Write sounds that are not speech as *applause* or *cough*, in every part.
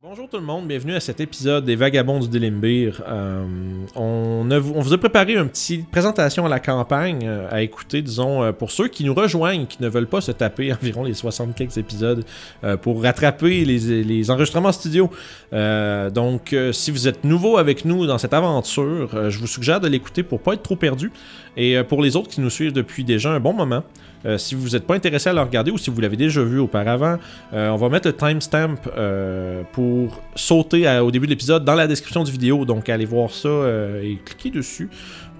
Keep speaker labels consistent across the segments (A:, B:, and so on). A: Bonjour tout le monde, bienvenue à cet épisode des Vagabonds du Délimbir. Euh, on, a- on vous a préparé une petite présentation à la campagne euh, à écouter, disons, euh, pour ceux qui nous rejoignent, qui ne veulent pas se taper *laughs* environ les 60 quelques épisodes euh, pour rattraper les, les enregistrements studio. Euh, donc, euh, si vous êtes nouveau avec nous dans cette aventure, euh, je vous suggère de l'écouter pour pas être trop perdu. Et euh, pour les autres qui nous suivent depuis déjà un bon moment, euh, si vous n'êtes pas intéressé à le regarder ou si vous l'avez déjà vu auparavant, euh, on va mettre le timestamp euh, pour sauter à- au début de l'épisode dans la description du vidéo. Donc allez voir ça euh, et cliquez dessus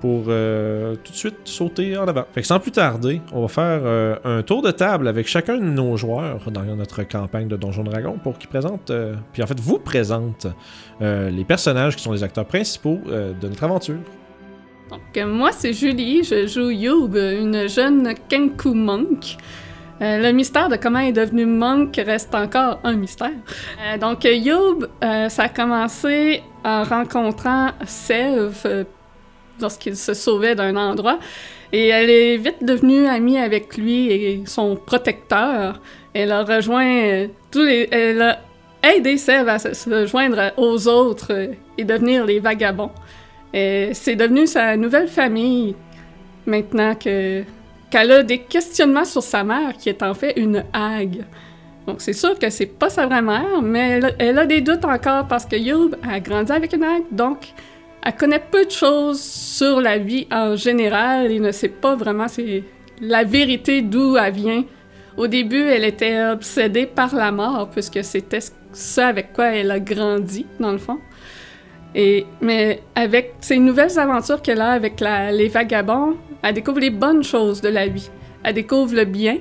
A: pour euh, tout de suite sauter en avant. Fait que sans plus tarder, on va faire euh, un tour de table avec chacun de nos joueurs dans notre campagne de Donjon Dragon pour qu'ils présentent, euh, puis en fait vous présentent euh, les personnages qui sont les acteurs principaux euh, de notre aventure.
B: Donc, euh, moi, c'est Julie, je joue Youb, une jeune Kenku monk. Euh, le mystère de comment elle est devenue monk reste encore un mystère. Euh, donc, euh, Youb, euh, ça a commencé en rencontrant Sev euh, lorsqu'il se sauvait d'un endroit. Et elle est vite devenue amie avec lui et son protecteur. Elle a rejoint euh, tous les. Elle a aidé Sev à se, se joindre aux autres euh, et devenir les vagabonds. Euh, c'est devenu sa nouvelle famille maintenant que qu'elle a des questionnements sur sa mère qui est en fait une hague. Donc c'est sûr que c'est pas sa vraie mère, mais elle, a- elle a des doutes encore parce que Youb a grandi avec une hague, donc elle connaît peu de choses sur la vie en général et ne sait pas vraiment c'est la vérité d'où elle vient. Au début, elle était obsédée par la mort puisque c'était ce- ce avec quoi elle a grandi dans le fond. Et, mais avec ces nouvelles aventures qu'elle a avec la- les vagabonds, elle découvre les bonnes choses de la vie. Elle découvre le bien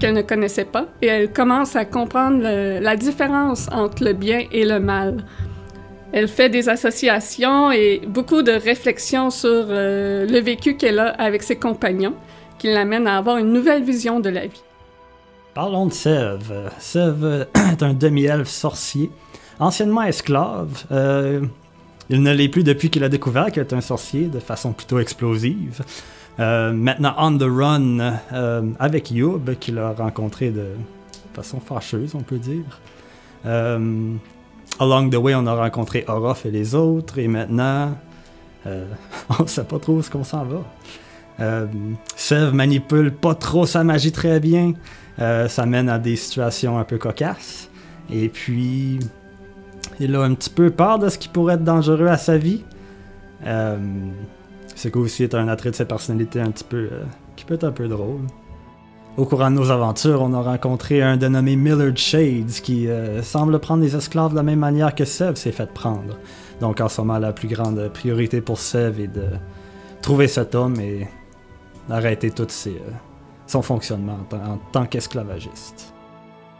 B: qu'elle ne connaissait pas et elle commence à comprendre le- la différence entre le bien et le mal. Elle fait des associations et beaucoup de réflexions sur euh, le vécu qu'elle a avec ses compagnons qui l'amène à avoir une nouvelle vision de la vie.
C: Parlons de Sève. Sève *clears throat* est un demi-elfe sorcier, anciennement esclave. Euh, il ne l'est plus depuis qu'il a découvert qu'il est un sorcier de façon plutôt explosive. Euh, maintenant on the run euh, avec Youb, qu'il a rencontré de façon fâcheuse, on peut dire. Euh, along the way, on a rencontré Orof et les autres, et maintenant, euh, *laughs* on ne sait pas trop où est-ce qu'on s'en va. Euh, Sève manipule pas trop sa magie très bien. Euh, ça mène à des situations un peu cocasses. Et puis, il a un petit peu peur de ce qui pourrait être dangereux à sa vie. Euh, ce qui aussi est un attrait de sa personnalité un petit peu. euh, qui peut être un peu drôle. Au courant de nos aventures, on a rencontré un dénommé Millard Shades qui euh, semble prendre les esclaves de la même manière que Sev s'est fait prendre. Donc en ce moment, la plus grande priorité pour Sev est de trouver cet homme et d'arrêter toutes ces, euh, son fonctionnement en, tant- en tant qu'esclavagiste.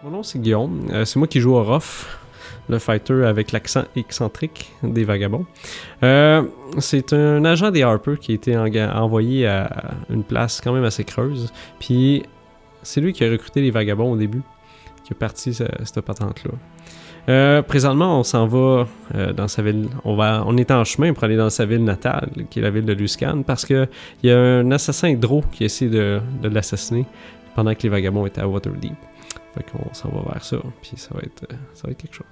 D: Mon nom c'est Guillaume. Euh, c'est moi qui joue Orof, le fighter avec l'accent excentrique des vagabonds. Euh, c'est un agent des Harper qui a été enga- envoyé à une place quand même assez creuse. Puis c'est lui qui a recruté les vagabonds au début, qui a parti ce- cette patente-là. Euh, présentement, on s'en va euh, dans sa ville. On, va, on est en chemin pour aller dans sa ville natale, qui est la ville de Luscan, parce que il y a un assassin hydro qui essaie de, de l'assassiner pendant que les vagabonds étaient à Waterdeep. Fait qu'on s'en va vers ça, puis ça va être, euh, ça va être quelque chose.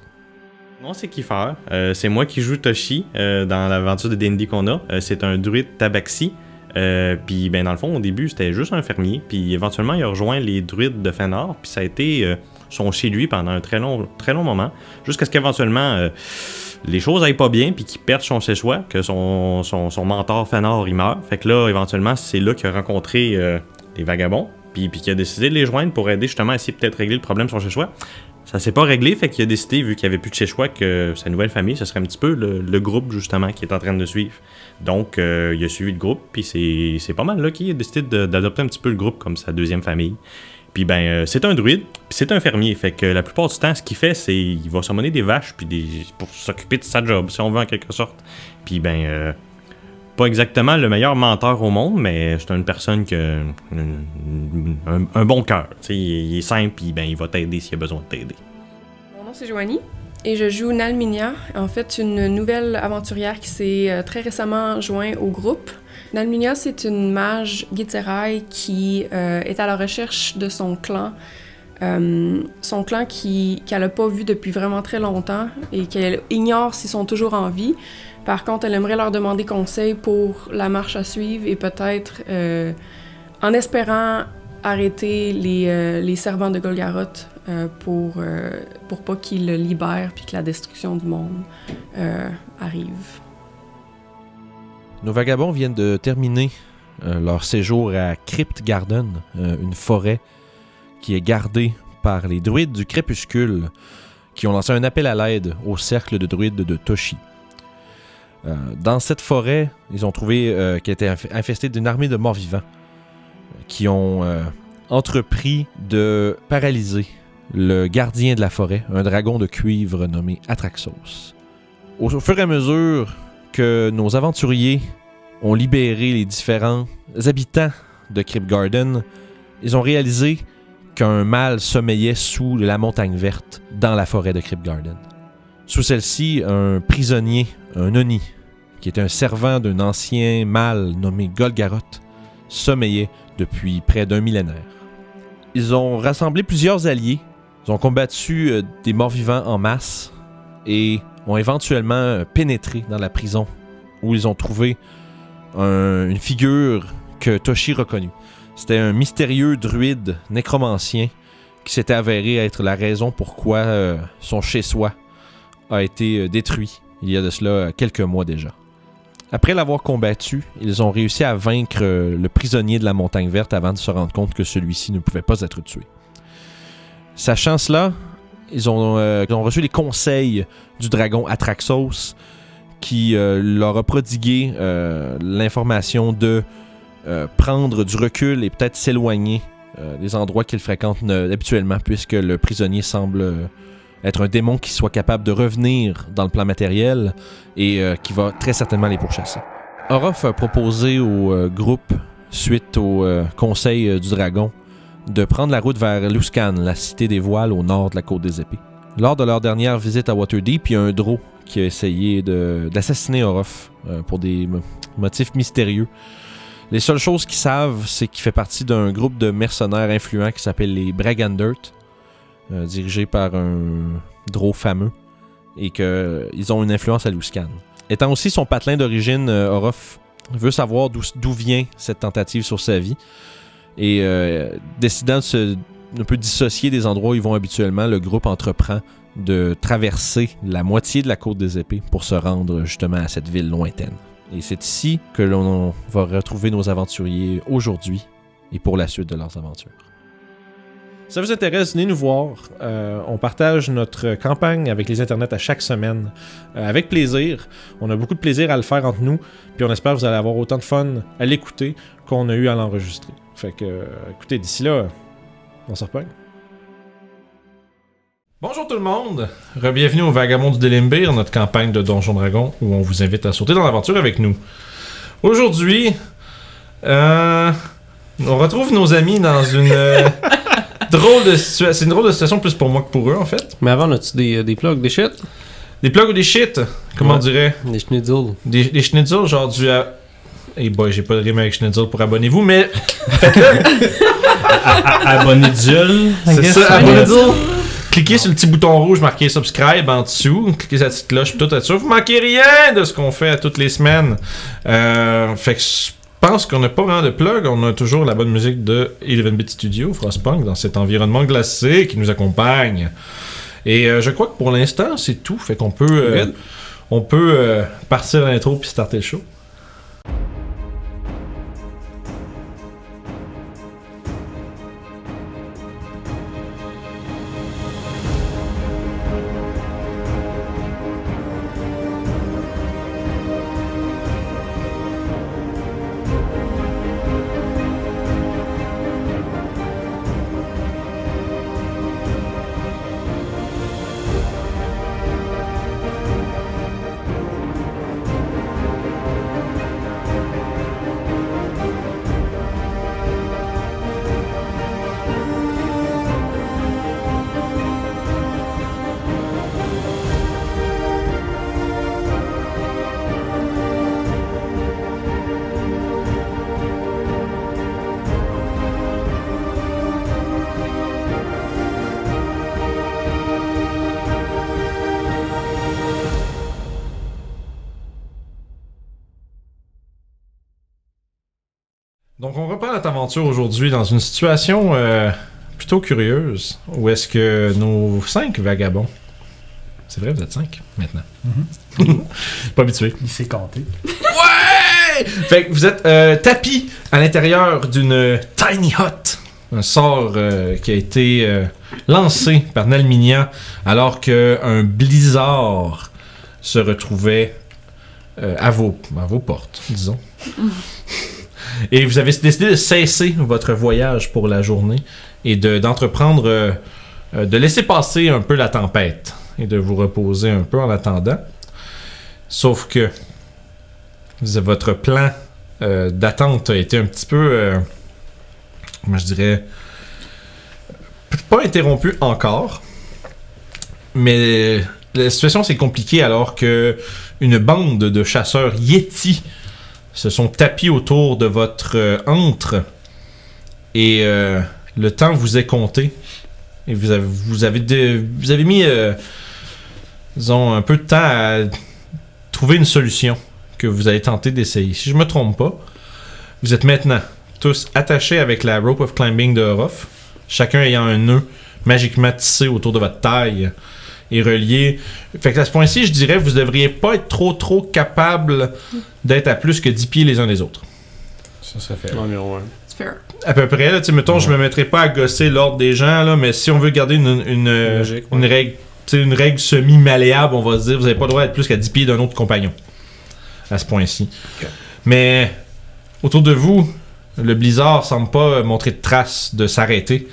E: Non, c'est Kiefer. Euh, c'est moi qui joue Toshi euh, dans l'aventure de D&D qu'on a. Euh, c'est un druide tabaxi. Euh, puis ben dans le fond au début c'était juste un fermier puis éventuellement il a rejoint les druides de Fenor puis ça a été euh, son chez lui pendant un très long très long moment jusqu'à ce qu'éventuellement euh, les choses aillent pas bien puis qu'il perde son séchois que son, son, son mentor Fenor il meurt fait que là éventuellement c'est là qu'il a rencontré euh, les vagabonds puis puis qu'il a décidé de les joindre pour aider justement à essayer peut-être régler le problème de son séchois ça s'est pas réglé, fait qu'il a décidé, vu qu'il n'y avait plus de chez choix, que sa nouvelle famille, ce serait un petit peu le, le groupe justement qui est en train de suivre. Donc, euh, il a suivi le groupe, puis c'est- c'est pas mal là qu'il a décidé de- d'adopter un petit peu le groupe comme sa deuxième famille. Puis ben, euh, c'est un druide, puis c'est un fermier, fait que la plupart du temps, ce qu'il fait, c'est il va s'emmener des vaches puis des, pour s'occuper de sa job, si on veut en quelque sorte. Puis ben, euh, pas exactement le meilleur menteur au monde, mais c'est une personne qui a une- un, un bon cœur. Tu sais, Il, il est simple, puis ben, il va t'aider s'il a besoin de t'aider.
F: Mon nom c'est Joanie et je joue Nalminia, en fait une nouvelle aventurière qui s'est euh, très récemment joint au groupe. Nalminia c'est une mage Gitzerai qui euh, est à la recherche de son clan euh, son clan qui- qu'elle n'a pas vu depuis vraiment très longtemps et qu'elle ignore s'ils sont toujours en vie. Par contre, elle aimerait leur demander conseil pour la marche à suivre et peut-être, euh, en espérant arrêter les, euh, les servants de Golgaroth euh, pour, euh, pour pas qu'ils le libèrent puis que la destruction du monde euh, arrive.
A: Nos vagabonds viennent de terminer euh, leur séjour à Crypt Garden, euh, une forêt qui est gardée par les druides du crépuscule qui ont lancé un appel à l'aide au cercle de druides de Toshi. Euh, dans cette forêt, ils ont trouvé euh, qu'elle était inf- infestée d'une armée de morts-vivants euh, qui ont euh, entrepris de paralyser le gardien de la forêt, un dragon de cuivre nommé Atraxos. Au- au fur et à mesure que nos aventuriers ont libéré les différents habitants de Crypt Garden, ils ont réalisé qu'un mâle sommeillait sous la montagne verte dans la forêt de Crypt Garden. Sous celle-ci, un prisonnier, un Oni, qui est un servant d'un ancien mâle nommé Golgaroth, sommeillait depuis près d'un millénaire. Ils ont rassemblé plusieurs alliés, ils ont combattu euh, des morts-vivants en masse et ont éventuellement euh, pénétré dans la prison où ils ont trouvé un- une figure que Toshi reconnut. C'était un mystérieux druide nécromancien qui s'était avéré être la raison pourquoi euh, son chez-soi a été euh, détruit il y a de cela euh, quelques mois déjà. Après l'avoir combattu, ils ont réussi à vaincre euh, le prisonnier de la montagne verte avant de se rendre compte que celui-ci ne pouvait pas être tué. Sachant cela, ils ont, euh, ils ont reçu les conseils du dragon Atraxos qui euh, leur a prodigué euh, l'information de euh, prendre du recul et peut-être s'éloigner euh, des endroits qu'ils fréquentent euh, habituellement puisque le prisonnier semble euh, être un démon qui soit capable de revenir dans le plan matériel et euh, qui va très certainement les pourchasser. Orof a proposé au euh, groupe, suite au euh, conseil euh, du dragon, de prendre la route vers Luskan, la cité des voiles au nord de la côte des épées. Lors de leur dernière visite à Waterdeep, il y a un drô qui a essayé de- d'assassiner Orof euh, pour des mo- motifs mystérieux. Les seules choses qu'ils savent, c'est qu'il fait partie d'un groupe de mercenaires influents qui s'appelle les Bragandert, euh, dirigé par un drô fameux, et qu'ils ont une influence à Luskan. Étant aussi son patelin d'origine, euh, Orof veut savoir d'où d'où vient cette tentative sur sa vie, et euh, décidant de se un peu dissocier des endroits où ils vont habituellement, le groupe entreprend de traverser la moitié de la côte des épées pour se rendre justement à cette ville lointaine. Et c'est ici que l'on va retrouver nos aventuriers aujourd'hui et pour la suite de leurs aventures.
G: Si ça vous intéresse, venez nous voir. Euh, on partage notre campagne avec les internets à chaque semaine. Euh, avec plaisir. On a beaucoup de plaisir à le faire entre nous. Puis on espère que vous allez avoir autant de fun à l'écouter qu'on a eu à l'enregistrer. Fait que, euh, écoutez, d'ici là, on se repogne. Bonjour tout le monde. Bienvenue au Vagabond du Délimbir, notre campagne de Donjon Dragon, où on vous invite à sauter dans l'aventure avec nous. Aujourd'hui, euh, on retrouve nos amis dans une... euh, drôle de situation. C'est une drôle de situation plus pour moi que pour eux, en fait.
D: Mais avant, as-tu des, euh, des plugs, des shit
G: Des plugs ou des shit, comment
D: Ouais.
G: on dirait
D: Des schnitzels.
G: Des, des schnitzels, genre du. à- Eh boy, j'ai pas de rime avec schnitzel pour abonnez-vous, mais. Faites-le
E: Abonné Dieu.
G: C'est
H: guess.
G: ça, abonnez-vous Cliquez sur le petit bouton rouge marqué subscribe en dessous, cliquez sur la petite cloche, puis tout être sûr. Vous manquez rien de ce qu'on fait à toutes les semaines. Euh, fait que je pense qu'on n'a pas vraiment de plug. On a toujours la bonne musique de 11 Bit Studio, Frostpunk, dans cet environnement glacé qui nous accompagne. Et euh, je crois que pour l'instant, c'est tout. Fait qu'on peut, euh,
D: Good.
G: on peut euh, partir à l'intro puis starter le show.
A: Donc, on reprend notre aventure aujourd'hui dans une situation euh, plutôt curieuse où est-ce que nos cinq vagabonds. C'est vrai, vous êtes cinq maintenant. *laughs* Pas habitué.
C: Il s'est compté.
A: Ouais! Fait que vous êtes euh, tapis à l'intérieur d'une tiny hut. Un sort euh, qui a été euh, lancé par Nalminia alors qu'un blizzard se retrouvait euh, à, vos, à vos portes, disons. Et vous avez décidé de cesser votre voyage pour la journée et de- d'entreprendre, euh, euh, de laisser passer un peu la tempête et de vous reposer un peu en attendant. Sauf que vous- votre plan euh, d'attente a été un petit peu, euh, comment je dirais, pas interrompu encore, mais la situation s'est compliquée alors que une bande de chasseurs Yeti se sont tapis autour de votre euh, antre et euh, le temps vous est compté et vous avez vous avez, de- vous avez mis euh, disons un peu de temps à trouver une solution que vous allez tenter d'essayer. Si je me trompe pas, vous êtes maintenant tous attachés avec la rope of climbing de Orof, chacun ayant un nœud magiquement tissé autour de votre taille et relié. Fait que à ce point-ci, je dirais, vous devriez pas être trop trop capable d'être à plus que 10 pieds les uns des autres.
E: Ça, ça fait.
D: Environ, ouais.
F: C'est fair.
A: À peu près, là, tu sais, mettons, je me mettrais pas à gosser l'ordre des gens, là, mais si on veut garder une, une, euh,
D: Logique,
A: une
D: ouais.
A: règle, tu sais, une règle semi-malléable, on va se dire, vous avez pas le droit d'être plus qu'à 10 pieds d'un autre compagnon. À ce point-ci. Mais autour de vous, le blizzard semble pas montrer de traces de s'arrêter.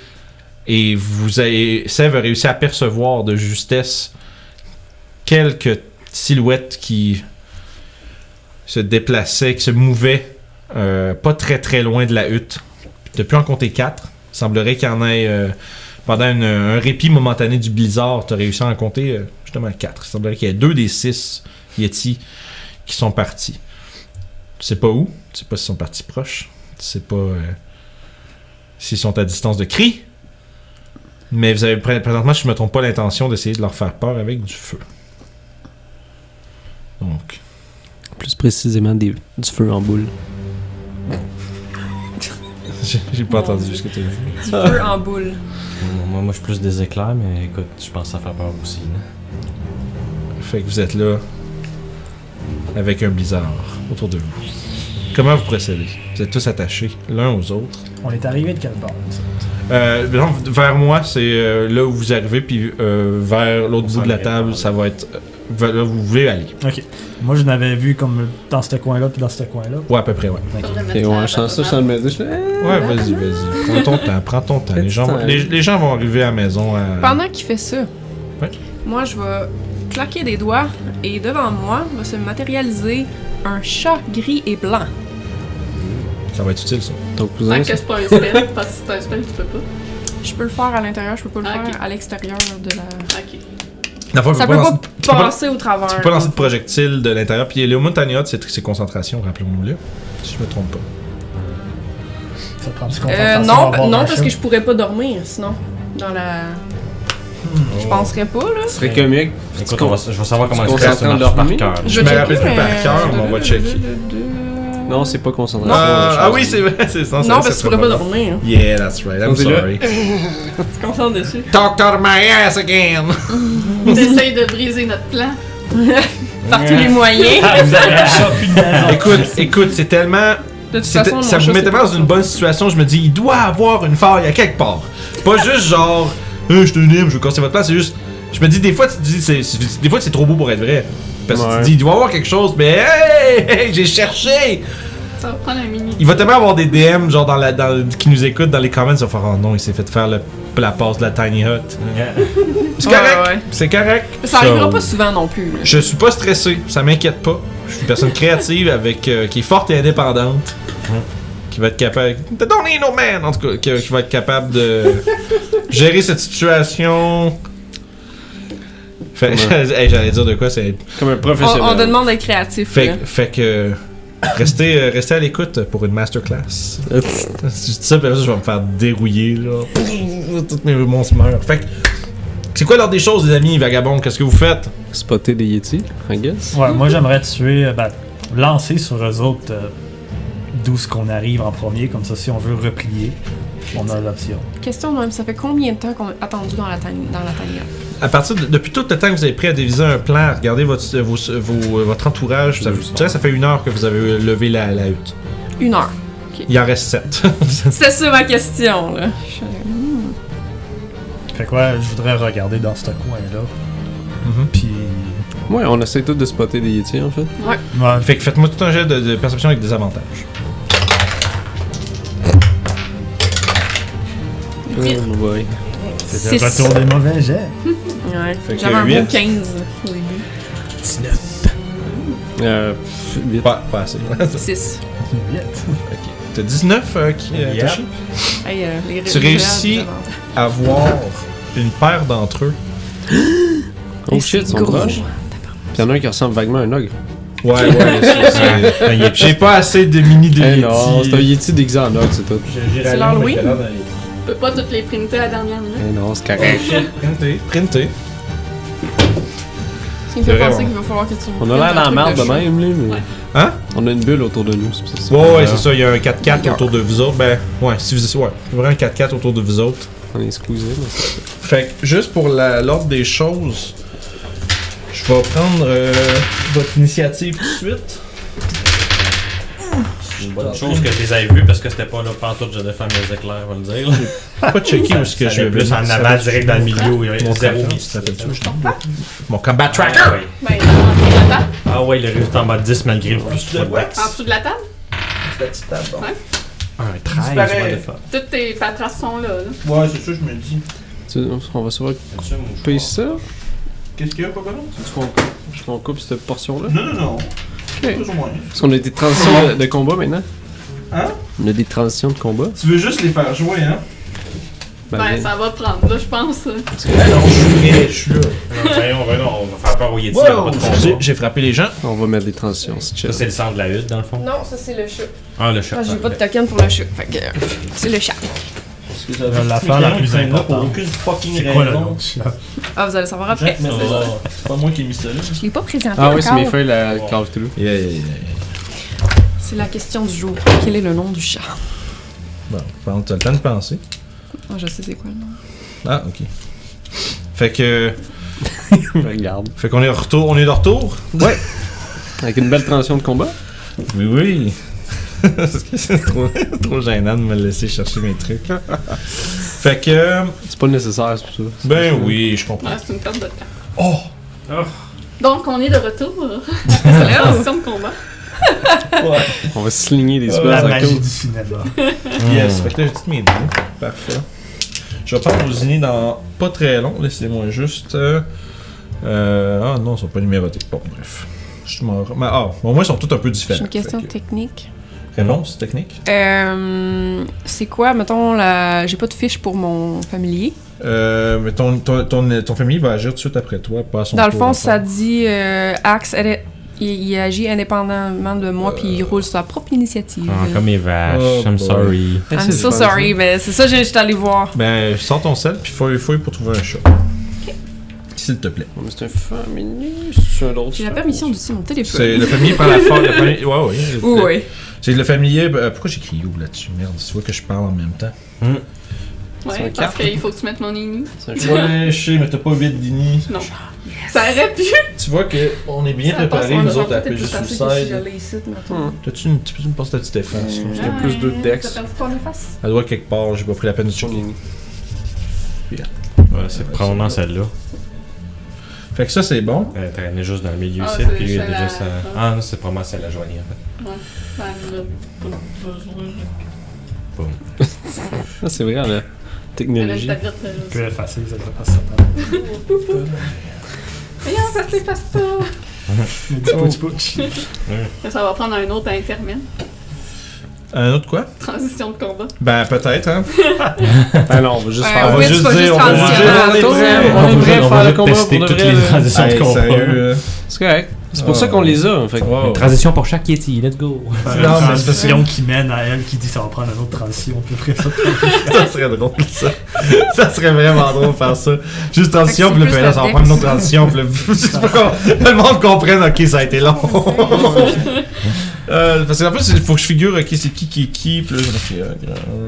A: Et vous avez, Sev a réussi à percevoir de justesse quelques silhouettes qui se déplaçaient, qui se mouvaient euh, pas très très loin de la hutte. Depuis en compter 4, il semblerait qu'il y en ait euh, pendant une- un répit momentané du blizzard, tu as réussi à en compter euh, justement 4. Il semblerait qu'il y ait deux des six Yeti qui sont partis. Tu sais pas où, tu sais pas s'ils sont partis proches, tu sais pas euh, s'ils sont à distance de cri. Mais vous avez pr- présentement, si je me trompe pas, l'intention d'essayer de leur faire peur avec du feu. Donc,
D: Plus précisément, des, du feu en boule.
A: j'ai *laughs* j'ai pas entendu ce que tu as dit.
F: Du feu en boule.
E: Moi, moi, je suis plus des éclairs, mais écoute, je pense que ça fait peur aussi. là.
A: Fait que vous êtes là avec un blizzard autour de vous. Comment vous procédez Vous êtes tous attachés l'un aux autres.
C: On est arrivé de quelle bord
A: Euh, non, vers moi, c'est euh, là où vous arrivez, puis euh, vers l'autre bout de la
E: arrive,
A: table,
E: ouais.
A: ça va être euh, vers là où vous voulez aller.
C: Moi, je n'avais vu comme dans ce coin-là, puis dans ce coin-là.
A: Ouais, à peu près, ouais.
D: Et ouais, je sens ça, je sens le médecin. je fais, eh,
A: Ouais, vas-y, vas-y. Prends ton temps, prends ton temps. Les gens, vont- les, les gens vont arriver à la maison. euh, à-
F: Pendant qu'il fait ça,
A: Ouais.
F: moi je vais claquer des doigts et devant moi va se matérialiser un chat gris et blanc.
A: Ça va être utile, ça.
D: Ton cousin,
B: Tant
D: ça-
B: que c'est pas un spell, parce que c'est un spell, tu peux pas.
F: Je peux le faire à l'intérieur, je peux pas le
B: Ah, ok.
F: faire à l'extérieur de la.
B: Ok.
A: Dans le fond,
F: Ça
A: vous
F: peut
A: lancer-
F: pas
A: tu peux pas-
F: passer au travers.
A: Tu peux pas lancer de projectile de l'intérieur. Puis les montagnottes, c'est c'est concentration, rappelons-le. Si je me trompe pas.
C: Ça prend du
F: Euh, non, non parce que je pourrais pas dormir sinon. Dans la.
A: Hmm.
F: Je penserais pas là.
A: Oh.
D: ce serait comique. Tu
E: Écoute, on va,
D: con-
E: je vais savoir comment
D: tu
E: le stress
D: concentres
E: marche
D: leur
E: par
D: mine?
E: cœur.
A: Je me rappelle plus par cœur, mais on va checker.
D: Non, c'est pas concentration.
A: Ah,
D: je
A: ah
D: pense.
A: oui, c'est vrai, c'est ça. ça-
F: Non,
A: ça
F: parce que tu
A: serait
F: pourrais pas
A: bon.
F: dormir. hein.
A: Yeah, that's right. I'm *laughs*
D: Posez-le.
A: sorry.
F: Tu te concentres dessus.
A: Talk to my ass again.
B: T'essayes de briser notre plan.
F: Par tous les
A: Ah,
F: moyens.
A: *laughs* écoute, écoute, c'est tellement.
F: De toute
A: c'est-
F: façon,
A: ça
F: mon
A: me
F: chat,
A: met
F: c'est
A: tellement
F: pas
A: dans
F: ça.
A: une bonne situation, je me dis, il doit avoir une faille à quelque part.
F: *laughs*
A: Pas juste genre, Hey, je te nime, je veux casser votre place, c'est juste. Je me dis, des fois, tu te dis, c'est- c'est- des fois, c'est trop beau pour être vrai. Parce que tu
D: Ouais.
A: te dis, il doit avoir quelque chose, mais hey, hey, j'ai cherché!
B: Ça va prendre un mini.
A: Il va tellement avoir des DM, genre, dans la, dans, qui nous écoutent dans les comments, ils vont faire, oh non, il s'est fait faire le, la passe de la Tiny Hut. C'est
F: Ouais,
A: correct!
F: ouais.
A: C'est correct!
F: Ça arrivera pas souvent non plus. là.
A: Je suis pas stressé, ça m'inquiète pas. Je suis une personne créative avec euh, qui est forte et indépendante. Qui va être capable. The Don't need no man! En tout cas, qui, qui va être capable de
F: *laughs*
A: gérer cette situation. Fait, *laughs* hey, j'allais dire de quoi c'est.
D: Comme un
F: On,
D: professionnel.
F: on te demande d'être créatif. là.
A: Fait, fait que. Restez, euh, restez à l'écoute pour une masterclass. Si je dis ça, puis après ça, je vais me faire dérouiller, là. Toutes mes monstres meurent. Fait que. C'est quoi l'ordre des choses, les amis, vagabonds? Qu'est-ce que vous faites?
D: *laughs* Spotter des Yeti, I guess.
C: Ouais, moi, j'aimerais tuer, euh, ben, lancer sur eux autres euh, d'où ce qu'on arrive en premier, comme ça si on veut replier, on a l'option.
F: Question de même, ça fait combien de temps qu'on est attendu dans la, tani- dans la tanière?
A: À partir de- depuis tout le temps que vous avez pris à déviser un plan, regardez votre, vos- vos- euh, votre entourage, ça, vous- je dirais que ça fait une heure que vous avez levé la, la hutte.
F: Une heure.
A: Il en reste sept. *laughs*
F: C'était ça ma question, là. Je-
C: Fait quoi, je voudrais regarder dans ce coin-là. Puis.
D: Ouais, on essaie tous de spotter des Yétis en fait.
C: Ouais,
A: fait que faites-moi tout un jet de, de perception avec des avantages.
F: Huit.
D: Oh boy.
C: c'est
F: Six.
C: le retour des mauvais jets.
F: Ouais.
A: Fait que
F: J'avais un bon
A: huit.
F: 15 au début.
D: Euh, pff, vite.
A: Pas, pas assez. ok.
F: 6.
A: *laughs* T'as 19, euh, qui, euh,
C: Yep.
A: Toshi?
F: Hey, euh, les
A: Tu
F: résultats,
A: réussis.
F: j'avance.
A: Avoir une paire d'entre eux.
D: Oh
F: Et
D: shit, ils
F: c'est
D: sont
F: gros.
D: proches. Puis y en a un qui ressemble vaguement à un ogre.
A: Ouais, ouais, c'est- *laughs* c'est- J'ai pas assez de mini de
D: Eh
A: Yeti.
D: non, c'est un Yéti déguisé en ogre, c'est tout.
F: C'est l'Halloween?
B: On peut pas toutes les printer à la dernière minute.
D: Eh non, c'est carré.
A: Printé, printé.
F: Ce qui me fait
A: Vraiment.
F: penser qu'il va falloir que tu.
D: On a l'air dans la merde de
F: demain.
D: même, là, mais.
A: Hein?
D: On a une bulle autour de nous, c'est pour ça.
A: Ouais, ouais, c'est ça, il y a un 4-4 autour de vous autres. Ben, ouais, si vous. Ouais, il y a un 4-4 autour de vous autres.
D: On est exclusif.
A: Fait que juste pour la- l'ordre des choses, je vais prendre euh, votre initiative tout de suite.
E: C'est une bonne chose que je les ai vus parce que c'était pas là pantoute, j'allais faire mes éclairs, on va le dire.
A: Pas checker où est-ce que
E: Ça
A: je
E: allait
A: vais
E: plus en avant, direct dans le milieu, où il y
A: Mon
E: avait zéro
A: tracker,
E: miss.
A: ça s'appelle-tu, je t'en- Mon combat tracker!
E: Ah ouais.
B: Ben, en dessous de la table.
E: Ah ouais, le résultat en bas de 10 malgré le plus de
B: En dessous de la table.
E: Un 13,
A: Disparaît.
E: what the fuck.
B: Toutes tes patraces sont là. là.
A: Ouais, c'est ça, je me le dis.
D: Tu- On va savoir couper ça.
A: Qu'est-ce qu'il y a, Papa Non,
D: Tu qu'on coupe, qu'on coupe cette portion-là.
A: non, non. Plus ou moins.
D: Parce qu'on a des transitions de, de combat maintenant.
A: Hein?
D: On a des transitions de combat.
A: Tu veux juste les faire jouer, hein?
D: Ben,
B: Ben,
D: ben,
B: ça va prendre, là, je pense.
A: Ben non, je suis prêt, je suis là.
E: Non, voyons, voyons, on va faire peur aux Yeti, il y aura pas
A: Wow,
E: de
A: excusez,
E: combat.
A: j'ai frappé les gens.
D: on va mettre des transitions, c'est
E: Ça,
D: chill.
E: c'est le centre de la hutte, dans le fond.
F: Non, ça c'est le chat.
E: Ah, le chat.
F: Ah, J'ai pas de
E: parfait.
F: token pour le chat. Fait que euh, c'est le chat.
C: L'affaire la plus importante.
A: aucune fucking
C: C'est quoi le nom du chat?
F: Ah, vous allez savoir après.
A: pas moi qui ai mis ça là.
F: Je l'ai pas présenté
D: Ah oui, c'est
F: encore.
D: mes feuilles, la Call of
A: *laughs*
D: Cthulhu.
A: Yeah, yeah, yeah.
F: C'est la question du jour. Quel est le nom du chat
A: Bon, t'as le temps de penser.
F: Ah, Je sais c'est quoi le nom.
A: Ah, ok. Fait que.
D: Ben, Regarde.
A: Fait qu'on est, de retour- on est de retour?
D: Avec une belle transition de combat.
A: Oui, oui. *laughs* Parce que c'est trop, trop gênant de me laisser chercher mes trucs. fait que.
D: C'est pas nécessaire, c'est pour ça.
A: Ben oui, je comprends.
B: Ouais,
F: Ah,
B: c'est une perte de temps.
A: Oh!
B: Donc, on est de retour.
D: Ah,
B: C'est la transition de combat.
D: On va sligner des
C: La
D: spells à
C: magie
D: cause.
C: du cinéma.
A: Yes, fait que là, j'ai tous mes dés. Parfait. Je vais pas cuisiner dans pas très long. Laissez-moi juste. euh, euh, Ah non, ils sont pas numérotés. Bon, bref. Je m'en. mais- Ah, au moins, ils sont tous un peu
F: J'ai
A: différents.
F: une question
A: Fait que-
F: technique.
A: Réponse technique.
F: Euh, c'est quoi, mettons, la... j'ai pas de fiche pour mon familier.
A: Euh, mais ton, ton, ton, ton famille va agir tout de suite après toi. Pas à son
F: Dans le
A: tour,
F: fond,
A: dans
F: ça dit euh, Axe, elle est- il, il agit indépendamment de moi, puis il roule sur sa propre initiative.
E: Ah, comme mes vaches,
A: Oh
E: I'm
A: boy.
E: sorry.
F: I'm so sorry, mais c'est ça que j'étais allé voir.
A: Ben, sors ton sel, puis fouille, fouille pour trouver un chat. S'il te plaît.
D: Oh, mais C'est un family, c'est un autre.
F: J'ai la permission d'utiliser mon
A: C'est
F: téléphone.
A: le familier prend la forme. le familier- Ouais, ouais.
F: Oui,
A: Le-
F: oui.
A: C'est le familier. euh, pourquoi j'écris où là-dessus Merde, tu vois que je parle en même temps.
D: C'est un
B: Ouais, parce
D: quatre.
B: qu'il faut que tu mettes mon ennemi.
D: C'est un
A: Ouais, je sais, mais t'as pas 8 dini.
B: Non. Ça aurait pu.
A: Tu vois que on est bien préparés, nous autres, à PG Suicide. T'as-tu une petite passe de petite efface? là?
D: J'ai plus deux decks.
B: Ça perdu ton efface.
A: Elle doit être quelque part, j'ai pas pris la peine de checker.
D: family.
E: Ouais, c'est probablement celle-là.
A: Fait que ça, c'est bon.
E: Elle traînait juste dans le milieu
B: Ah,
E: ici,
B: c'est
E: puis lui, il
B: celle
E: était
B: à-
E: juste. euh, Ah, non, c'est probablement celle à joignée, en fait.
B: Ça me l'a pas besoin.
D: Ah, c'est vrai, la
B: Elle a une
D: technologie.
B: tablette de-
C: Plus facile, ça devrait pas se faire.
B: Mais
F: Ah,
B: non, ça s'efface pas.
C: Oh.
B: Ça va prendre un autre intermède.
A: Un autre quoi?
B: Transition de combat.
A: Ben, peut-être, hein.
D: Ah non, on va juste
F: Ouais,
D: faire.
F: on va juste dire, on va
A: juste dire, on est prêt.
D: on est prêt à faire
E: on va
D: le
E: juste
D: combat
E: tester
D: pour de
E: toutes
D: vrai,
E: les
D: là.
A: *laughs*
E: transitions de
A: Hey,
E: combat.
A: sérieux,
D: C'est correct. C'est pour
A: Ah,
D: ça qu'on
A: ouais.
D: les a. Fait que-
A: là. Wow.
E: Transition pour chaque Yeti, let's go.
A: Non,
C: Une
A: mais c'est parce
C: transition qui mène à elle qui dit ça va prendre une autre transition, puis après ça.
A: Ça serait drôle, ça. ça serait vraiment drôle de faire ça. Juste transition,
F: Fait que
A: puis le
F: c'est
A: fait
F: plus
A: là, ça va
F: la
A: prendre une autre
F: texte.
A: *laughs* transition, puis le... Juste pour qu'on- le monde comprenne, ok, ça a été long. Euh, parce qu'en plus, il faut que je figure, ok, c'est qui qui est qui, puis là, je me dis, euh,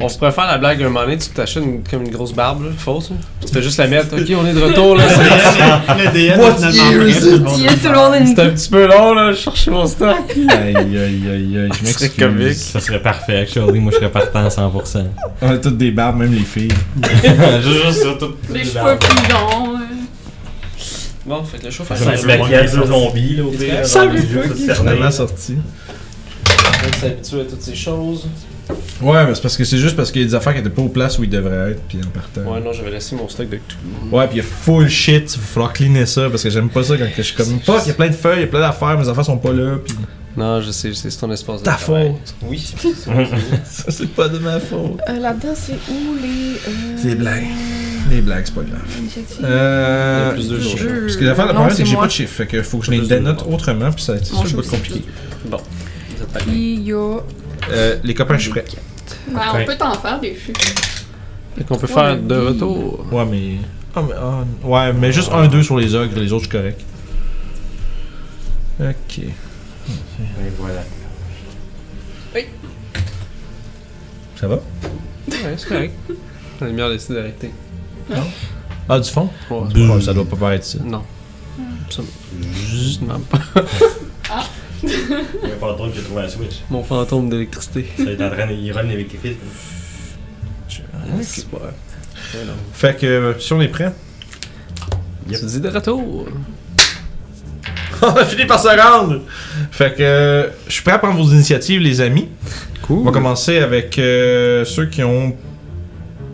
D: On se pourrait faire la blague un moment donné, tu t'achètes une- comme une grosse barbe, là, fausse. là. Puis Tu fais juste la mettre, ok, on est de retour là. c'est-
C: le DN
A: What
C: finalement,
A: year
C: vrai,
A: is
C: tout le
A: it?
C: monde
F: Il y
C: le
F: a tout le monde
D: C'est un
F: une...
D: petit peu long là, je cherche mon stock.
A: Aïe, aïe, aïe, aïe, je
D: *laughs* C'est
A: m'excuse.
D: comique.
E: Ça serait parfait, actually. Moi, je serais partant à 100%.
A: On a toutes des barbes, même les filles.
E: Juste sur tout.
B: Les cheveux plus longs. euh.
D: Bon, fait que le show fait
E: Un petit maquillage de zombie, là, au pire.
D: Ça,
E: genre,
D: le
E: les *laughs* yeux,
D: fuck.
E: se cerner.
A: Finalement sorti.
D: On s'habitue à toutes ces choses.
A: Ouais, mais c'est parce que c'est juste parce qu'il y a des affaires qui étaient pas aux places où ils devraient être, puis en partant.
D: Ouais, non, j'avais laissé mon stock de tout.
A: Ouais, pis y'a full shit, il va falloir cleaner ça parce que j'aime pas ça quand que je suis comme fuck, y'a plein de feuilles, y'a plein d'affaires, mes affaires sont pas là, pis
D: Non, je sais, je sais, c'est ton espace de
A: ta
D: travail.
A: faute.
D: Oui, c'est mon opinion.
A: *laughs* Ça, c'est pas de ma faute.
F: Euh, Là-dedans, c'est où les... euh,
A: C'est des blagues. Les blagues, c'est pas grave. Euh.
D: Il y a plus de jeux.
A: Parce que l'affaire, le
F: Non,
A: problème, c'est
F: c'est
A: que j'ai
F: moi.
A: pas de chiffre, fait que faut que je les dénote autrement, pis ça c'est
F: Mon
A: ça,
F: jeu,
A: pas compliqué.
D: Bon, vous êtes pas bien.
F: Puis il y a...
A: Euh, les copains, je suis prêt.
B: Ben,
E: Ouais.
B: on peut t'en faire des fûts.
D: Fait qu'on peut
F: Ouais,
D: faire de
F: oui.
D: retour.
A: Ouais, mais. Ah, mais. ah, ouais, mais juste un, deux sur les ogres, les autres, je suis correct. Ok.
E: Et voilà.
A: Ça va?
D: Ouais, c'est correct. La lumière décide d'arrêter.
A: Ah, du fond?
D: Ouais.
A: Ouais, ça doit pas paraître ça.
D: Non. Absolument. Juste non, pas.
E: Il y a pas longtemps que j'ai trouvé la Switch.
D: Mon fantôme d'électricité.
E: Ça, il est en train de. Il run avec les fils.
A: Ah,
D: C'est pas.
A: Fait que, euh, si on est prêt.
D: Tu dis de retour.
A: *laughs* On a fini par se rendre! Fait que euh, je suis prêt à prendre vos initiatives, les amis. On va
D: Cool.
A: commencer avec euh, ceux qui ont.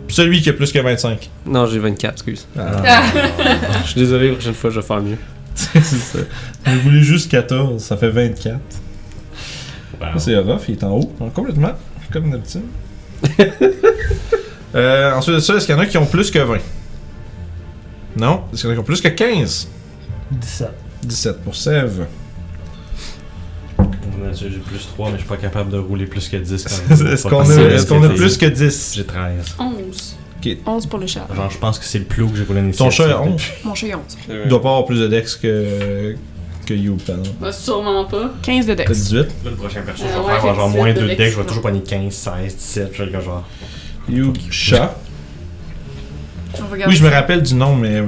A: Celui qui a plus que 25.
D: Non, j'ai 24, excuse.
E: *laughs*
A: Ah, *laughs*
D: Je suis désolé, la prochaine fois, je vais faire mieux.
A: c'est ça. Vous voulez juste 14, ça fait 24.
E: Wow.
A: Ça, C'est rough, il est en haut, hein, complètement, comme
E: *laughs*
A: d'habitude. Euh, ensuite de ça, est-ce qu'il y en a qui ont plus que 20 Non Est-ce qu'il y en a qui ont plus que 15
C: monde. 17.
A: 17 pour Sève.
E: *laughs* Mon Dieu, Euh, J'ai plus 3, mais je suis pas capable de rouler plus que 10 quand
A: *laughs*
E: même.
A: Est-ce
E: Pas
A: qu'on a,
E: possible,
A: est-ce qu'on a
E: c'est-
A: plus que 10
E: J'ai 13.
B: 11.
F: 11 pour le chat.
E: Genre, je pense que c'est le plus haut que j'ai roulé une
A: Ton
E: initiative
A: chat a
E: depuis.
A: 11.
F: Mon chat, il y a 11.
A: Il doit pas avoir plus de dex que. que You, par exemple.
B: Bah, sûrement pas.
F: 15 de
A: T'as
F: Dex.
A: 18
E: Là, le prochain perso,
B: Euh,
E: je vais
B: ouais,
E: faire genre, genre
B: j'ai
E: moins
B: 17
E: 2
B: de
E: decks, je vais
B: Dex,
E: toujours pogner 15, 16, 17, je vais faire genre.
A: You, chat.
F: On va
A: Oui,
F: garder
A: je me
F: ça.
A: rappelle du nom, mais euh,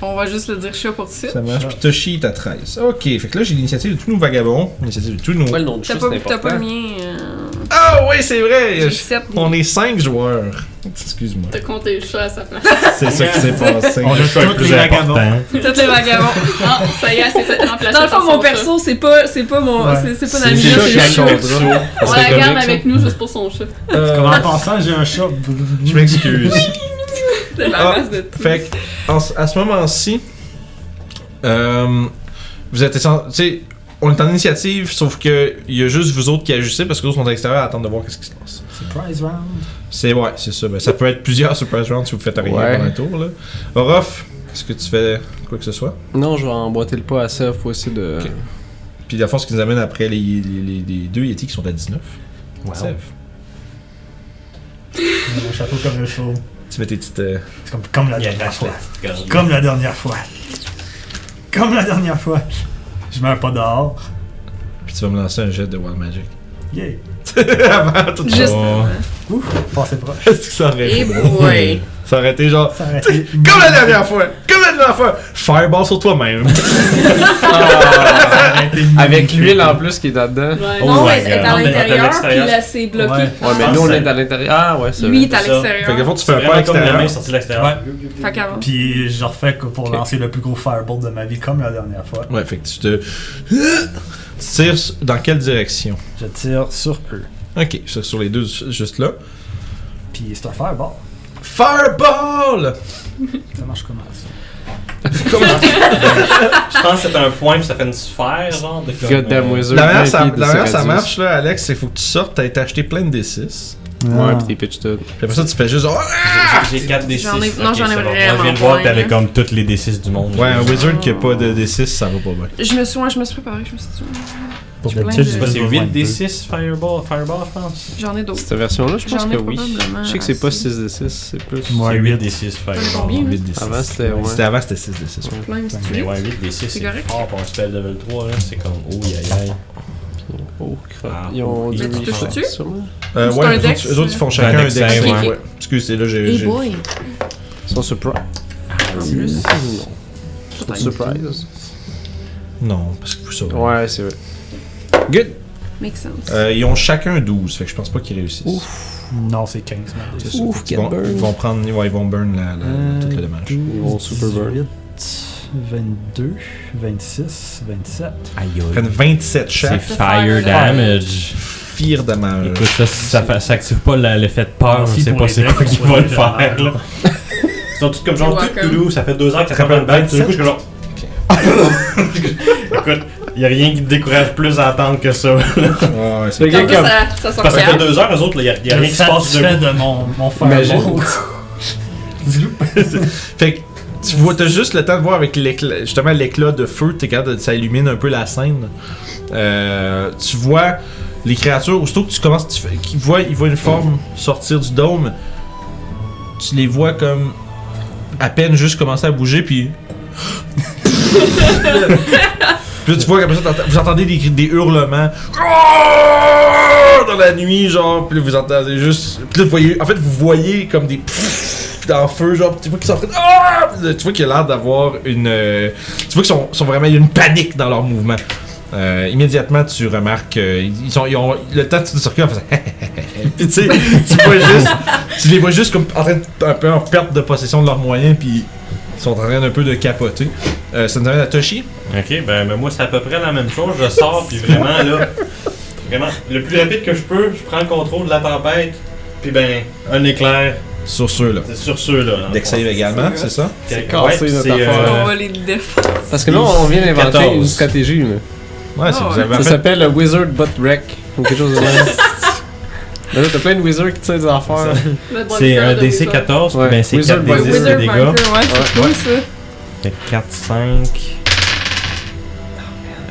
F: On va juste le dire chat pour tout de suite.
A: ça marche. Puis Toshi, t'as 13. Ok, fait que là, j'ai l'initiative de tous nos vagabonds. L'initiative de tous nos.
D: Ouais, le nom de
F: T'as
D: chose,
F: pas,
D: c'est
F: t'as pas le
D: important.
F: mien. euh,
A: Ah oui, c'est vrai!
F: J'ai 7
A: On est 5 joueurs. Excuse-moi.
B: T'as compté le chat à sa place.
A: C'est ça qui s'est passé.
E: On a
C: choix le
E: le
C: plus
E: plus
C: les vagabonds.
E: important.
F: Toutes les vagabonds.
B: Ah, ça y est, c'est remplacé.
F: Dans le fond,
B: par
F: mon
B: son
F: perso, c'est pas, c'est pas mon,
C: Ouais.
F: c'est, c'est pas
D: C'est-
F: dans le
D: c'est
F: milieu,
D: le
F: c'est le
D: chat.
F: chat.
B: chat. On la garde avec nous juste pour son chat.
A: Euh,
C: Comment en passant, j'ai un chat.
A: Je m'excuse.
B: De *laughs* la
A: Ah,
B: masse de tout.
A: Fait que, en- à ce moment-ci, euh, vous êtes. essen- Tu sais, on est en initiative, sauf que il y a juste vous autres qui agissez parce que les autres sont à l'extérieur à attendre de voir qu'est-ce qui se passe.
C: Surprise round.
A: C'est ouais, c'est ça. Ben, ça peut être plusieurs *laughs* surprise rounds si vous faites rien
D: Ouais.
A: pendant le tour. Là. Orof, est-ce que tu fais quoi que ce soit
D: Non, je vais emboîter le pas à Sev pour essayer de.
A: Ok. Puis la force qui nous amène après les, les, les- les deux Yeti qui sont à 19.
E: Wow.
A: Sev,
C: J'ai Un chapeau comme le show.
A: Tu mets tes petites. euh,
C: C'est comme, comme la
E: Il y a de la
C: dernière fois.
E: chouette.
C: Comme la dernière fois. Comme la dernière fois. Je mets un pas dehors.
A: puis tu vas me lancer un jet de Wild
E: *laughs*
A: Magic.
C: Yay.
A: Avant tout
F: Juste.
A: Oh,
C: Ouf, passez
A: *laughs*
C: proche.
A: Est-ce que ça aurait
F: Et
A: été drôle?
F: boy.
A: Ça aurait été genre.
C: Ça aurait été
A: Comme la dernière fois! Comme la dernière fois! Fireball sur
E: *laughs*
A: toi-même!
D: Avec l'huile en plus qui est là-dedans.
B: Ouais.
E: Oh
F: non,
E: my
F: elle est
E: God.
F: à
E: Non, mais elle est à
F: l'intérieur, puis
E: l'extérieur.
F: là, c'est bloqué.
C: Ouais.
D: Ouais, mais nous on est à l'intérieur. Ah ouais, c'est
F: Lui,
D: vrai.
F: il est à
E: C'est ça.
F: l'extérieur.
A: fait que fond, tu fais
E: C'est
A: un pas à
E: vraiment comme la main
A: l'extérieur.
E: sortie de l'extérieur.
F: Fait qu'avant.
C: Puis je refais que pour
D: Ok.
C: lancer le plus gros fireball de ma vie comme la dernière fois.
A: Ouais, fait que tu te. *laughs* Tu tires s- dans quelle direction?
C: Je tire sur eux.
A: Ok, sur sur les deux juste là.
C: Puis c'est un fireball.
E: *laughs*
A: Fireball!
C: Ça marche comment ça?
E: Je pense que c'est un point, puis ça fait une sphère, genre. de comme,
D: God damn
E: euh,
D: wizard.
A: La manière,
D: 20
A: ça,
D: pieds de
A: la manière ça
D: radius.
A: marche là, Alex, c'est faut que tu sortes, t'as été acheté plein de D6.
D: Ouais, pis t'es pitch tout.
A: Puis après ça, tu fais juste. genre, Ah!
E: J'ai j'ai 4 D6.
F: J'en ai- non,
E: Ok,
F: j'en ai
E: c'est bon.
F: vraiment hein.
E: Je viens de voir que
F: plein,
E: t'avais
F: là.
E: comme toutes les D6 du monde.
A: Ouais, un
E: Je
A: wizard qui a pas de D6, ça va pas bien.
F: Je me suis, ouais, je me suis préparée, je me suis dit,
C: Pour
F: plein
C: d'habitude,
F: de-
E: sais
C: j'ai
E: pas,
C: juste
E: c'est
C: besoin
E: 8
C: de deux.
E: D6 Fireball, Fireball, je pense.
F: j'en ai d'autres.
D: Cette version-là, je pense
F: J'en ai
D: que oui.
F: probablement
D: Je sais que c'est pas
F: assez.
D: 6 de 6, c'est plus.
C: Ouais,
E: C'est 8
C: huit.
E: D6
F: T'en as combien?
E: Fireball.
A: 8 D6.
D: Avant c'était. Ouais.
A: C'était avant, c'était 6 D6.
F: Plein, c'est
E: Mais
F: huit.
E: ouais, 8 D6, c'est
F: correct.
E: fort pour un spell level 3, là. C'est comme, oh, aïe, aïe.
D: Oh, crap.
A: Ah,
D: Ils ont
B: Mais tu
D: du
B: touches-tu?
D: reflex, sûrement.
A: Euh,
B: C'est
A: ouais,
B: un
A: les
B: dex,
A: autres- eux autres, ils font chacun un
G: dex
A: dex.
G: save,
A: ouais.
G: ouais.
A: ouais. Excusez, là, j'ai.
F: Hey
A: j'ai-
F: boy!
D: Ils sont surprise.
F: En plus.
D: Ils sont surprise.
A: Non, parce que vous savez.
D: Ouais, c'est vrai. Good!
F: Makes sense.
A: Euh, ils ont chacun 12, fait que je pense pas qu'ils réussissent.
C: Non, c'est 15. mais-
A: C'est ça. ils, vont,
D: burn.
A: ils vont prendre, ouais, ils vont burn la, la-
B: Euh,
A: tout le dommage.
D: Ils vont super burn.
C: 18, 22, 26, 27.
E: Aïe,
A: Ils prennent 27
E: C'est
A: chaque.
E: fire damage.
A: Fire damage.
E: Écoute, ça, ça, fa- ça active pas la- l'effet de peur,
C: Merci
E: on sait
C: pour
E: pas
C: les
E: c'est
C: decks,
E: quoi qui
C: on
E: *laughs* va le
C: voit
E: faire, là. Ils sont tous comme genre,
B: You're
E: tout
B: welcome.
E: doux, ça fait deux ans que ça frappe une balle, tout d'un coup, je suis comme genre. *laughs* Écoute, y a rien qui te décourage plus à attendre que ça.
A: Ouais, ouais, c'est
D: Fait que
B: En plus,
D: comme-
B: ça, ça sent
E: Parce que ça fait
B: fier.
E: deux heures, eux autres, là, y a, y a rien qui se passe
C: Satisfait
E: de
C: de mon, mon
D: Imagine.
C: firebolt.
A: Fait que tu vois, t'as juste le temps de voir avec l'éclat, justement l'éclat de feu, t'es capable de- ça illumine un peu la scène. Euh, tu vois les créatures, aussitôt que tu commences, tu fais- qu'ils voient, ils voient une forme sortir du dôme, tu les vois comme à peine juste commencer à bouger, puis. puis là, tu vois qu'après ça, t'entends- vous entendez des, cris- des hurlements dans la nuit, genre, puis là, vous entendez juste. Puis là, vous voyez, en fait, vous voyez comme des dans le feu, genre, tu vois qu'ils sont en train de- Ah! Puis là, Tu vois qu'il a l'air d'avoir une. euh, Tu vois qu'ils sont, sont vraiment. Il y a une panique dans leur mouvement. Euh, immédiatement, tu remarques. euh, ils, sont, ils ont le temps de se circuler en faisant. *laughs* puis tu sais, tu vois juste. Tu les vois juste comme en train de, un peu en perte de possession de leurs moyens, puis ils sont en train un peu de capoter. Euh, ça nous amène à Toshi.
E: Ok, ben, ben moi c'est à peu près la même chose. Je sors puis vraiment là, vraiment le plus rapide que je peux, je prends le contrôle de la tempête. Puis ben un éclair,
A: Sur ceux-là.
E: c'est sur ceux là.
A: Dex save également, c'est ça?
E: c'est euh,
D: cassé, notre affaire.
B: On va les défendre.
D: Parce que là, on vient d'inventer
E: 14.
D: une stratégie. Là.
A: Ouais, c'est vous avez
D: Ça
A: en Ben, fait-
D: s'appelle le Wizard Butt Wreck. Ou quelque chose
A: *laughs*
D: de même. Mais là, t'as plein de wizards qui tirent des affaires.
E: C'est un DC 14, puis ben c'est
D: Wizard
E: 4
D: by
E: des 10 de
B: Wizard
E: dégâts.
B: Marker, ouais, c'est cool ça.
E: Fait que 4, 5.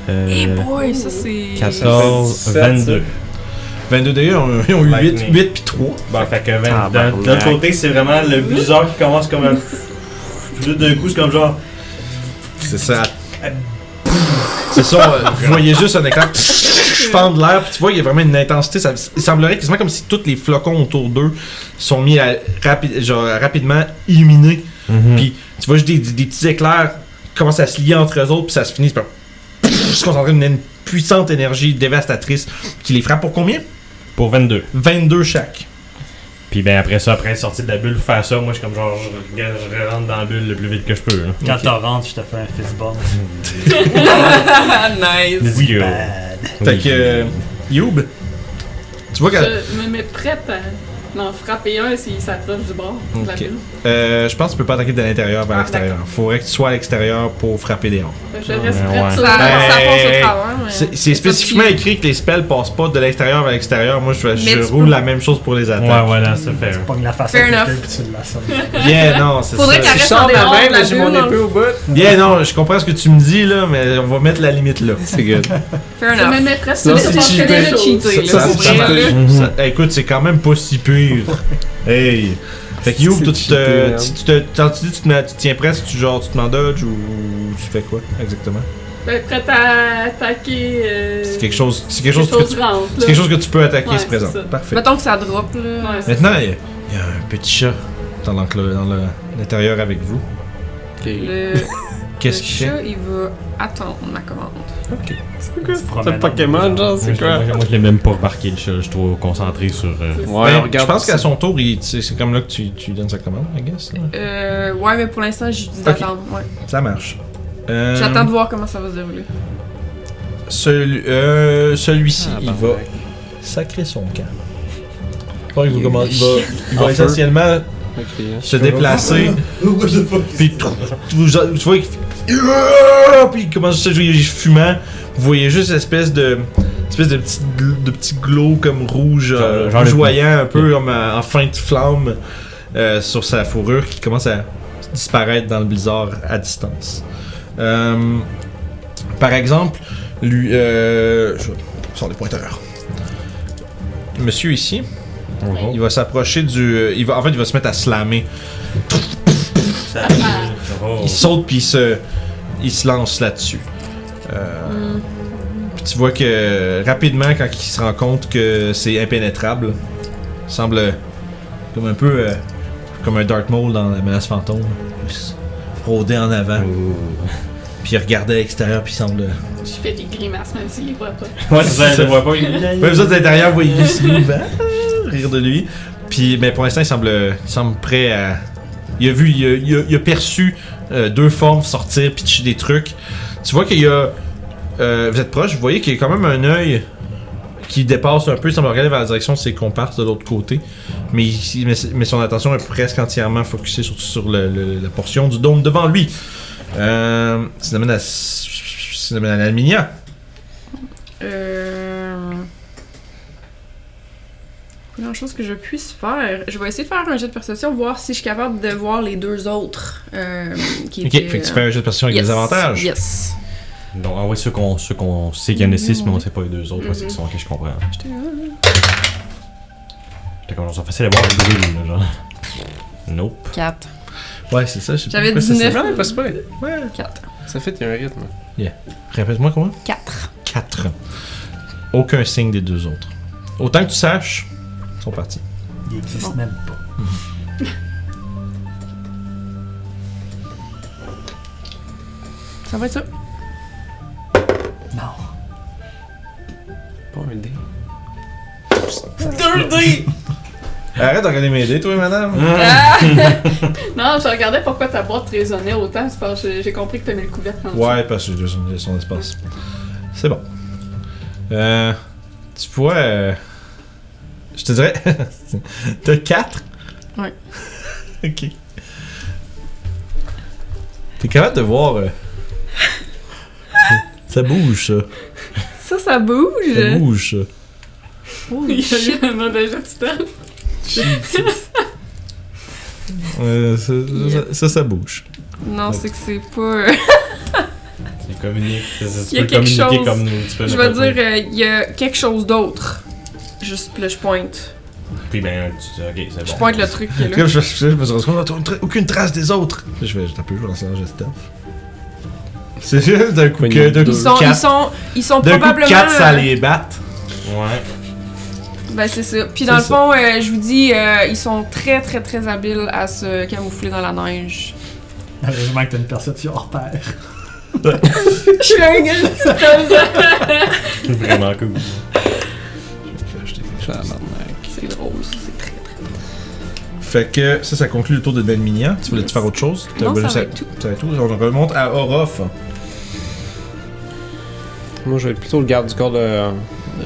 F: Hey
E: Euh,
F: boy, ça c'est.
E: 14, 22.
A: 22 d'ailleurs, ils ont eu 8,
E: Lightning.
A: 8 puis 3.
E: Bon, Bah, fait que 20.
D: Ah,
E: d'un
D: ben,
E: d'un
D: ouais.
E: côté, c'est vraiment le blizzard qui commence comme un. Puis là, d'un coup, c'est comme genre.
A: C'est ça. C'est ça, euh, vous voyez juste un écran qui fend de l'air, puis tu vois, il y a vraiment une intensité. Ça, il semblerait quasiment comme si tous les flocons autour d'eux sont mis à, rapi- genre, à rapidement illuminés. Puis tu vois juste des, des- des petits éclairs commencent à se lier entre eux autres, puis ça se finit par se concentrer dans une puissante énergie dévastatrice qui les frappe pour combien
E: Pour 22.
A: 22 chaque.
E: Puis ben après ça, après être sorti de la bulle, faire ça, moi je suis comme genre, je, regarde- je rentre dans la bulle le plus vite que je peux. Là.
C: Quand t'en rentres, je te fais un fist bump.
B: Ah, nice.
E: Oui, euh,
C: Bad.
A: Fait que. euh, Youb, tu vois qu'à
B: Je me mets prête à en frapper un s'il s'approche du bord de la
A: Ok.
B: bulle.
A: Euh, je pense que tu peux pas attaquer de l'intérieur vers
B: Ah,
A: l'extérieur. Faudrait que tu sois à l'extérieur pour frapper des ronds.
B: Je reste
E: Ouais.
B: prête sur
F: Ça,
B: la
F: ça passe
A: Ben,
F: au travers, mais.
A: C'est c'est spécifiquement écrit que les spells passent pas de l'extérieur vers l'extérieur. Moi, je, je
F: Mais tu
A: roule
F: peux.
A: la même chose pour les
E: Ouais,
A: attaques.
E: voilà, ça fait. un.
C: Pogne la face
F: Fair
C: à quelqu'un
F: enough.
C: puis tu la
A: *laughs*
C: sonnes.
A: Bien, non, c'est
F: Faudrait
A: ça.
F: qu'elle
D: Je
F: reste
D: sors
F: en
D: de
F: dehors
D: même,
F: de la
D: mais j'ai mon
F: bulle. dans
D: épée
F: le-
D: au bout.
A: Bien, non, je comprends ce que tu me dis, là, mais on va mettre la limite
D: *laughs*
A: là. C'est good.
F: Fair
B: Je me
F: enough.
B: mets prête
D: Non,
B: sur
D: c'est
B: le bord
D: cheaté.
B: de la chose.
F: Cheaté,
A: Ça,
F: là,
A: c'est
F: pour vrai,
A: cheaté.
F: là.
A: Ça- écoute, c'est quand même pas si pire. Hey! Fait que Youb,
D: C'est
A: toi, tu
D: cheaté, hein.
A: te.
D: merde.
A: Tu, tu te quand tu dis, tu te, mets- tu te tiens presque, tu, genre, tu te m'endodges ou tu fais quoi exactement?
B: Ben, prête à attaquer. euh,
A: C'est quelque chose, c'est quelque
B: quelque
A: chose, que, tu,
B: chose rentre,
A: c'est
B: là.
A: quelque chose que tu peux attaquer,
B: Ouais,
A: se présente.
B: c'est ça.
A: Parfait.
F: Mettons que ça drop, là.
B: Ouais, c'est
A: Maintenant, il y, a- il y a un petit chat dans l'enclos- dans le- l'intérieur avec vous.
F: Le, le
A: Qu'est-ce qu'il fait
F: chat, il va attendre ma commande.
C: Tu te
D: C'est un
C: promènes
D: Pokémon, genre,
E: Moi,
D: Ah, c'est
E: je-
D: quoi?
E: moi, je- moi, je l'ai même pas remarqué le chat, je suis trop concentré sur. euh,
D: Ouais,
A: Ben,
D: regarde.
A: Je pense qu'à son tour, il- c'est c'est comme là que tu, tu donnes sa commande, I guess. là.
F: Euh, ouais, mais pour l'instant, je dis
A: Ok.
F: d'attendre. Ouais.
A: Ça marche. Euh,
F: J'attends de voir comment ça va se dérouler.
A: celui- euh, Celui-ci,
D: Ah,
A: il
D: bah,
A: va
D: ouais.
A: sacrer son camp. Donc, il, vous commande- il
F: Il
A: va, il va
D: Offer.
A: essentiellement
D: Ok, hein.
A: se déplacer. puis trou- trou- tu vois qu'il fait- puis il commence à jouer fumant. Vous voyez juste espèce de espèce de petit gl- de petit glow comme rouge euh,
E: Genre- genre
A: rougeoyant un peu comme euh, en, en feinte flamme euh, sur sa fourrure qui commence à disparaître dans le blizzard à distance. Euh, par exemple, lui euh, je sors les pointeurs. Monsieur ici, il va s'approcher du il va en fait il va se mettre à slammer
E: ça- Oh. Mm.
A: il saute puis il se, il se lance là-dessus. Euh, Puis tu vois que euh, rapidement, quand il se rend compte que c'est impénétrable, il semble euh, comme un peu euh, comme un Dark Maul dans la menace fantôme. Il se rôdait en avant. Puis il regardait à l'extérieur, puis il semble.
B: Je fais des grimaces, même s'il les voit pas.
E: Ouais, c'est
A: *laughs*
E: ça, je le vois pas. il-
A: Même ça, de l'intérieur, vous voyez ce rire de lui. Puis, mais pour l'instant, il semble, il semble prêt à. Il a vu, il a, il a- il a perçu euh, deux formes sortir, pitcher des trucs. Tu vois qu'il y a. euh, vous êtes proche, vous voyez qu'il y a quand même un œil qui dépasse un peu, il semble regarder vers la direction de ses comparses de l'autre côté. Mais, il- mais, mais son attention est presque entièrement focusée sur, sur le- le- la portion du dôme devant lui. Euh, ça nous amène à. Ça nous amène à la Minia.
F: Euh... Pas grand chose que je puisse faire. Je vais essayer de faire un jet de perception, voir si je suis capable de voir les deux autres. euh, qui
A: Ok,
F: étaient,
A: fait que tu fais un jeu de perception avec
F: Yes,
A: des avantages.
F: Yes.
G: Donc, ah ouais, ceux qu'on ceux qu'on sait qu'il y en a 6, mais on sait pas les deux autres. ouais, c'est qu'ils sont. Ok, je comprends.
F: J'étais-
G: J'étais comme, on s'en facile à voir les bruits, là, genre. Nope.
F: 4.
A: Ouais, c'est ça. je sais pas
F: J'avais
A: pourquoi ça, c'est-
F: 19.
D: Ouais, pas si pire.
A: Ouais.
F: 4.
D: Ça fait, il y a un rythme.
A: Répète-moi comment
F: 4.
A: 4. Aucun signe des deux autres. Autant que tu saches, ils sont partis.
C: Il existe même pas.
F: *laughs* Ça va être ça.
C: Non.
D: Pas un dé.
A: Arrête de regarder mes dés, toi, madame.
B: Ah! non, je regardais pourquoi ta boîte résonnait autant. C'est parce que j'ai- j'ai compris que t'aimais le couvercle. en
A: Ouais, parce que j'ai son, son espace. C'est bon. Euh, tu vois. euh, je te dirais. *laughs* T'as 4
F: Ouais.
A: *laughs* ok. T'es capable de voir.
F: *laughs*
A: euh, ça bouge, ça.
F: Ça, ça
A: Ça
F: bouge.
A: bouge, ça.
B: dessous.
F: Holy
B: Il y a
F: shit.
B: eu un mauvais jet de stealth.
A: Euh, ça, ça- ça, ça bouge.
F: Non, c'est que c'est pas.
G: C'est communique.
F: Il y a quelque chose.
G: comme nous. Tu peux
F: je vais dire, euh, il y a quelque chose d'autre. Juste là, je pointe.
G: Puis ben, tu dis, ok,
F: Je
G: c'est bon.
F: pointe le truc qui est
A: Parce que
F: là.
A: Je, je- je me suis rendu compte, on n'a aucune trace des autres. Je vais taper jouer dans un de stealth. C'est juste d'un coup
D: Une,
A: que. D'un coup
F: Ils
A: de
F: sont, ils
A: quatre-
F: sont, ils sont
A: d'un coup
F: probablement. euh,
A: de quatre, ça les bat.
G: Ouais.
F: Ben c'est ça. Puis dans le
A: C'est ça.
F: fond, euh, je vous dis, euh, ils sont très très très habiles à se camoufler dans la neige.
C: Heureusement que t'as une perception hors pair.
F: *laughs* Je suis un gars comme ça.
G: Vraiment cool.
F: C'est drôle, ça, c'est très très.
A: Fait que ça, ça conclut le tour de Delminia. Tu voulais-tu faire autre chose T'as
F: Non,
A: un bonus
F: ça va
A: à-
F: être tout.
A: ça va être tout. On remonte à Orof.
D: Moi, je vais plutôt le garde du corps de,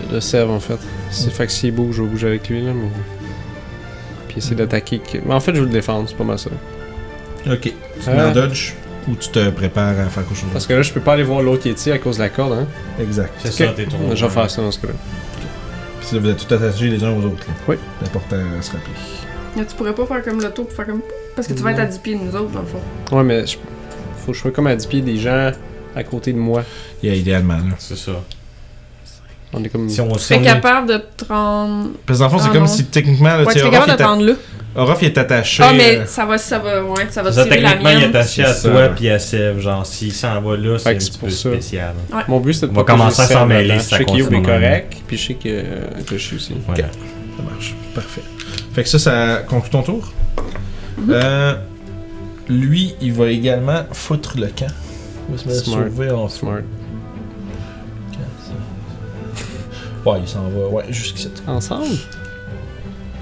D: de, de Sèvres, en fait. C'est fait que s'il bouge, je vais bouger avec lui, là, mais... Puis
G: Mm.
D: essayer d'attaquer... que- Mais en fait, je veux le défendre, c'est pas mal ça.
A: Ok.
G: Ah.
A: Tu
D: Euh.
A: mets en dodge ou tu te prépares à faire quelque chose.
D: Parce que là, je peux pas aller voir l'autre qui est tiré à cause de la corde, hein.
A: Exact.
G: C'est
D: Ok.
G: ça, t'es trop.
D: Je vais faire ça dans ce cas-là.
A: Puis là, vous êtes tout attachés les uns aux autres. là.
D: Oui.
A: C'est important à se rappeler.
F: Mais tu pourrais pas faire comme le tour pour faire comme. Parce que tu vas être à 10 pieds de nous autres, dans le fond.
D: Ouais, mais je- faut que je sois comme à 10 pieds des gens à côté de moi.
A: Yeah, idéalement. Là.
G: C'est ça.
D: On est comme...
G: Si on,
F: Tu
G: si
F: serais
G: on est-
F: capable de te rendre.
A: Parce que dans le fond, c'est
F: Ah,
A: comme
F: non.
A: si techniquement, le
F: Ouais, tu serais
A: Orof, il
F: capable de
A: est
F: te
A: a-
F: rendre là.
A: Orof, il est attaché.
F: Ah,
A: euh,
F: mais ça va, ça va, ouais, ça va
G: Ça,
F: tirer la
G: techniquement, il est
F: mienne.
G: attaché à
A: C'est
G: toi
A: ça.
G: puis à Sèvres. Genre, s'il s'en va là, c'est un
D: que c'est
G: petit
D: pour
G: peu
D: ça.
G: spécial.
D: Mon but, c'est de
G: On va
D: pas que
G: commencer
D: je
G: à s'en
D: serve
G: mêler,
D: dedans.
G: ça
D: Je sais que Youb est
G: continue.
D: correct, puis je sais que, euh, que je suis aussi.
G: Voilà.
A: Ça marche. Parfait. Fait que ça, ça conclut ton tour.
D: Mhm.
A: Euh, lui, il va également foutre le camp. Il va se mettre à
D: Smart.
A: sauver en
D: Smart.
A: Ouais, il s'en va. Ouais, jusqu'ici.
D: Ensemble? *laughs*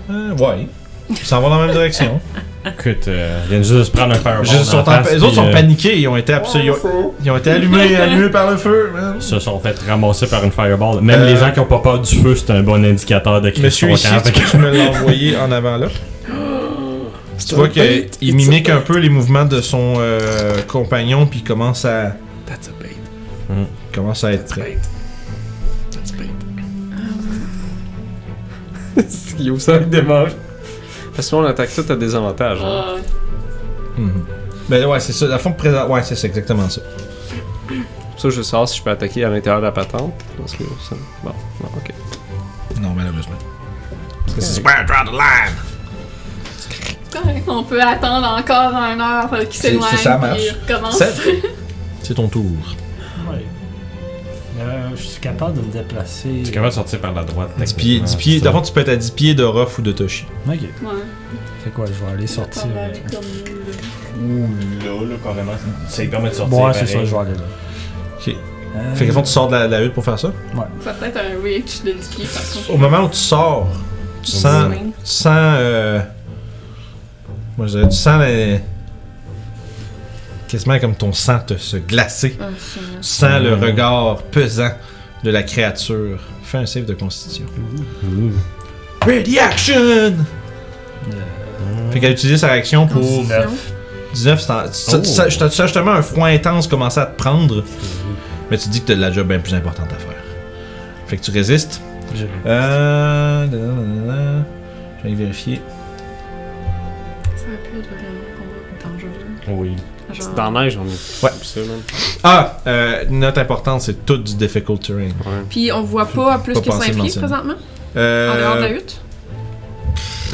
A: Euh, ouais. Il s'en va dans la même direction.
G: Écoute, euh, ils viennent juste de se prendre *laughs* un fireball.
A: Juste
G: dans
A: sont
G: la
A: en-
G: face,
A: les autres
G: puis,
A: sont
G: euh,
A: paniqués. Ils ont été absolu- ils ont- Ils ont été
D: *laughs*
A: allumés, allumés par le feu. man.
G: se sont fait ramasser par une fireball. Même
A: Euh,
G: les gens qui ont pas peur du feu, c'est un bon indicateur de qu'ils
A: Monsieur
G: sont
A: ici,
G: camp.
A: tu peux me l'envoyer en avant
D: *gasps*
A: là. Tu vois qu'il mimique un peu les mouvements de son euh, compagnon, puis il commence à,
D: That's a bait.
G: Mm.
A: il commence à être prêt.
D: That's a bait. Youb, ça me démange. Parce que là, on attaque tout à des avantages. hein.
B: Ah,
A: Mhm. Ben ouais, c'est ça. La fond de présent. Ouais, c'est ça, exactement ça.
D: Pour ça, je veux savoir si je peux attaquer à l'intérieur de la patente. Parce que ça... Bon, non, ok.
A: Non, malheureusement. Parce que c'est
B: correct. On peut attendre encore un heure euh, qu'il
A: C'est-
B: s'éloigne.
A: *laughs* c'est ça, marche.
B: puis il recommence.
A: Seb, C'est ton tour.
C: Ouais. Mais Euh, je suis capable de me déplacer.
E: Tu es capable de sortir par la droite.
A: 10 pieds, 10 pieds. D'abord, tu peux être à 10 pieds de Ruff ou de Toshi.
C: Ok.
B: Ouais.
C: Fait quoi, je vais aller sortir.
B: Attends,
C: euh,
B: aller comme nous, là.
E: Ouh, là, là, carrément. Ça lui permet de sortir.
C: Bon, ouais, c'est ça,
E: pareil.
C: je vais aller là.
A: Ok.
C: Euh,
A: Fait que, au fond, tu sors de la, la hutte pour faire ça.
B: Ça peut être un reach de 10 pieds, par contre.
A: Au moment où tu sors, tu sens. Tu
F: swing.
A: sens. euh, moi, je dirais, tu sens les. Quasiment comme ton sang te, se glacer.
F: Ah, Seigneur.
A: Tu sens le regard pesant de la créature. Fais un save de constitution. Ready action!
D: Euh,
A: Fait qu'elle utilise sa réaction pour.
F: Constitution.
A: 19, c'est en- ça-
D: Oh.
A: ça- je te sens justement un froid intense commencer à te prendre. Mais tu dis que t'as de la job bien plus importante à faire. Fait que tu résistes.
D: Je-
A: Euh. da, da, da, da, da. Je vais aller vérifier.
F: Ça peut être vraiment dangereux.
E: Oui.
D: C'est
F: Genre-
D: dans la neige, on est.
A: Ouais.
D: Ça, man.
A: Ah! Euh, note importante, c'est tout du difficult terrain.
F: Puis on voit pas à plus
A: Pas
F: que 5
A: pensé de
F: pieds
A: mentionner.
F: présentement, en dehors de la
A: Euh,
F: hutte.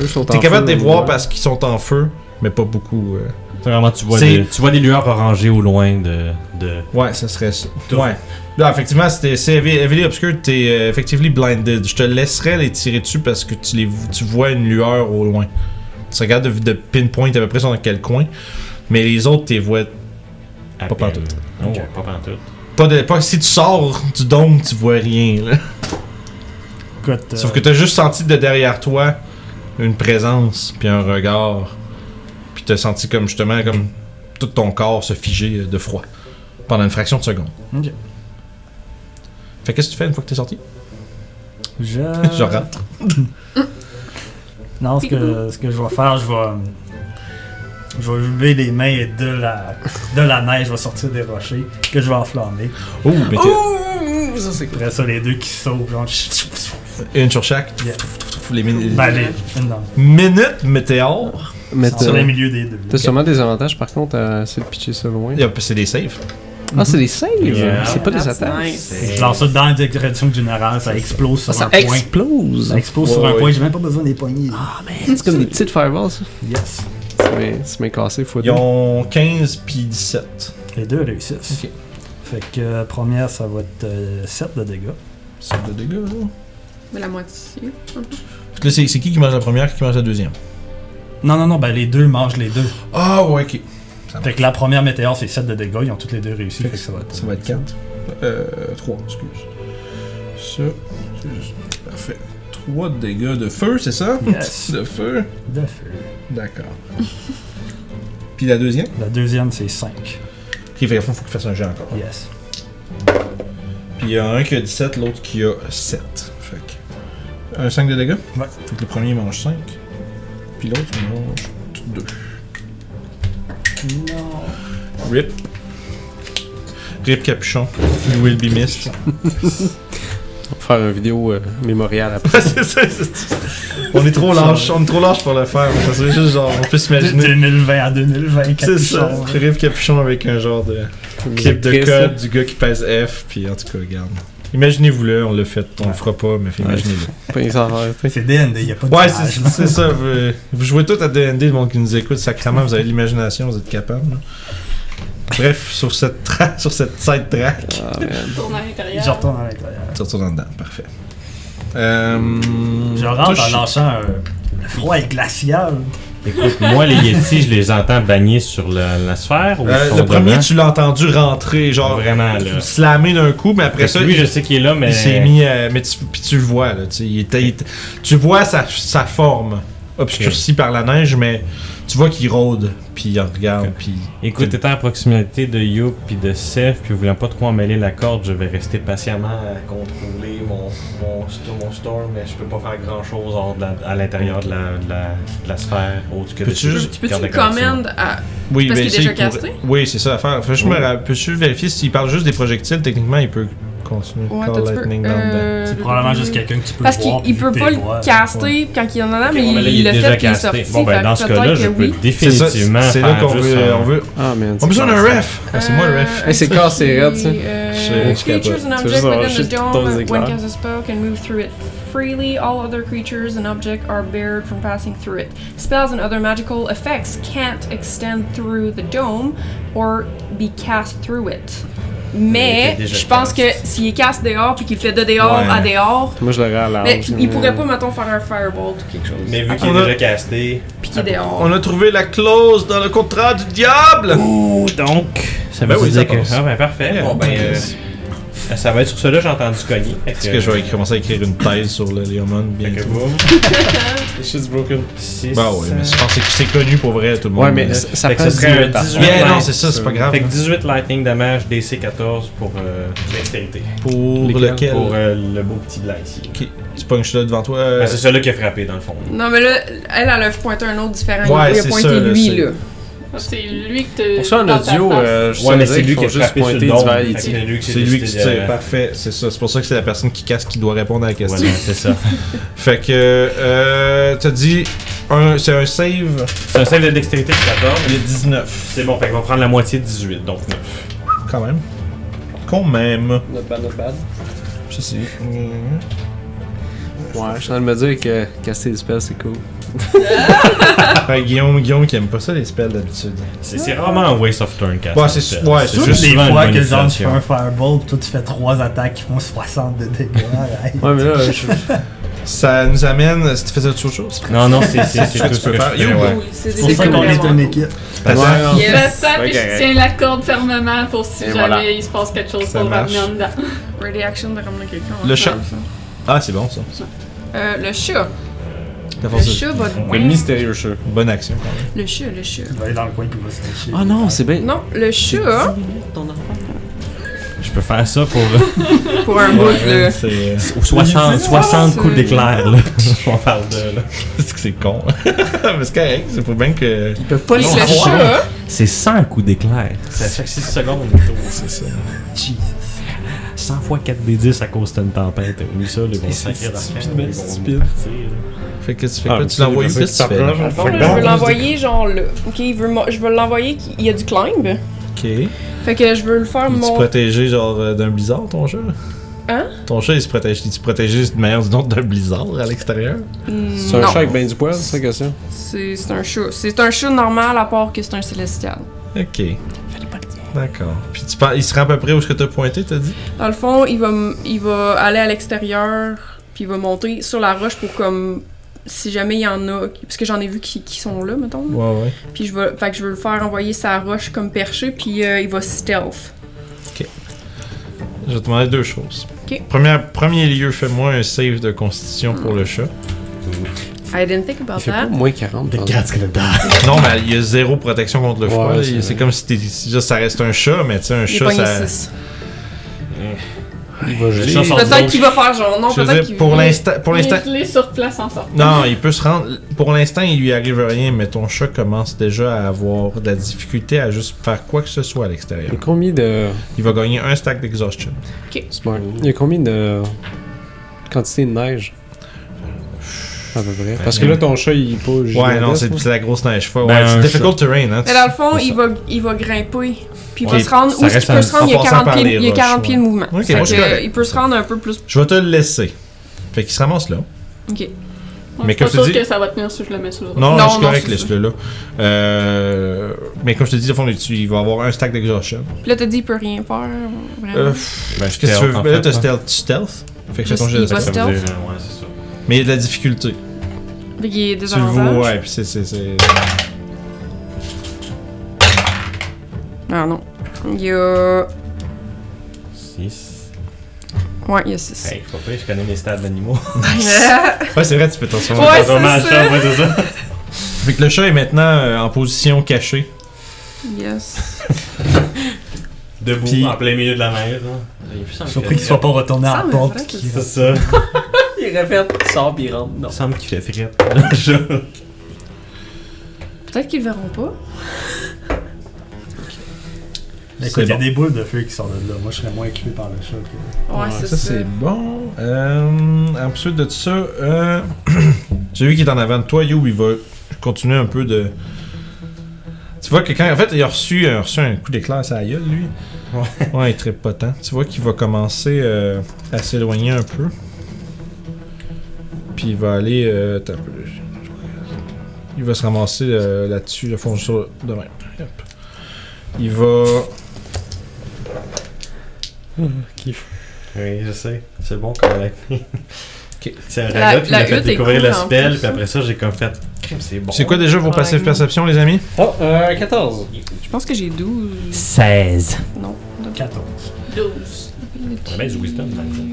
D: Eux sont
A: T'es
D: en
A: capable de
D: feu,
A: les
D: mais-
A: voir parce qu'ils sont en feu, mais pas beaucoup. euh.
E: C'est vraiment, tu vois,
A: C'est-
E: des, tu vois des lueurs orangées au loin de. de...
A: Ouais, ça serait ça. Ouais. Là, effectivement, c'était- c'est heavy- Heavily Obscure, t'es euh, effectively blinded. Je te laisserai les tirer dessus parce que tu, les, tu vois une lueur au loin. Tu regardes de, de pinpoint à peu près sur quel coin, mais les autres, t'es vois
E: à
A: Pas
E: peine.
A: pantoute.
E: Non,
A: Ok.
E: pas pantoute.
A: pas de. Pas, si tu sors du dôme, tu vois rien. Là.
C: écoute, euh,
A: Sauf que t'as juste senti de derrière toi une présence, puis un regard. Puis t'as senti comme justement, comme tout ton corps se figer de froid pendant une fraction de seconde.
C: Ok.
A: Fait qu'est-ce que tu fais une fois que t'es sorti?
C: je.
A: Je rentre.
C: Non, ce que, ce que je vais faire, je vais. Je vais lever les mains de la, de la neige, je vais sortir des rochers que je vais enflammer.
A: Oh, mais t'es-
D: Ouh, ça c'est cool.
C: Après ça, les deux qui sautent, genre.
A: Une sur chaque.
C: Yeah.
A: Les mini-
C: Ben, les, une dans-
A: Minute météore.
D: Mais
C: sur les
D: t'as
C: milieux des deux.
D: t'as sûrement des avantages par contre à essayer de pitcher ça loin.
A: Il y a- C'est des saves.
D: Ah, c'est des saves!
E: Yeah.
D: C'est pas des
F: That's
D: attaques.
F: nice.
C: Je lance ça dans la direction générale, ça explose sur
D: Ah, ça
C: un point.
D: explose!
C: Ça explose sur
D: Ouais,
C: un
D: ouais.
C: point, j'ai même pas besoin des poignées.
D: Ah, man, c'est comme des petites fireballs, ça.
C: Yes.
D: C'est bien- C'est bien cassé, faut
A: Ils
D: dire.
A: ont 15 puis 17.
C: Les deux réussissent.
A: Ok.
C: Fait que euh, première, ça va être 7 de dégâts.
A: C'est de dégâts, là.
F: Mais la moitié.
A: Puis là, c'est c'est qui qui mange la première, qui mange la deuxième?
C: Non, non, non, ben les deux mangent les deux.
A: Ah, ouais, ok.
C: Fait que la première météore, c'est 7 de dégâts, ils ont toutes les deux réussi. Fait que ça va être.
A: Ça va être 4. Euh, 3, excuse. Ça, c'est juste. Parfait. 3 dégâts de feu, c'est ça? *laughs*
C: Yes.
A: De feu.
C: De feu.
A: *laughs* D'accord. Puis la deuxième?
C: La deuxième, c'est 5.
A: Ok, fait faut qu'il fasse un jeu encore.
C: Yes.
A: Puis il y a un qui a 17, l'autre qui a 7. Fait que. Un 5 de dégâts?
C: Ouais.
A: Fait que le premier mange 5. Puis l'autre il mange 2.
C: Non.
A: Rip. Rip Capuchon. You will be missed.
D: On va faire une vidéo euh, mémoriale après.
A: c'est ça, c'est- On est trop lâche, on est trop lâche pour le faire. Ça serait juste genre, on peut s'imaginer.
C: 2020 à 2024.
A: Ben, C'est ça. Rive capuchon avec un genre de clip de
D: Triste,
A: code
D: là.
A: du gars qui pèse F, puis en tout cas, regarde. Imaginez-vous-le, on l'a fait, on le fera pas, mais fait,
D: Ouais.
A: imaginez-le.
D: Pas une affaire, tu sais.
C: C'est DND, y a pas de
A: Ouais,
C: tirage,
A: c'est
C: là.
A: c'est ça. Vous, vous jouez tout à D&D, le monde qui nous écoute, sacrément, vous avez de l'imagination, vous êtes capable. là. Bref, sur cette tra- *laughs* sur cette side
D: *laughs*
A: track,
D: Ah, man.
B: Tourne à l'intérieur.
C: Je retourne à l'intérieur.
A: tu retournes dedans, parfait. Euh,
C: Je rentre en
A: touche-
C: lançant un. Le froid est glacial.
E: Écoute, moi, les Yetis, je les entends bagner sur la, la sphère. Ou ils
A: Euh,
E: sont
A: le premier,
E: devant?
A: tu l'as entendu rentrer, genre
E: Vraiment, là.
A: slammer d'un coup, mais après
E: Fait
A: ça,
E: que lui, je sais qu'il est là, mais.
A: Il s'est mis à. Mais tu, puis tu le vois, là. Tu, sais, il était- il était- tu vois sa, sa forme obscurcie par la neige, mais tu vois qu'il rôde, puis il regarde,
E: Ok.
A: puis.
E: Écoute, étant à proximité de Youp puis de Seth, puis voulant pas trop emmêler la corde, je vais rester patiemment à contrôler mon, mon, sto- mon storm, mais je peux pas faire grand chose à l'intérieur de la, de, la, de la sphère autre que de
A: Peux-tu juste-
F: Tu peux-tu
E: garde
F: le
E: la connexion.
F: commande à.
A: Oui,
F: Parce
A: ben,
F: qu'il est
A: tu sais,
F: déjà
A: il pourrait-
F: casté?
A: Oui, c'est ça à faire. Faut que je me ra- Peux-tu vérifier s'il parle juste des projectiles Techniquement, il peut continuer
F: Ouais,
A: Call
F: t'as tu
A: Lightning
F: peux.
A: down there.
F: euh,
C: C'est probablement juste quelqu'un qui peut
F: Parce
C: le voir.
F: qu'il
C: puis
F: peut
C: tes
F: pas
C: voix.
F: le caster quand il en a, mais
E: Ok, bon, ben là,
F: il l'a fait puis il est sorti.
E: Bon, ben,
F: fait
E: dans
F: que
E: ce
F: peut-être
E: cas-là,
F: que
E: je peux
F: oui.
A: C'est ça,
E: définitivement
A: c'est là
E: faire
A: qu'on
E: juste
A: veut,
E: un-
A: on veut.
D: Ah, man.
A: On a besoin d'un
E: ça.
A: ref! Ah, c'est moi le ref.
D: Euh, Hey, c'est quand c'est raide, ça?
A: Je-
F: Uh,
A: je
F: creatures and
D: capote. Je veux
F: objects within the
D: juste avoir juste
F: dome
D: ton
F: when
D: éclair.
F: cast a spell can move through it freely. All other creatures and objects are barred from passing through it. Spells and other magical effects can't extend through the dome or be cast through it. Mais
E: Il était déjà
F: je pense que
E: cast.
F: s'il est casse dehors puis qu'il fait de dehors
E: Ouais.
F: à dehors,
D: Moi, je l'aurais à l'arbre.
F: mais il pourrait pas, mettons, faire un fireball ou quelque chose.
E: Mais vu qu'il
A: On
E: est
A: a-
E: déjà casté,
F: Puis qu'il est dehors.
A: On a trouvé la clause dans le contrat du diable!
E: Ouh, donc, ça veut
A: Ben oui,
E: dire
A: ça
E: que.
A: passe.
E: Ah, ben parfait.
A: Bon, ben,
E: euh, ça va être sur cela, j'ai entendu cogner. Fait
A: Est-ce que je vais commencer à écrire une thèse sur le Léomon
E: Fait que
A: bientôt?
E: boum.
D: Shit's broken.
E: Six,
A: Bah ouais, mais je
E: euh,
A: pense que c'est connu pour vrai, tout le monde.
D: Ouais, mais
A: Fait
D: ça, ça
E: Fait que
D: prend
E: ce serait un
D: 18
E: 18.
A: Mais non,
E: Ouais,
A: c'est ça, c'est pas grave.
E: Fait que 18 lightning damage, DC 14 pour euh, dextérité.
A: Pour lequel?
E: Pour euh, le beau petit blanc ici.
A: Ok, Tu punches là devant toi.
E: Ben,
A: euh,
E: c'est celui qui a frappé dans le fond.
F: Non, mais là, elle, elle a pointé un autre différent.
A: Ouais,
F: il a
A: c'est
F: pointé
A: ça, là,
F: lui,
A: c'est-
F: là.
B: Ah, C'est lui que te.
D: Pour ça, en
B: dans ta
D: audio,
B: face.
D: euh, je
E: Ouais, mais
D: sais
E: c'est
D: dire
E: lui
D: qu'ils
E: qui
D: font
E: a
D: juste
E: frappé sur le
D: pointer
E: dôme.
D: divers
E: Fait que
D: Yeti.
E: C'est euh, lui qui
A: C'est lui qui
E: décidé de-
A: tire, parfait, c'est ça. C'est pour ça que c'est la personne qui casse qui doit répondre à la question.
E: Voilà, c'est ça.
A: Fait que, euh, t'as dit, un- c'est un save.
E: C'est un save de dextérité de 14.
A: Il y a 19.
E: C'est bon, fait qu'on va prendre la moitié de 18, donc 9.
A: Quand même. Quand même.
D: Not bad, not bad.
A: Ça, c'est.
D: Ouais, je suis en train de me dire que casser des spells, c'est cool.
A: Fait que Guillaume, Guillaume qui aime pas ça les spells d'habitude.
E: C'est c'est rarement un waste of turn, cast.
A: Ouais, c'est-
E: en fait.
A: ouais, c'est
E: souvent
A: juste
C: des
E: une
C: fois
E: bonne
C: que le genre tu fais
E: utilisation.
C: un fireball, pis toi tu fais 3 attaques qui font 60 de dégâts. *laughs* Arrête.
D: Ouais, mais là, je...
A: Ça nous amène. Si tu faisais autre chose,
E: Non, non, c'est *laughs* c'est- c'est
A: que
E: tout
A: tu
E: ce
A: peux
E: que je
A: faire.
E: fais,
A: You,
E: ouais.
F: Oui, c'est
C: C'est pour
F: des
C: ça qu'on est
F: écoles
C: une équipe.
A: t'attends.
B: Je fais ça,
D: Ouais,
B: puis je
D: correct.
B: tiens la corde fermement pour si
D: Et
B: jamais
D: voilà.
B: il se passe quelque chose
A: Ça
B: pour
A: marche.
B: revenir en dedans.
F: Ready action de ramener quelqu'un. hein.
A: Le chat. Ah, c'est bon ça.
F: Euh, le chat.
A: T'as
F: Le
A: forcé-
F: chat va.
D: le mystérieux chat.
A: Bonne action quand même.
F: Le chat, le chat.
C: Il va aller dans le coin pis il va se cacher.
D: Ah non, c'est bien.
F: Non, le chat,
E: Je peux faire ça pour euh, *laughs*
F: pour un bout, là.
A: C'est.
E: Ou 60, 60 coups
F: c'est-
E: d'éclair, *laughs* là. On parle de, là.
A: C'est que c'est con. *laughs* Mais c'est correct, c'est pour bien que.
F: Ils peuvent pas les
E: Ah
F: Le
E: ouais.
F: chat,
E: C'est 100 coups d'éclair. C'est à chaque 6 secondes.
A: C'est ça.
E: 100 fois 4 d 10 à cause d'une tempête. Oui, ça, les bons
D: c'est
E: sacrés d'arcade,
D: stupide, mais
E: ils vont
D: stupide.
E: partir, là.
A: Fait que tu fais
E: Ah,
A: quoi
E: mais
A: Tu
E: c'est
A: l'envoies où
E: des
A: Qu'est-ce que tu fais là?
F: Bon, là, je veux l'envoyer genre là. Ok, il veut mo- je veux l'envoyer. qui- Il y a du climb.
A: Ok. Il
F: Fait que je veux le faire
A: est-tu
F: mon.
A: protégé genre euh, d'un blizzard ton chat
F: Hein?
A: Ton chat il se protège. Il est protégé d'une manière ou d'une autre d'un blizzard à l'extérieur
D: C'est un
F: Hmm, non.
D: chat avec ben du poil, c'est ça, question?
F: C'est c'est un chat. C'est un chat normal à part que c'est un célestial.
A: Ok. D'accord. Puis tu pars- il se rend à peu près où est-ce que t'as pointé, t'as dit
F: Dans le fond, il va, m- il va aller à l'extérieur, puis il va monter sur la roche pour comme. Si jamais il y en a. Parce que j'en ai vu qui, qui sont là, mettons.
A: Ouais, ouais.
F: Puis je vais, fait que je veux le faire envoyer sa roche comme perché, puis euh, il va stealth.
A: Je vais te demander deux choses.
F: Ok.
A: Premier, premier lieu, fais-moi un save de constitution pour le chat.
F: I didn't think about
D: Il fait pas
F: that.
D: moins 40. dans-
A: Non, mais il y a zéro protection contre le
D: Ouais,
A: froid. là.
D: c'est
A: c'est
D: vrai.
A: comme si t'es- c'est juste, ça reste un chat, mais tu sais, un
F: Il est
A: chat,
F: pogné
A: ça.
F: 6.
D: Il va
E: Le
D: geler.
E: chat sort du
F: Peut-être
E: dos.
F: qu'il va faire genre. Non,
A: Je veux
F: peut-être
A: dire,
F: qu'il
A: pour l'instant, pour l'instant,
B: Mets-les sur place en sortant.
A: non, il peut se rendre. Pour l'instant, il lui arrive rien, mais ton chat commence déjà à avoir de la difficulté à juste faire quoi que ce soit à l'extérieur.
D: Il y a combien de.
A: Il va gagner un stack d'exhaustion.
D: Smart. Il y a combien de. quantité de neige? À peu près. Parce que là, ton chat, il est pas.
A: Ouais,
D: gigantesque,
A: non, c'est
D: là.
A: c'est la grosse neige folle.
E: Ben,
A: ouais, c'est
E: un
A: difficult terrain, hein.
F: Mais dans le fond,
A: C'est
F: il va, il va grimper. Puis il
A: Ok,
F: va se rendre.
E: ça
F: Où est-ce
E: reste
F: qu'il peut
E: en-
F: se rendre Il y a
A: en
F: 40
A: passant par
F: pieds,
A: les
F: il y a 40
A: roches,
F: pieds de mouvement.
A: Ok,
F: Fait
A: moi, je suis
F: que,
A: correct.
F: il peut se rendre un peu plus.
A: Je vais te le laisser. Fait qu'il se ramasse là.
F: Ok.
A: Mais
B: Moi, je suis
A: comme
B: pas
A: je te
B: sûre
A: dis-
B: que ça va tenir si je le mets sur le
A: Non,
F: Non,
A: je suis
F: non,
A: correct,
F: c'est ça.
A: laisse-le là. Euh, mais comme je te dis, au fond, tu- il va avoir un stack d'exhaustion.
F: Puis là, t'as dit, il peut rien faire. Vraiment.
A: Euh,
E: Ben,
A: Qu'est-ce que tu veux?
E: en
A: Mais là,
E: fait,
A: t'as
E: hein.
A: stealth. Tu stealth? Fait que
F: Je
A: fais ton
F: sais,
A: jet de
F: il va
A: stealth.
E: Ça veut
F: stealth.
E: dire, euh, ouais, c'est ça.
A: Mais il y a de la difficulté.
F: Fait qu'il est
A: Tu le vois,
F: désavantage.
A: ouais, puis c'est. c'est- c'est-
F: Ah non. Il y a.
E: 6.
F: Ouais, il y a *laughs* 6.
E: Hey, je suis pas pire, je connais mes stats d'animaux.
A: Ouais, c'est vrai, tu peux t'en sortir.
F: Ouais,
E: Dans un
F: c'est
E: match,
F: ça.
E: hein, ouais, c'est ça.
A: Fait que le chat est maintenant euh, en position cachée.
F: yes.
E: Debout,
A: Puis-
E: en plein milieu de la mer. hein. là.
C: Surpris qu'il soit pas retourné
F: Ça
C: en
F: me
C: porte.
F: ferait
C: pis
F: que
C: qu'il
E: C'est ça.
D: *laughs* Il répète, sort pis il rentre. Non.
E: Il semble qu'il fait frette. le chat.
F: Peut-être qu'ils le verront pas.
C: Écoute, il y a
A: bon.
C: des boules de feu qui sortent de là. Moi, je serais moins équipé par le chat. que-
F: Ouais, c'est ça.
A: Ah, c'est bon. Euh, ensuite de tout ça, euh, *clears throat* celui qui est en avant de toi, You, il va continuer un peu de. Tu vois que quand. En fait, il a reçu, il a reçu un coup d'éclair à sa gueule, lui. Ouais. il est très potent. Tu vois qu'il va commencer euh, à s'éloigner un peu. Puis il va aller. euh, attends un peu, là, je- Il va se ramasser euh, là-dessus, le fond sur de même. Hop. Il va.
E: Oui, je sais. C'est bon, correct. *laughs* C'est
F: La-
E: Raya qui
F: la
E: m'a fait
F: hutte est
E: découvrir le
F: cool, en
E: spell,
F: plus.
E: puis après ça, j'ai comme fait. Crime, C'est bon.
A: C'est quoi déjà vos passives
F: Ouais.
A: perceptions, les amis
D: Oh, euh, 14.
F: Je pense que j'ai 12.
C: 16.
F: Non.
C: 14.
B: 12.
E: On a bien du wisdom, dans le fond.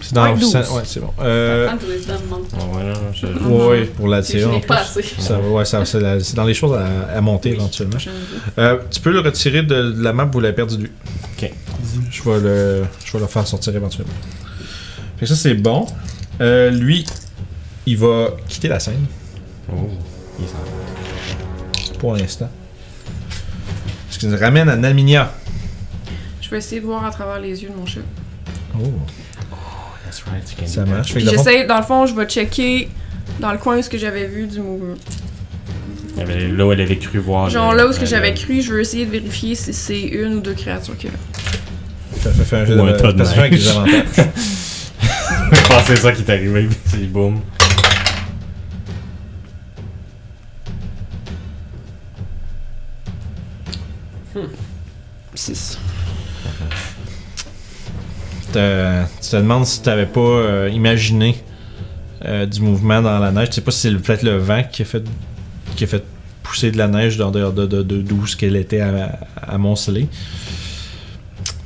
A: C'est dans
F: Ouais, douze.
A: ça- Ouais, c'est bon. Euh,
B: Attends, wisdom, manque.
E: Ouais, voilà, je- je-
A: ouais, ouais, pour la
B: Mhm. Je
A: tirer. en
B: l'ai pas
A: plus.
B: assez.
A: Ça, va- ouais, ça, c'est la- c'est dans les choses à, à monter éventuellement.
B: Je-
A: Euh, tu peux le retirer de, de la map, vous l'avez perdu de vue.
E: Ok.
A: Je vais le, je vais le faire sortir éventuellement. Fait que ça, c'est bon. Euh, lui, il va quitter la scène
E: Oh, il s'en va.
A: pour l'instant. Ce qui nous ramène à Naminia.
F: Je vais essayer de voir à travers les yeux de mon chat.
A: Oh,
E: That's right, you can
A: ça
E: do that.
A: marche. Fait
F: Puis
A: que d'abord-
F: j'essaie, dans le fond, je vais checker dans le coin où ce que j'avais vu du mouvement.
E: Il y avait- Là où elle avait cru voir.
F: Genre
E: le-
F: là où ce que
E: le-
F: j'avais cru, je veux essayer de vérifier si c'est une ou deux créatures qu'il y a.
A: Fait- fait- fait un jeu
E: Ou un
A: de
E: tas de
A: perception avec
E: neige.
A: des avantages.
E: *laughs* Je pense que c'est ça qui est arrivé, puis c'est boum.
F: Six.
A: Te- tu te demandes si tu n'avais pas euh, imaginé euh, du mouvement dans la neige. Tu sais pas si c'est le- peut-être le vent qui a fait, qui a fait pousser de la neige d'où de, de, de, de- d'où ce qu'elle était à- amoncelée.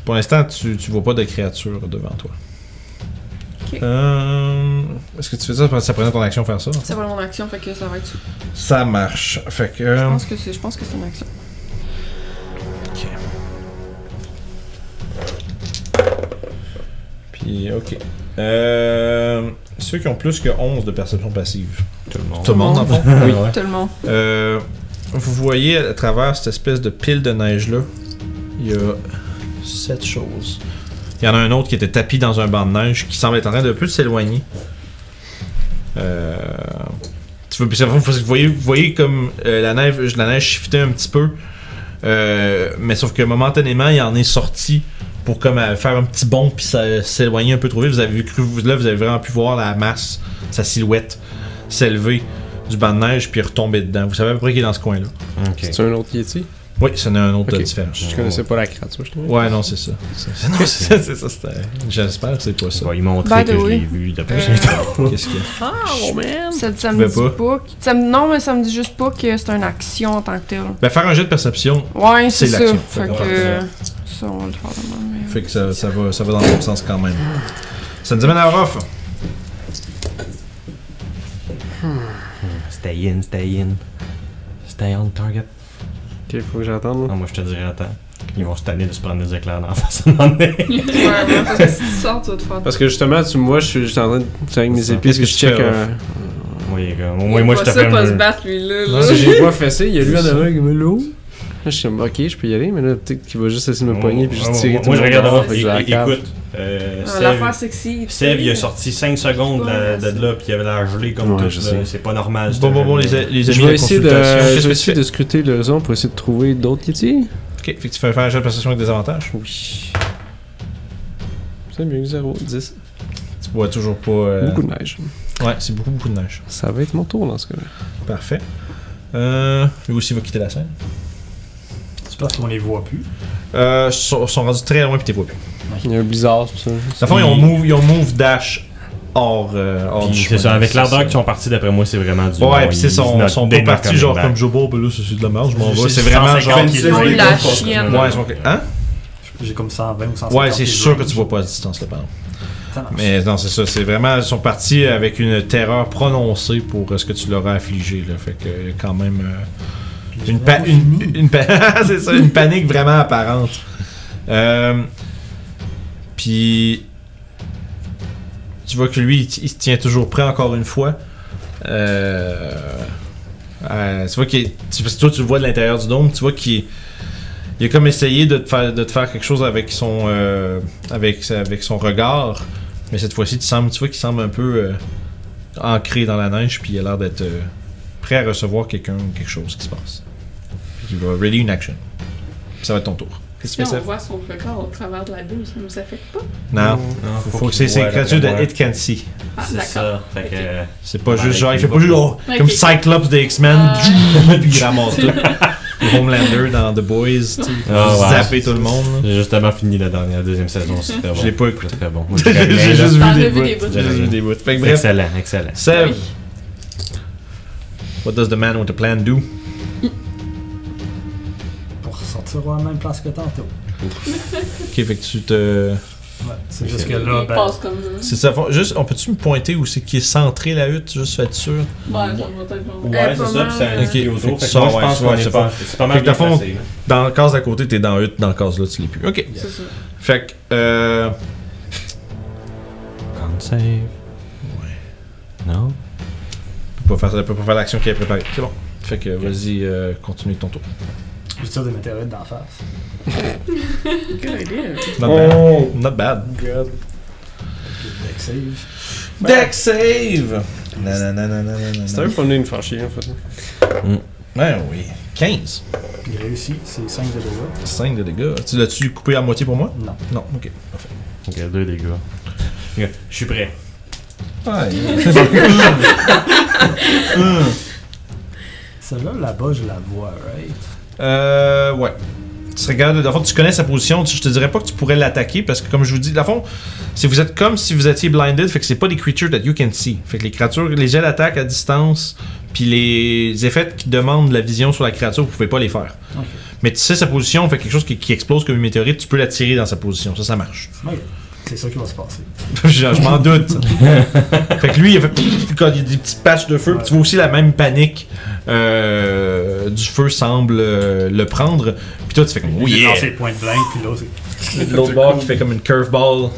A: Pour l'instant, tu ne vois pas de créature devant toi.
F: Ok.
A: Euh, Est-ce que tu fais ça parce que ça prenait ton action faire ça?
F: Ça va mon action, fait que ça va être tout.
A: Ça marche. Fait que...
F: Je pense que c'est, je pense que c'est une action.
A: Puis, ok. Euh, ceux qui ont plus que 11 de perception passive.
E: Tout le monde.
A: Tout le monde, en fond?
F: *laughs*
A: oui.
F: Tout le monde.
A: Euh, vous voyez à travers cette espèce de pile de neige-là, il y a sept choses. Il y en a un autre qui était tapis dans un banc de neige qui semble être en train de peu s'éloigner. Euh, tu veux, vous vous voyez, vous voyez comme euh, la neige, la neige shiftait un petit peu, Euh, mais sauf que momentanément, il en est sorti pour comme euh, faire un petit bond puis ça- s'éloigner un peu trop vite. Vous avez cru, vous- là, vous avez vraiment pu voir la masse, sa silhouette s'élever du banc de neige puis retomber dedans. Vous savez à peu près qu'il est dans ce coin-là.
E: Ok.
D: C'est un autre Yeti
A: Oui, c'en est un autre
D: Ok.
A: de différent.
D: Je connaissais pas la créature, je t'avais
A: Ouais, non, c'est ça. C'est- c'est- *laughs* non, c'est c'est ça, c'était. J'espère que c'est pas
E: Je
A: ça.
E: vais lui montrer
F: By
E: que
F: the
E: je
F: way,
E: l'ai vu d'après
F: euh,
A: Qu'est-ce qu'il y a
F: Ah, oh, Ça, ça
A: pouvais
F: me dit
A: pas.
F: pas. que- ça me- non, mais ça me dit juste pas que c'est une action en tant que telle.
A: Ben, faire un jet de perception,
F: Ouais,
A: C'est
F: c'est ça.
A: l'action.
F: Fait
A: D'accord.
F: que. Ça, on va le faire demain. mais-
A: fait que ça, ça va, ça va dans le bon sens quand même. Ça nous amène à Rof.
E: Stay in, stay in. Stay on target.
D: Ok, faut que j'attende. là.
E: Non, moi je te dirais, attends. Ils vont se tanner de se prendre des éclairs dans la face à un moment *laughs* donné.
F: *laughs* Ouais, ouais, parce que si tu sors, tu vas te faire.
D: Parce que justement, tu me vois, je suis j'étais en train de. tu sais, avec mes
E: C'est ça.
D: épices,
A: Qu'est-ce
D: puis
A: que
D: je
A: tu
D: check
A: fais,
D: un. *laughs*
E: Moi, il est comme. Moi, moi je
B: pas ça,
E: t'appelle.
B: pas se
E: un-
B: battre, lui, là. là.
D: J'ai les doigts fessés, il y a lui en avant qui me l'eau. Je suis comme, ok, je peux y aller, mais là, peut-être qu'il va juste essayer
A: Oh,
D: de me poigner puis juste
E: Moi,
D: tirer.
E: moi,
D: tout
E: Moi,
D: le
E: je
D: monde
E: regarde
D: dans-
E: devant.
D: dans la
E: il-
D: cave.
E: Écoute, euh,
F: Ouais, Ah, L'affaire,
E: Sev-
F: c'est que si.
E: Sev, il a sorti 5 secondes de, de- de là, puis il avait l'air gelé comme
D: Ouais,
E: tout.
D: je
E: là.
D: sais.
E: C'est pas normal. ce
A: Bon, bon, bon,
E: jeu-là.
A: les, a- les amis,
D: Je vais
A: la
D: essayer de,
A: consultation.
D: je
A: Qu'est-ce
D: vais
A: que tu
D: essayer
A: fais?
D: de scruter le zone pour essayer de trouver d'autres Yeti.
A: Ok, fait que tu fais faire un jet de perception avec des avantages.
D: Oui. C'est mieux que 0, 10.
A: Tu vois toujours pas. euh,
D: Beaucoup de neige.
A: Ouais, c'est beaucoup, beaucoup de neige.
D: Ça va être mon tour dans ce cas-là.
A: Parfait. Euh, lui aussi va quitter la scène.
C: C'est parce qu'on les voit plus.
A: Euh, sont, sont rendus très loin, puis t'es pas plus.
D: Il y a un blizzard, c'est ça.
A: Dans le fond, ils ont move, ils ont move dash hors, euh, hors
E: Puis
A: du
E: c'est
A: chemin.
E: ça, avec l'ardeur
A: ça.
E: qu'ils sont partis, d'après moi, c'est vraiment du.
A: Ouais,
E: bon,
A: puis c'est
E: ils-
A: son,
E: not-
A: son
E: they're
A: pas
E: not
A: parti
E: coming
A: genre
E: back.
A: comme Jobo, ben là, ça, c'est de la merde, je m'en vais.
E: C'est
A: C'est vraiment
E: 150
A: genre.
E: kilos.
A: Ouais,
F: Ils ont eu la
E: Ouais,
F: chienne.
A: ils sont. Hein?
C: J'ai comme 120 ou 150.
A: Ouais, c'est sûr que tu vois pas à distance, là, pardon.
C: Ça marche.
A: Mais non, c'est ça, c'est vraiment. Ils sont partis avec une terreur prononcée pour euh, ce que tu leur as affligé, là. Fait que, euh, quand même. euh, une, pa- une, une pa- *laughs* c'est ça, une panique vraiment apparente. Euh, puis tu vois que lui, il, t- il se tient toujours prêt encore une fois. Euh, euh, tu vois qu'il est- tu- parce que toi tu le vois de l'intérieur du dôme, tu vois qu'il il a comme essayé de te faire de te faire quelque chose avec son euh, avec sa- avec son regard, mais cette fois-ci tu sembles tu vois qu'il semble un peu euh, ancré dans la neige puis il a l'air d'être euh, prêt à recevoir quelqu'un ou quelque chose qui se passe. Puis il va ready une action. Puis ça va être ton tour. Qu'est-ce
B: Si
A: que tu fais
B: on
A: Seth?
B: voit son regard au travers de la bulle, ça nous affecte pas.
A: Non,
E: Non,
A: faut, que c'est
E: qu'ils
A: c'est
E: voient,
A: une créature de
E: d'après moi.
A: It Can See.
B: Ah,
E: C'est
B: d'accord.
E: ça. Fait que.
B: Ok.
E: euh,
A: C'est pas
E: Ouais,
A: juste genre, il
E: avec
A: fait
E: les
A: pas juste
E: bras.
A: oh, comme
B: Ok.
A: Cyclops des X-Men,
B: Ah.
A: puis il ramasse tout. *laughs* Homelander dans The Boys, tu sais,
E: Ah, ouais.
A: zapper tout le monde. là.
E: J'ai justement fini la dernière, deuxième saison, *laughs* c'est très Ah, bon.
A: Je l'ai pas écouté.
E: C'est très bon.
A: *laughs* J'ai juste
B: T'en
A: vu des
B: as vu des
A: bouts.
B: bouts.
A: J'ai juste vu des bouts. Fait que bref,
E: Excellent, excellent.
A: Seb. What does the man with the plan do?
C: Pour sortir à la même place que tantôt.
A: Ok, fait que tu te.
C: Ouais, c'est juste que
B: Il
C: là, ben,
B: passe comme ça.
A: C'est ça. faut- Juste, on peut-tu me pointer où c'est qui est centré la hutte, juste fait sûr?
B: Ouais, j'en vois tellement. *laughs*
F: Ouais, c'est ça, puis c'est un
A: Ok, petit auto. fait que
E: Fait que
A: ça,
E: moi, je
A: ouais,
E: pense
A: ça,
E: qu'on
A: c'est
E: est
A: pas-
E: pas. C'est pas mal
A: Fait que
E: bien
A: de fond-
E: placé, là.
A: Dans le case d'à côté, t'es dans la hutte, dans le case là, tu l'es plus. Ok.
B: C'est ça.
A: Fait que. Euh...
E: Non?
A: Peut pas faire, peut pas faire l'action qu'il a préparée. C'est bon. Fait que vas-y, euh, continue ton tour.
C: je tire des météorites d'en face.
A: Not bad. Not bad.
C: God. Deck save.
A: Deck save! Nanananananana.
D: C'est eux qui ont venu nous faire chier, en fait.
A: Ben oui. 15.
C: Il réussit, c'est 5 de dégâts.
A: 5 de dégâts. Tu l'as-tu coupé à moitié pour moi?
C: Non.
A: Non, ok.
E: Ok, deux dégâts. Ok, Je suis prêt.
A: Ouais.
C: Celle-là, là-bas, je la vois, right?
A: Euh, ouais. Tu regardes, dans le fond, tu connais sa position. Tu- je te dirais pas que tu pourrais l'attaquer parce que, comme je vous dis, dans le fond, si vous êtes comme si vous étiez blinded, fait que c'est pas des creatures that you can see. Fait que les créatures, les jets d'attaque à distance, puis les effets qui demandent la vision sur la créature, vous pouvez pas les faire.
C: Ok.
A: Mais tu sais sa position, fait que quelque chose qui, qui explose comme une météorite, tu peux la tirer dans sa position. Ça, ça marche.
C: Ok. C'est ça qui va se passer.
A: je *laughs* je m'en doute. fait que lui, il a fait pfff, quand il y a des petites patchs de feu. puis Tu vois aussi la même panique euh, du feu semble euh, le prendre. Puis toi, tu fais comme oui.
C: Il a lancé point blank, puis là, c'est.
A: Puis L'autre bord qui fait comme une curveball.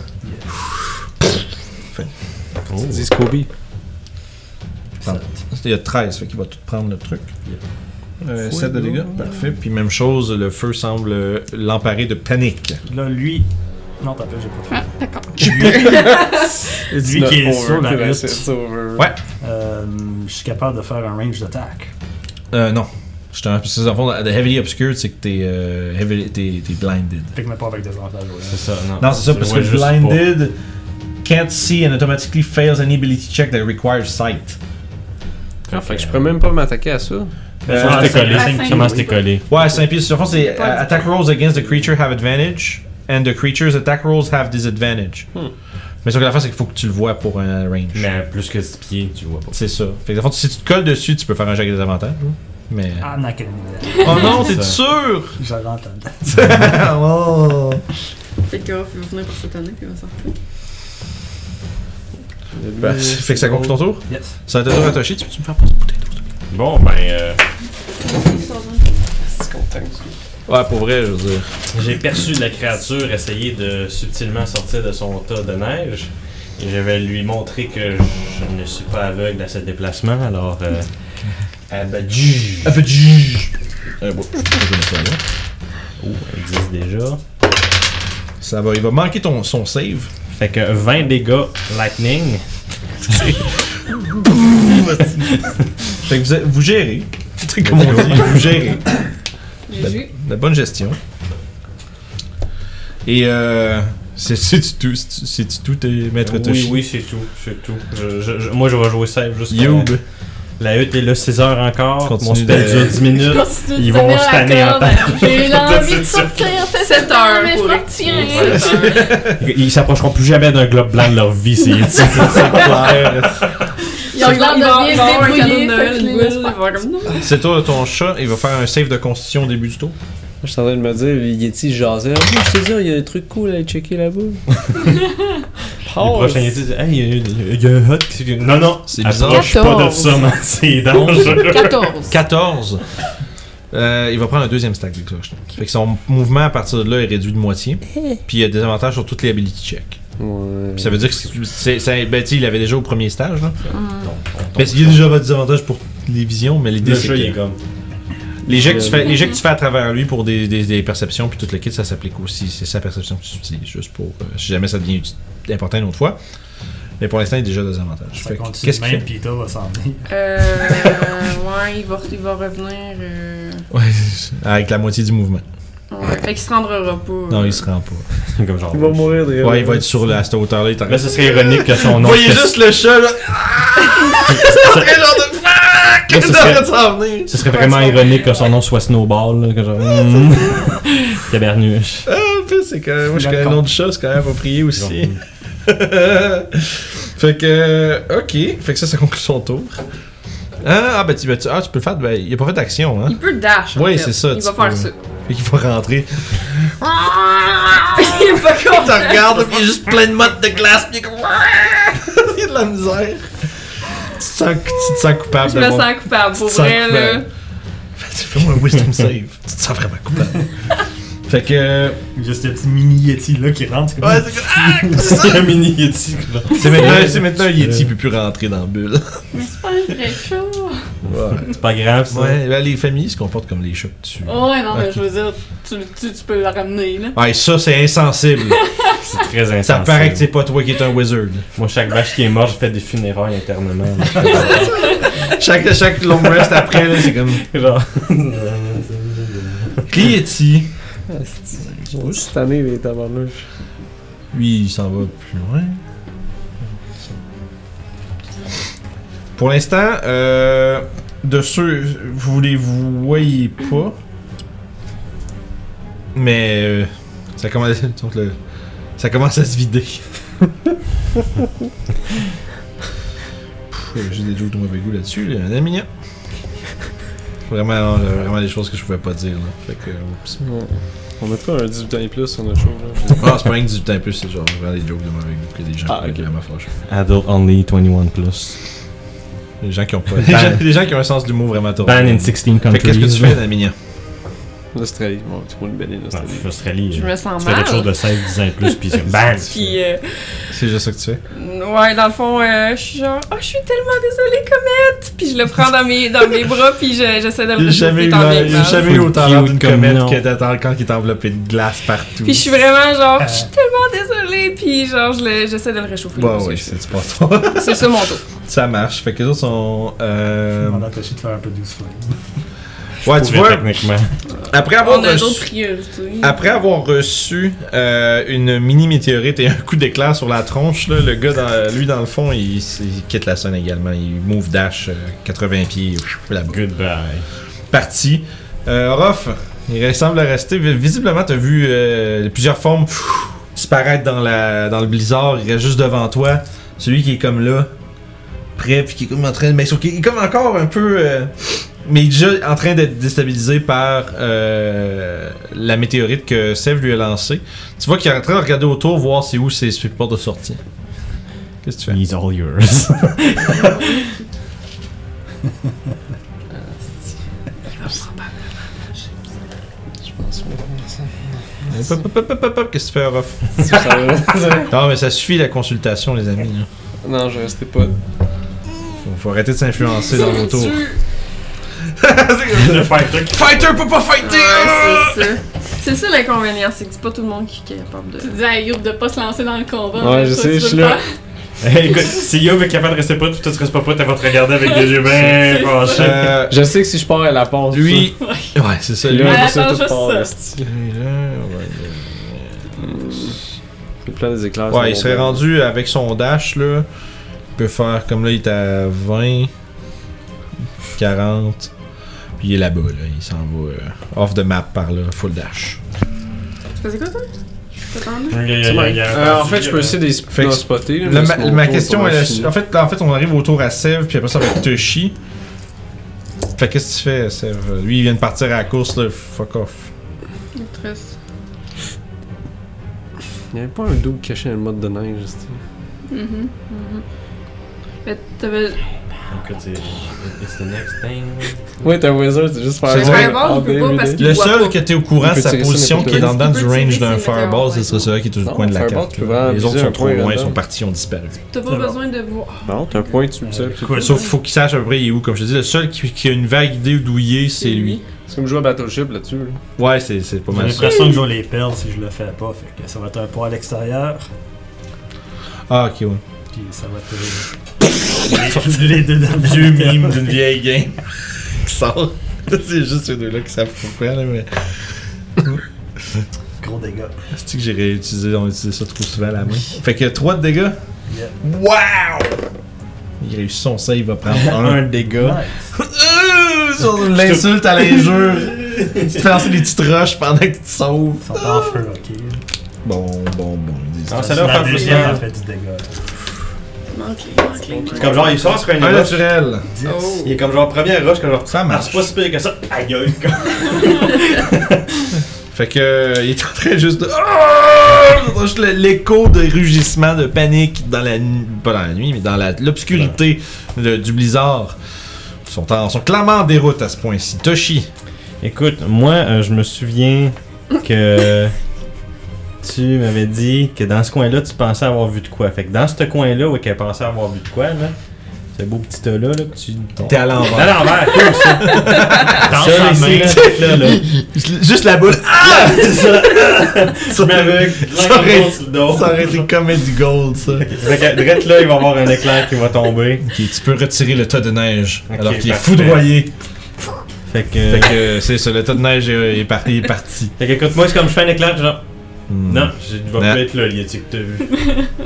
D: Dis Kobe.
A: Il y a 13, fait qu'il va tout prendre le truc. 7 Euh, de dégâts. Parfait. Puis même chose, le feu semble euh, l'emparer de panique.
C: Là, lui. Non, t'as pas, j'ai pas
B: Ah, d'accord.
D: *laughs*
C: fait. Lui qui est sur la
D: C'est
C: route.
D: over.
A: Ouais.
C: Euh, je suis capable de faire un range d'attaque.
A: Euh, non. Je te parce que dans le fond, The Heavily Obscured, c'est que t'es euh, heavily- t'es- t'es blinded.
C: Fait que même pas avec des avantages. ouais.
E: C'est ça, non.
A: Non, c'est ça,
E: Tu
A: parce
E: vois
A: que euh,
E: juste
A: blinded can't see and automatically fails an ability check that requires sight.
D: Ah, fait que je pourrais même pas m'attaquer à ça.
E: pas. Comment
A: Euh,
E: c'était collé?
B: cinq pieds.
E: Comment c'était collé?
A: Ouais, 5 pieds. Sur le fond, c'est euh, attack rolls against the creature have advantage, and the creature's attack rolls have disadvantage. Mais sur que la fin, c'est qu'il faut que tu le vois pour un range.
E: Mais à plus que 6 pieds, tu le vois pas.
A: C'est ça. Fait que, dans le fond, si tu te colles dessus, tu peux faire un jet avec des avantages. là. hein. Mais. *laughs*
C: Ah, n'a qu'une
A: Oh non, t'es
E: Ça.
A: sûr? *laughs*
C: Je rentre là-dedans.
A: oh.
F: Fait que Garof, il va venir pour cette année, puis il va sortir.
A: Bah, fait que ça conclut ton tour?
C: Yes.
A: Ça va être ton tour à Toshi, tu peux me faire passer une bouteille d'eau?
E: Bon, ben, euh,
A: Ouais, pour vrai, je veux dire.
E: j'ai perçu la créature essayer de subtilement sortir de son tas de neige. Et je vais lui montrer que je ne suis pas aveugle à ce déplacement, alors.
A: *laughs*
E: Euh, ah, ben, djouh.
A: Un peu de. Euh, bon, je vais mettre ça là.
E: Oh, 10 déjà.
A: Ça va, il va manquer ton, son save.
E: Fait que 20 dégâts lightning.
A: Fait que vous, êtes- vous gérez. *laughs* C'est comme on dit, vous gérez.
B: GG.
A: La bonne gestion. Et euh. C'est- C'est-tu tout, c'est-tu c'est-tu tout, tes maître
E: Oui,
A: Toshi?
E: oui, c'est tout, c'est tout. Je- je- je- moi, je vais jouer save juste.
A: Youb.
E: La hutte est là 6 heures encore.
A: Continue
E: Mon spell
A: de-
E: dure 10 minutes.
B: Continue de
E: Ils vont
B: tenir la Ah,
E: se tanner en
B: corde. J'ai eu l'envie de sortir, c'est 7 heures, mais je
F: pour
B: m'en tiens.
E: Ils s'approcheront plus jamais d'un globe blanc de leur
B: *laughs*
E: vie, c'est
B: Ils ont l'air de bien se débrouiller, fait que je les laisse
F: Noël,
B: pas.
F: comme non.
A: C'est toi, ton chat, il va faire un save de constitution au début du tour.
D: Moi, je suis en train de me dire, Yeti jasait. Ah, je te dis, il y a des trucs cool à aller checker *laughs* là-bas.
B: Oh,
E: Le
D: Pause.
E: prochain étude, hey, il y a une- il y, a un hot qui vient- Non, non,
A: C'est
E: approche pas de
F: 14.
E: ça, man, c'est *laughs* dangereux.
F: 14.
A: 14. Euh, il va prendre un deuxième stack de cloche. Fait que son mouvement à partir de là est réduit de moitié. Puis il y a des avantages sur toutes les ability checks.
D: Ouais.
A: Puis ça veut dire que c'est- c'est- c'est- ben, tu sais, il l'avait déjà au premier stage. Là.
D: Mm.
A: Ben, il y a déjà des avantages pour les visions, mais l'idée
E: Le
A: c'est
E: chat, il est
A: que
E: comme.
A: les jets que, tu fais, les jets que tu fais à travers lui pour des, des- des perceptions, puis tout le kit, ça s'applique aussi. C'est sa perception que tu utilises, juste pour euh, si jamais ça devient uti- important une autre fois. Mais pour l'instant, il y a déjà des avantages.
C: Ça
A: Fait que
C: continue
A: Qu'est-ce
C: de
A: qu'il
C: même,
A: fait?
C: puis Ita va s'en venir.
F: Euh. Ouais, il va, il va revenir. Euh...
A: Ouais, avec la moitié du mouvement.
F: Ouais. Fait qu'il se rendra pas. euh.
A: Non, il se rend pas.
E: *laughs* comme genre.
D: Il va mourir de
A: Ouais, il va être sur la, à cette hauteur-là. il t'en- *laughs*
E: Là, *laughs* ce serait ironique que son nom.
A: Voyez juste le chat, là.
E: Là,
A: *laughs*
E: ce, serait,
A: s'en venir.
E: ce serait vraiment ironique que son nom soit Snowball. Là, que genre, hum, *laughs* Tabernuche.
A: Euh, En plus, c'est quand même. Moi, je
C: Dans le
A: connais le
C: con.
A: nom du chat, c'est quand même approprié aussi. *laughs* fait que. euh, Ok. Fait que ça, ça conclut son tour. Ah, ah, ben, tu, ben, tu- ah, tu peux le faire. Ben, il a pas fait d'action, hein.
F: Il peut dash. en
A: Oui,
F: fait.
A: c'est ça,
F: Il
A: tu
F: va faire
A: peux.
F: ça.
A: Fait qu'il va *laughs* rentrer.
F: il est pas
A: Quand tu regardes, puis il y a juste plein de mottes de glace, puis il est comme. *laughs* Il y a de la misère. Tu te sens, tu te sens coupable
F: Je
A: de
F: me
A: mon-
F: sens coupable, pour
A: Tu te sens
F: vrai, là.
A: coupable. Fais-moi un wisdom save. Tu te sens vraiment *laughs* coupable. Fait que. euh,
C: Juste le petit mini Yeti là qui rentre. c'est comme-
A: Ouais, c'est que- Ah, c'est
C: *laughs*
A: ça.
E: Un mini Yeti. quoi.
A: C'est
C: Euh,
A: maintenant, c'est maintenant un Yeti peut plus rentrer dans la bulle.
B: Mais c'est pas un vrai chat.
A: Ouais,
E: C'est pas grave, ça.
A: ben, les familles se comportent comme les chats que tu.
B: Ouais, non, mais je veux dire, tu, tu, tu peux le ramener, là.
A: Ouais, ça c'est *laughs* insensible.
E: C'est très insensible.
A: ça paraît que c'est pas toi qui es un wizard.
E: Moi, chaque vache qui est morte, je fais des funérailles internement.
A: chaque, chaque long rest après, là, c'est comme.
E: *laughs* genre.
A: Qui est-il
D: Cette année, les tabarnouches.
A: Lui, il s'en va plus loin. Pour l'instant, euh, de ceux, vous les voyez pas. Mais euh, ça commence, *laughs* donc le- ça commence à se
D: *laughs*
A: vider. Pff, J'ai des jokes de mauvais goût là-dessus, là, un ami. hein. Vraiment, euh, vraiment des choses que je pouvais pas dire. Là. Fait que, euh, oups.
D: On mettra un 18 ans et plus sur notre show. Là.
A: Ah, c'est pas rien que du temps plus, c'est genre vraiment des jokes de mauvais goût que des gens
D: Ah,
A: qui
D: ok.
A: okay. vraiment fâchés.
E: Adult only 21 plus.
A: Les gens qui *laughs* ont pas. les, gens, les gens qui ont un sens de l'humour vraiment tordu.
E: Ban in 16
A: Fait
E: countries.
A: que qu'est-ce que tu fais, Damien
D: L'Australie. Bon, tu peux le bénir,
E: Non,
D: l'Australie.
E: Australie.
F: Je me sens
E: Tu fais
F: mal.
E: quelque chose de 16, 10 ans et plus, puis c'est ban!
F: Puis, euh,
A: C'est juste ça que tu fais.
F: ouais, dans le fond, euh, je suis genre, oh, je suis tellement désolée, Comète! Puis je le prends dans mes, dans mes bras, puis je- j'essaie de le réchauffer tant bien que mal.
E: jamais eu autant l'air d'une comète que
A: t'attends quand qui est enveloppé de glace partout.
F: Puis je suis vraiment genre, je suis tellement désolée, puis genre, je le- j'essaie de le réchauffer.
A: Bon,
F: là,
A: oui,
F: Bah c'est-
A: c'est pas toi.
F: C'est ça mon tour.
A: *laughs* ça marche. Fait que les autres sont.
C: Je
A: Euh...
C: demande à Toshi de faire un peu de douce flame.
A: Ouais, tu vois,
E: Techniquement.
A: après avoir
B: On
F: ben,
B: a d'autres
A: reçu.
B: priorités.
A: Après avoir reçu euh, une mini météorite et un coup d'éclair sur la tronche, là, le gars, dans- lui dans le fond, il, il quitte la scène également. Il move dash euh, 80 pieds là
E: Goodbye.
A: parti. Euh, Orof, il semble rester. vi- Visiblement, t'as vu euh, plusieurs formes pfiou, disparaître dans, la, dans le blizzard. Il reste juste devant toi. Celui qui est comme là, prêt, puis qui est comme en train de. Mais sauf qu'il est comme encore un peu. euh, mais il est déjà en train d'être déstabilisé par euh, la météorite que Sev lui a lancée. Tu vois qu'il est en train de regarder autour, voir c'est où ses supports de sortie. Qu'est-ce que tu fais?
E: He's all yours.
D: Je pense qu'on va faire ça.
A: Pop, pop, pop, pop, pop, Qu'est-ce que tu fais,
D: *laughs*
A: Orof?
D: Ça-
A: *laughs* Non, mais ça suffit la consultation, les amis. hein.
D: non, je restais pas.
A: Faut, faut arrêter de s'influencer dans vos tours.
E: *laughs* Le fighter qui
A: *laughs* Fighter peut pas fighter!
F: Ouais, c'est ça. Ah! C'est ça l'inconvénient, c'est que c'est pas tout le monde qui qui est capable de.
B: Tu dis à Youp de pas se lancer dans le combat.
D: Ouais,
B: mais
D: je
B: toi,
D: sais,
B: tu
D: je suis
B: veux
D: là.
B: pas.
E: Hey, écoute, si Yob est capable de rester pas, toi tu restes pas pas, t'as pas te regarder avec des yeux
F: *laughs*
E: bien penchés.
A: Euh,
D: Je sais que si je pars, elle la passe.
A: lui. Ouais, c'est ça.
D: ça.
A: Lui.
D: là,
B: Ouais,
D: pour ça,
B: attends,
D: tout
B: juste
D: part.
B: ça.
D: esti. Le plan des éclairs.
A: Ouais, il
D: c'est
A: serait
D: bon.
A: rendu avec son dash, là. Il peut faire comme là, il est à 20, 40. Puis il est là-bas, là. Il s'en va euh, off the map par là, full dash.
F: Tu faisais quoi, toi? T'attendais?
D: C'est bon. Euh, en fait, je peux essayer de les
A: Fait que-
D: non, spotter. là,
A: Le
D: mais
A: ma,
D: c'est mon
A: ma
D: tour,
A: question
D: faut
A: est la
D: voir
A: su-
D: si-
A: En fait, là, en fait, on arrive autour à Sev, puis après ça, avec Toshi. Fait qu'est-ce que tu fais, Sev Lui, il vient de partir à la course, là. Fuck off.
F: Il te reste-
D: Il n'y avait pas un double caché dans le mode de neige. esti.
B: Mhm.
F: Mais t'avais.
E: It's the next thing.
D: Ouais, t'es un wizard, c'est juste faire
A: C'est
D: un
A: vrai.
F: Fireball, je peux pas parce qu'il-
A: Le
F: voit
A: seul
F: pas.
A: que t'es au courant
D: Il peut
A: de sa
D: tirer ça
A: position
D: n'importe
A: qui est
D: où.
A: dans dedans
F: Il
A: du
F: peut
A: range
F: tirer
A: d'un
F: ses
A: fireball,
F: météores,
A: ce serait celui qui est au
D: Non,
A: coin de la
D: fireball,
A: carte.
D: tu peux
A: là.
D: vraiment
A: Les autres
D: viser
A: sont
D: un
A: trop
D: point
A: loin, ils
D: random.
A: sont partis, ils ont disparu.
F: T'as pas besoin de voir.
D: Non, t'as un point, tu me dis ça. puis
A: Sauf qu'il faut qu'ils sachent à peu près il est où. Comme je te dis, le seul qui, qui a une vague idée d'où il est, c'est lui.
D: C'est comme jouer à Battleship là-dessus. là.
A: Ouais, c'est c'est pas
C: J'ai
A: mal ça.
C: l'impression que je vais les perdre si je le fais pas. Fait que ça va être un poids à l'extérieur.
A: Ah, ok, *laughs* ouais.
C: Puis ça va être. euh, les deux
A: *laughs*
C: dernières.
A: Vieux mime d'une vieille game *laughs* qui sort. *laughs* c'est juste ceux deux-là qui savent pourquoi, là, mais.
C: Gros dégâts.
A: cest que j'ai réutilisé On utilisé ça trop souvent à la main Fait que 3 de dégâts.
C: Yeah.
A: Wow! Il réussit son save, il va prendre
E: Un
A: *laughs* un.
E: dégât.
A: Euh, sur L'insulte à *laughs* l'injure. tu te fais lancer des petites roches pendant que tu te sauves.
C: Ils sont en feu, ok.
A: Bon, bon, bon. il dit-
I: Ah,
E: Non, celle-là va faire plus
C: deuxième a
E: mal.
C: fait du dégât.
F: Manque les- manque les-
E: C'est comme genre, il sort sur une
A: Un
E: roche.
A: naturel.
F: Oh.
E: Il est comme genre, première roche, comme genre,
A: Ça
E: ah, c'est
A: marche.
E: pas si pire que ça. Aïe, aïe,
A: Fait que euh, il est en train juste de. Ah! J'entends juste le- L'écho de rugissement, de panique dans la nuit. Pas dans la nuit, mais dans la- l'obscurité de- du blizzard. Ils sont, en- sont clairement en déroute à ce point-ci. Toshi.
E: Écoute, moi, euh, je me souviens que tu m'avais dit que dans ce coin-là, tu pensais avoir vu de quoi. Fait que dans ce coin-là, où qu'elle pensait avoir vu de quoi, là, ce beau petit tas-là, là, que tu...
A: T'es à
E: Non,
A: l'envers.
E: non, ben,
A: *laughs*
E: cool, ça. Dans
A: Ça,
E: sa
A: mais
E: main,
A: c'est-
E: là, là.
A: *laughs* Juste la boule. Ah! *laughs*
E: C'est ça.
A: Ça
E: Mais avec
A: Ça aurait-
E: l'angle sur le dos.
A: ça aurait été comedy gold, ça.
E: Fait que, drette là, il va y avoir un éclair qui va tomber.
A: Ok, tu peux retirer le tas de neige
E: Ok,
A: alors qu'il est
E: parfait.
A: foudroyé.
E: Fait que...
A: Fait que euh, c'est ça, le tas de neige est, est parti. Est parti.
E: Fait que, écoute, moi, c'est comme je fais un éclair, genre...
A: Hmm.
E: Non, je je vais
A: Non.
E: plus être là, il y a-tu que t'as vu?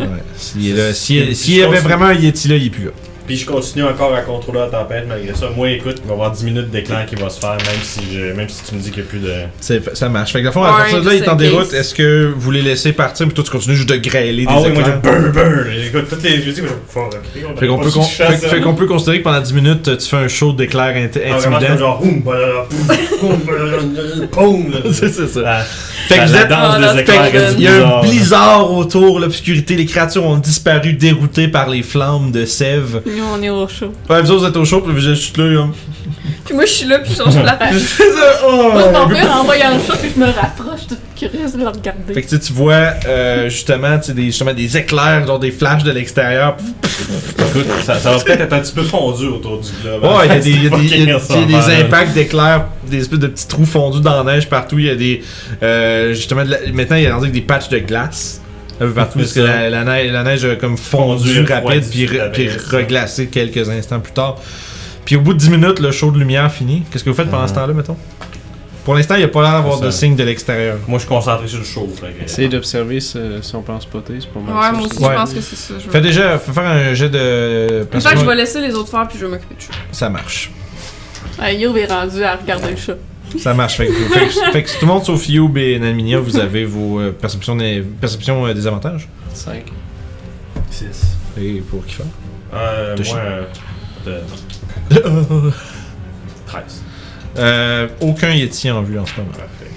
A: Ouais. S'il est là- s'il- s'il y avait vraiment un Yeti là, il est plus là.
E: Puis je continue encore à contrôler la tempête malgré ça. Moi, écoute, il va y avoir 10 minutes d'éclair qui va se faire, même si, je- même si tu me dis qu'il n'y a plus de.
A: C'est- Ça marche. Fait que, dans le fond, à
F: Ouais,
A: partir de là, il est en
F: just in
A: déroute.
F: case.
A: Est-ce que vous les laissez partir, puis toi, tu continues juste de grêler des
E: Ah oui, moi je
A: éclairs?
E: burn, burn! Écoute, toutes les musiques, je fuck, ok, on a
A: Fait qu'on
E: pas
A: peut,
E: su
A: con-
E: que je fasse
A: fait-
E: ça.
A: fait qu'on peut considérer que pendant 10 minutes, euh, tu fais un show d'éclairs int-
E: hein. Ah, vraiment, c'est comme
A: intimidant.
E: genre, oum, balala, poum, poum, balala, balala,
A: *laughs*
E: poum, là.
A: C'est c'est ça.
E: La-
A: Fait que
E: la-
A: vous
E: la
A: êtes-
E: danse
F: Ah,
E: des
F: la-
E: éclairs,
A: Fait que,
E: c'est
A: il y a un
E: bizarre.
A: blizzard autour, l'obscurité, les créatures ont disparu, déroutées par les flammes de sève.
B: Nous, on est au chaud.
A: Ouais, vous autres, vous êtes au chaud, puis vous êtes juste là, hein. là.
F: Puis moi, je suis là, puis je change *laughs* la page.
A: *laughs* C'est ça, oh!
B: Moi, je m'en vais en voyant le chat, puis je me rapproche, toute curieuse de le regarder.
A: Fait que tu sais, tu vois euh, justement, tu sais, des, justement des éclairs, genre des flashs de l'extérieur. Pff,
E: Écoute, ça, ça va peut-être être un petit peu fondu autour du globe.
A: Ouais,
E: *laughs*
A: il y a des, il y a des- il y a-
E: Fucking
A: il y a
E: ressemble,
A: des
E: hein.
A: impacts d'éclairs, des espèces de petits trous fondus dans la neige partout. Il y a des. euh, justement, de la- maintenant, il y a rendu avec des patchs de glace un peu partout parce que
E: C'est
A: la,
E: ça.
A: la neige, la neige a comme fondu
E: Fondu,
A: rapide
E: refroidi,
A: puis, re-
E: la
A: puis
E: neige, ça.
A: reglacé quelques instants plus tard. Puis au bout de 10 minutes, le show de lumière finit. Qu'est-ce que vous faites pendant ce temps-là, mettons Pour l'instant, il n'y a pas l'air d'avoir
E: Ah. C'est ça.
A: de signe de l'extérieur.
E: Moi, je suis concentré sur le show. fait que-
D: Essaye d'observer ce- si on peut en spotter, c'est pas mal.
F: Ouais,
D: ça,
F: moi
D: je
F: aussi,
D: trouve.
A: Ouais.
F: je pense que c'est ça. Je
A: Fais
F: veux-
A: déjà, fais faire un jet de.
F: En fait, je vais laisser les autres faire, puis je vais m'occuper de ça.
A: Ça marche.
B: Ah, Youb est rendu à regarder le chat.
A: Ça marche. Fait que, fait que- fait que si tout le monde sauf Youb et Naminia, vous avez vos euh, perceptions, des, perceptions euh, des avantages.
D: Cinq.
C: 6.
A: Et pour qui faire
E: Euh,
A: Touché.
E: moi, euh, de- 13.
A: *laughs* euh, Aucun Yeti en vue en ce moment.
E: Parfait.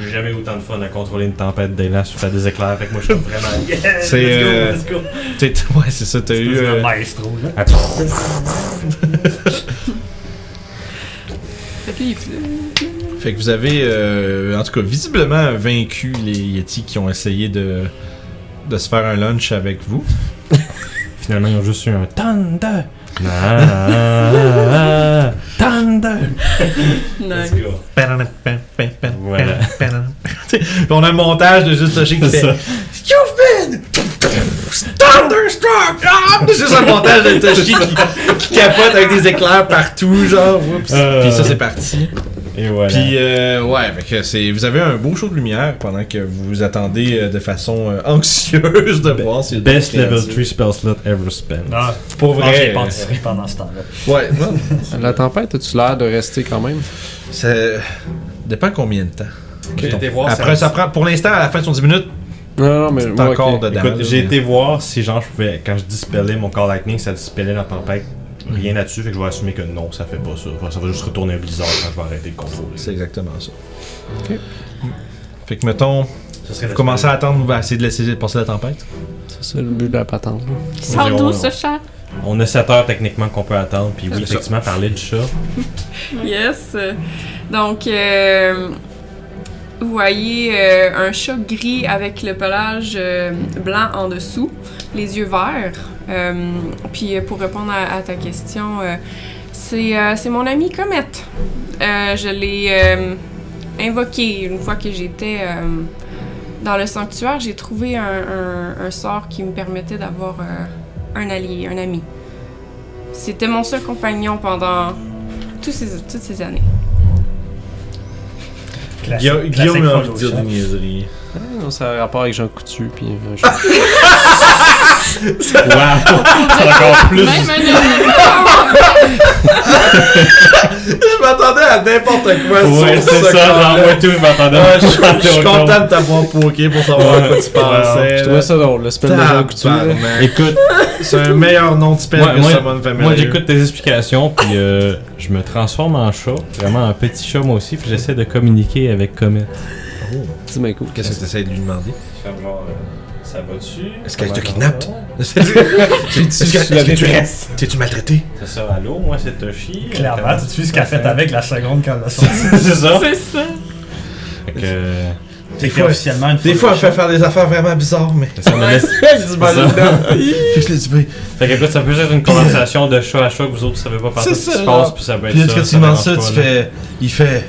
E: J'ai jamais eu autant de fun à contrôler une tempête d'élas ou faire des éclairs, fait que moi je suis vraiment. Yeah,
A: C'est,
E: let's go,
A: euh,
E: let's go.
A: T'es- Ouais, c'est ça, t'as eu.
C: le
A: euh,
C: maestro, là.
F: Fait que là, il pleut.
A: fait que vous avez, euh, en tout cas, visiblement vaincu les Yetis qui ont essayé de, de se faire un lunch avec vous.
E: Finalement, ils ont juste eu un Thunder! Ah, ah, ah, thunder! Let's
F: Nice.
E: go. Voilà.
A: T'sais, on a un montage de juste Toshi qui
E: C'est
A: fait
E: ça.
A: You've been Thunderstruck! Ah! C'est juste un montage de Toshi qui, qui capote avec des éclairs partout, genre. Oups.
E: Euh.
A: Puis ça, c'est parti.
E: Et voilà.
A: Puis, euh, ouais, fait que c'est, vous avez un beau show de lumière pendant que vous vous attendez euh, de façon euh, anxieuse de voir si.
E: Best level 3 spell slot ever spent.
C: Ah,
A: Pour
C: je mange
A: vrai.
C: des pâtisseries pendant ce temps-là.
A: euh, ouais, non.
D: *laughs* La tempête, as-tu l'air de rester quand même
A: Ça dépend combien de temps.
E: J'ai été voir
A: Après,
E: ça-
A: ça prend. Pour l'instant, à la fin de 10 minutes,
D: Non, non, mais.
A: t'es
D: moi,
A: encore
D: ok.
A: dedans.
E: Écoute,
A: là.
E: j'ai été voir si genre je pouvais, quand je dispellais mon Call Lightning, ça dispellait la tempête. Rien là-dessus, fait que je vais assumer que non, ça fait pas ça. Enfin, ça va juste retourner un blizzard quand je vais arrêter de contrôler.
A: C'est exactement ça.
D: Ok.
A: Fait que mettons,
E: Ça serait
A: vous commencez à attendre, vous essayer de laisser passer la tempête.
D: C'est ça le but de la patente.
B: Il sort
E: zéro,
B: d'où,
E: non.
B: ce chat?
E: On a 7 heures techniquement qu'on peut attendre, puis oui, effectivement, parler *laughs* du chat.
F: Yes. Donc, euh, vous voyez euh, un chat gris avec le pelage euh, blanc en dessous, les yeux verts. Euh, puis euh, pour répondre à, à ta question, euh, c'est euh, c'est mon ami Comet. Euh, je l'ai euh, invoqué une fois que j'étais euh, dans le sanctuaire. J'ai trouvé un, un- un sort qui me permettait d'avoir euh, un allié, un ami. C'était mon seul compagnon pendant tous ces- toutes ces années.
C: Classique- hein.
A: Guilla-
C: classique
A: Guillaume a envie de
C: photoshop.
A: dire des niaiseries.
D: Ah, non, ça a rapport avec Jean Coutu, puis. euh, Jean-
E: Wow! C'est encore plus.
B: Même un homme.
A: Je m'attendais à n'importe quoi
E: Ouais,
A: sur
E: c'est
A: ce
E: ça, genre,
A: corps-là.
E: moi tout, il m'attendait.
A: Ouais, je- Je suis
E: J'étais au
A: content de t'avoir poké pour savoir à quoi tu
D: Je
A: pensais.
D: trouvais ça drôle, le spell Major Couture. là.
A: Tabarnak.
E: Écoute,
A: C'est un meilleur nom de spell
E: Ouais,
A: que
E: moi-
A: Summon Family.
E: moi j'écoute tes explications, puis euh, je me transforme en chat, vraiment un petit chat moi aussi, puis j'essaie de communiquer avec Comet.
D: C'est bien cool.
A: Qu'est-ce que tu essaies de lui demander
E: euh, Ça va dessus?
A: Est-ce qu'elle te kidnappe *laughs* Est-ce que- est-ce que- est-ce que tu es T'es-tu maltraité
E: C'est ça, allô, moi c'est Toshi.
C: Clairement, tu te suis ce qu'elle a fait avec la seconde quand elle l'a sorti.
E: *laughs* C'est ça.
B: C'est ça.
E: Fait que.
C: Des
A: fois-
C: officiellement une
A: Des fois, elle fait faire des affaires vraiment bizarres, mais.
E: Ça me
A: *laughs*
E: laisse. *laughs*
A: Puis je l'ai dit, ben,
E: Fait que écoute, ça peut juste être une conversation de chat à chat que vous autres savez pas partout
A: C'est
E: ce qui
A: ça,
E: se
A: genre.
E: passe, puis ça peut être
A: Euh, Puis là,
E: ça.
A: quand tu
E: me
A: demandes
E: dérange
A: ça, tu
E: pas, là.
A: fais. Il fait.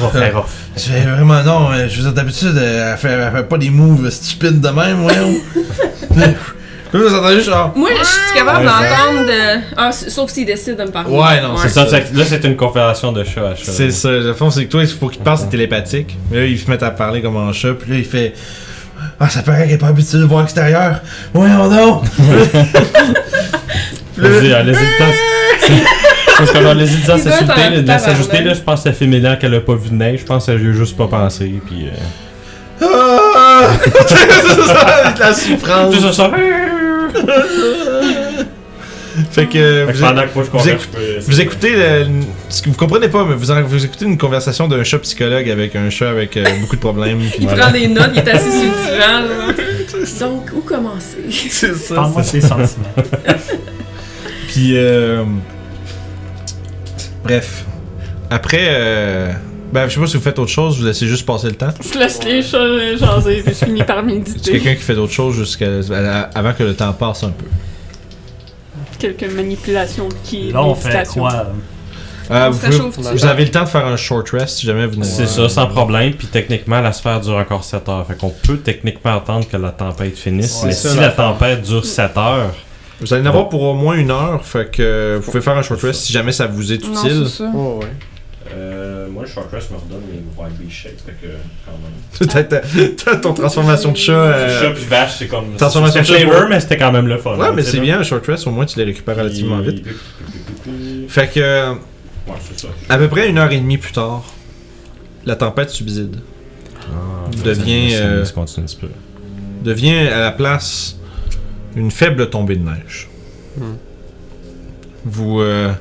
E: Rough, hey, rough.
A: *laughs* Tu fais vraiment non, euh, je veux dire, d'habitude, euh, elle fait, elle fait pas des moves stupides de même, voyons.
E: *laughs*
A: Là, vous entendez juste genre.
F: Moi, je suis capable
E: Ouais.
F: d'entendre de. Ah, s- sauf s'il décide de me parler.
A: Ouais, non,
E: C'est ça, c'est- là c'est une conversation de chat à chat.
A: C'est ça, le fond, c'est que toi, il faut qu'il te parle, c'est télépathique. Mais là, ils se mettent à parler comme un chat, puis là, il fait. Ah, ça paraît qu'elle est pas habituée de voir extérieur. Voyons donc!
E: *laughs* Vas-y, hein, les hésitants. *laughs* Parce que dans les hésitants
F: Il doit être
E: s'ajuster,
F: un
E: là, de s'ajuster,
F: tabarnak. Mm.
E: là, je pense que ça fait mille ans qu'elle a pas vu de neige, je pense qu'elle y a juste pas pensé, puis. euh,
A: *laughs* Ah! c'est ça, de la souffrance.
E: Tout ça, ça.
A: Fait que.
E: Fait que
A: vous êtes-
E: pendant que moi
A: vous
E: je
A: éc-
E: converse, je peux.
A: Vous écoutez le- ce que vous comprenez pas, mais vous, en- vous écoutez une conversation d'un chat psychologue avec un chat avec euh, beaucoup de problèmes. puis
F: Il
A: voilà.
F: prend des notes, il est assis sur le
A: *laughs*
F: divan. là. Donc, où commencer?
A: C'est ça.
C: Parle-moi de tes sentiments.
A: Puis euh, bref, après, euh, ben je sais pas si vous faites autre chose, je vous laissez juste passer le temps.
B: Je laisse les chats jaser, puis je finis par
A: C'est
B: méditer.
A: quelqu'un qui fait d'autres choses jusqu'à à- avant que le temps passe un peu.
B: Quelques manipulations qui.
C: Là, on fait
B: méditation.
C: quoi
A: Euh,
F: On
A: vous,
F: se
A: pouvez-
F: réchauffe
D: vous-
F: dessus.
A: vous avez le temps de faire un short rest si jamais vous.
E: C'est ça, sans problème. Puis techniquement, la sphère dure encore 7 heures. Fait qu'on peut techniquement attendre que la tempête finisse.
D: Ouais,
E: mais
D: c'est
E: si
D: ça,
E: la
D: l'affaire.
E: tempête dure 7 heures,
A: Vous allez en avoir pour au moins une heure, fait que vous pouvez faire un short rest si jamais ça vous est
F: Non,
A: utile.
F: c'est ça.
D: Ouais, ouais.
E: Euh, moi, je suis me redonne mes YB shakes. Fait que quand même.
A: T'as- t'as- T'as *laughs* ton transformation de chat. euh,
E: Chat puis vache, c'est comme.
A: Transformation
E: c'était
A: de chat,
E: flavor,
A: ouais.
E: mais c'était quand même le fun.
A: Ouais,
E: hein,
A: mais
E: tu sais,
A: c'est
E: là.
A: bien un short rest, au moins tu les récupères relativement vite. Fait que. euh,
E: Ouais, c'est ça.
A: À peu près une heure et demie plus tard, la tempête subside. Devient, euh,
E: Ah, Ça continue un petit peu.
A: Devient à la place une faible tombée de neige.
D: Hmm.
A: Vous euh,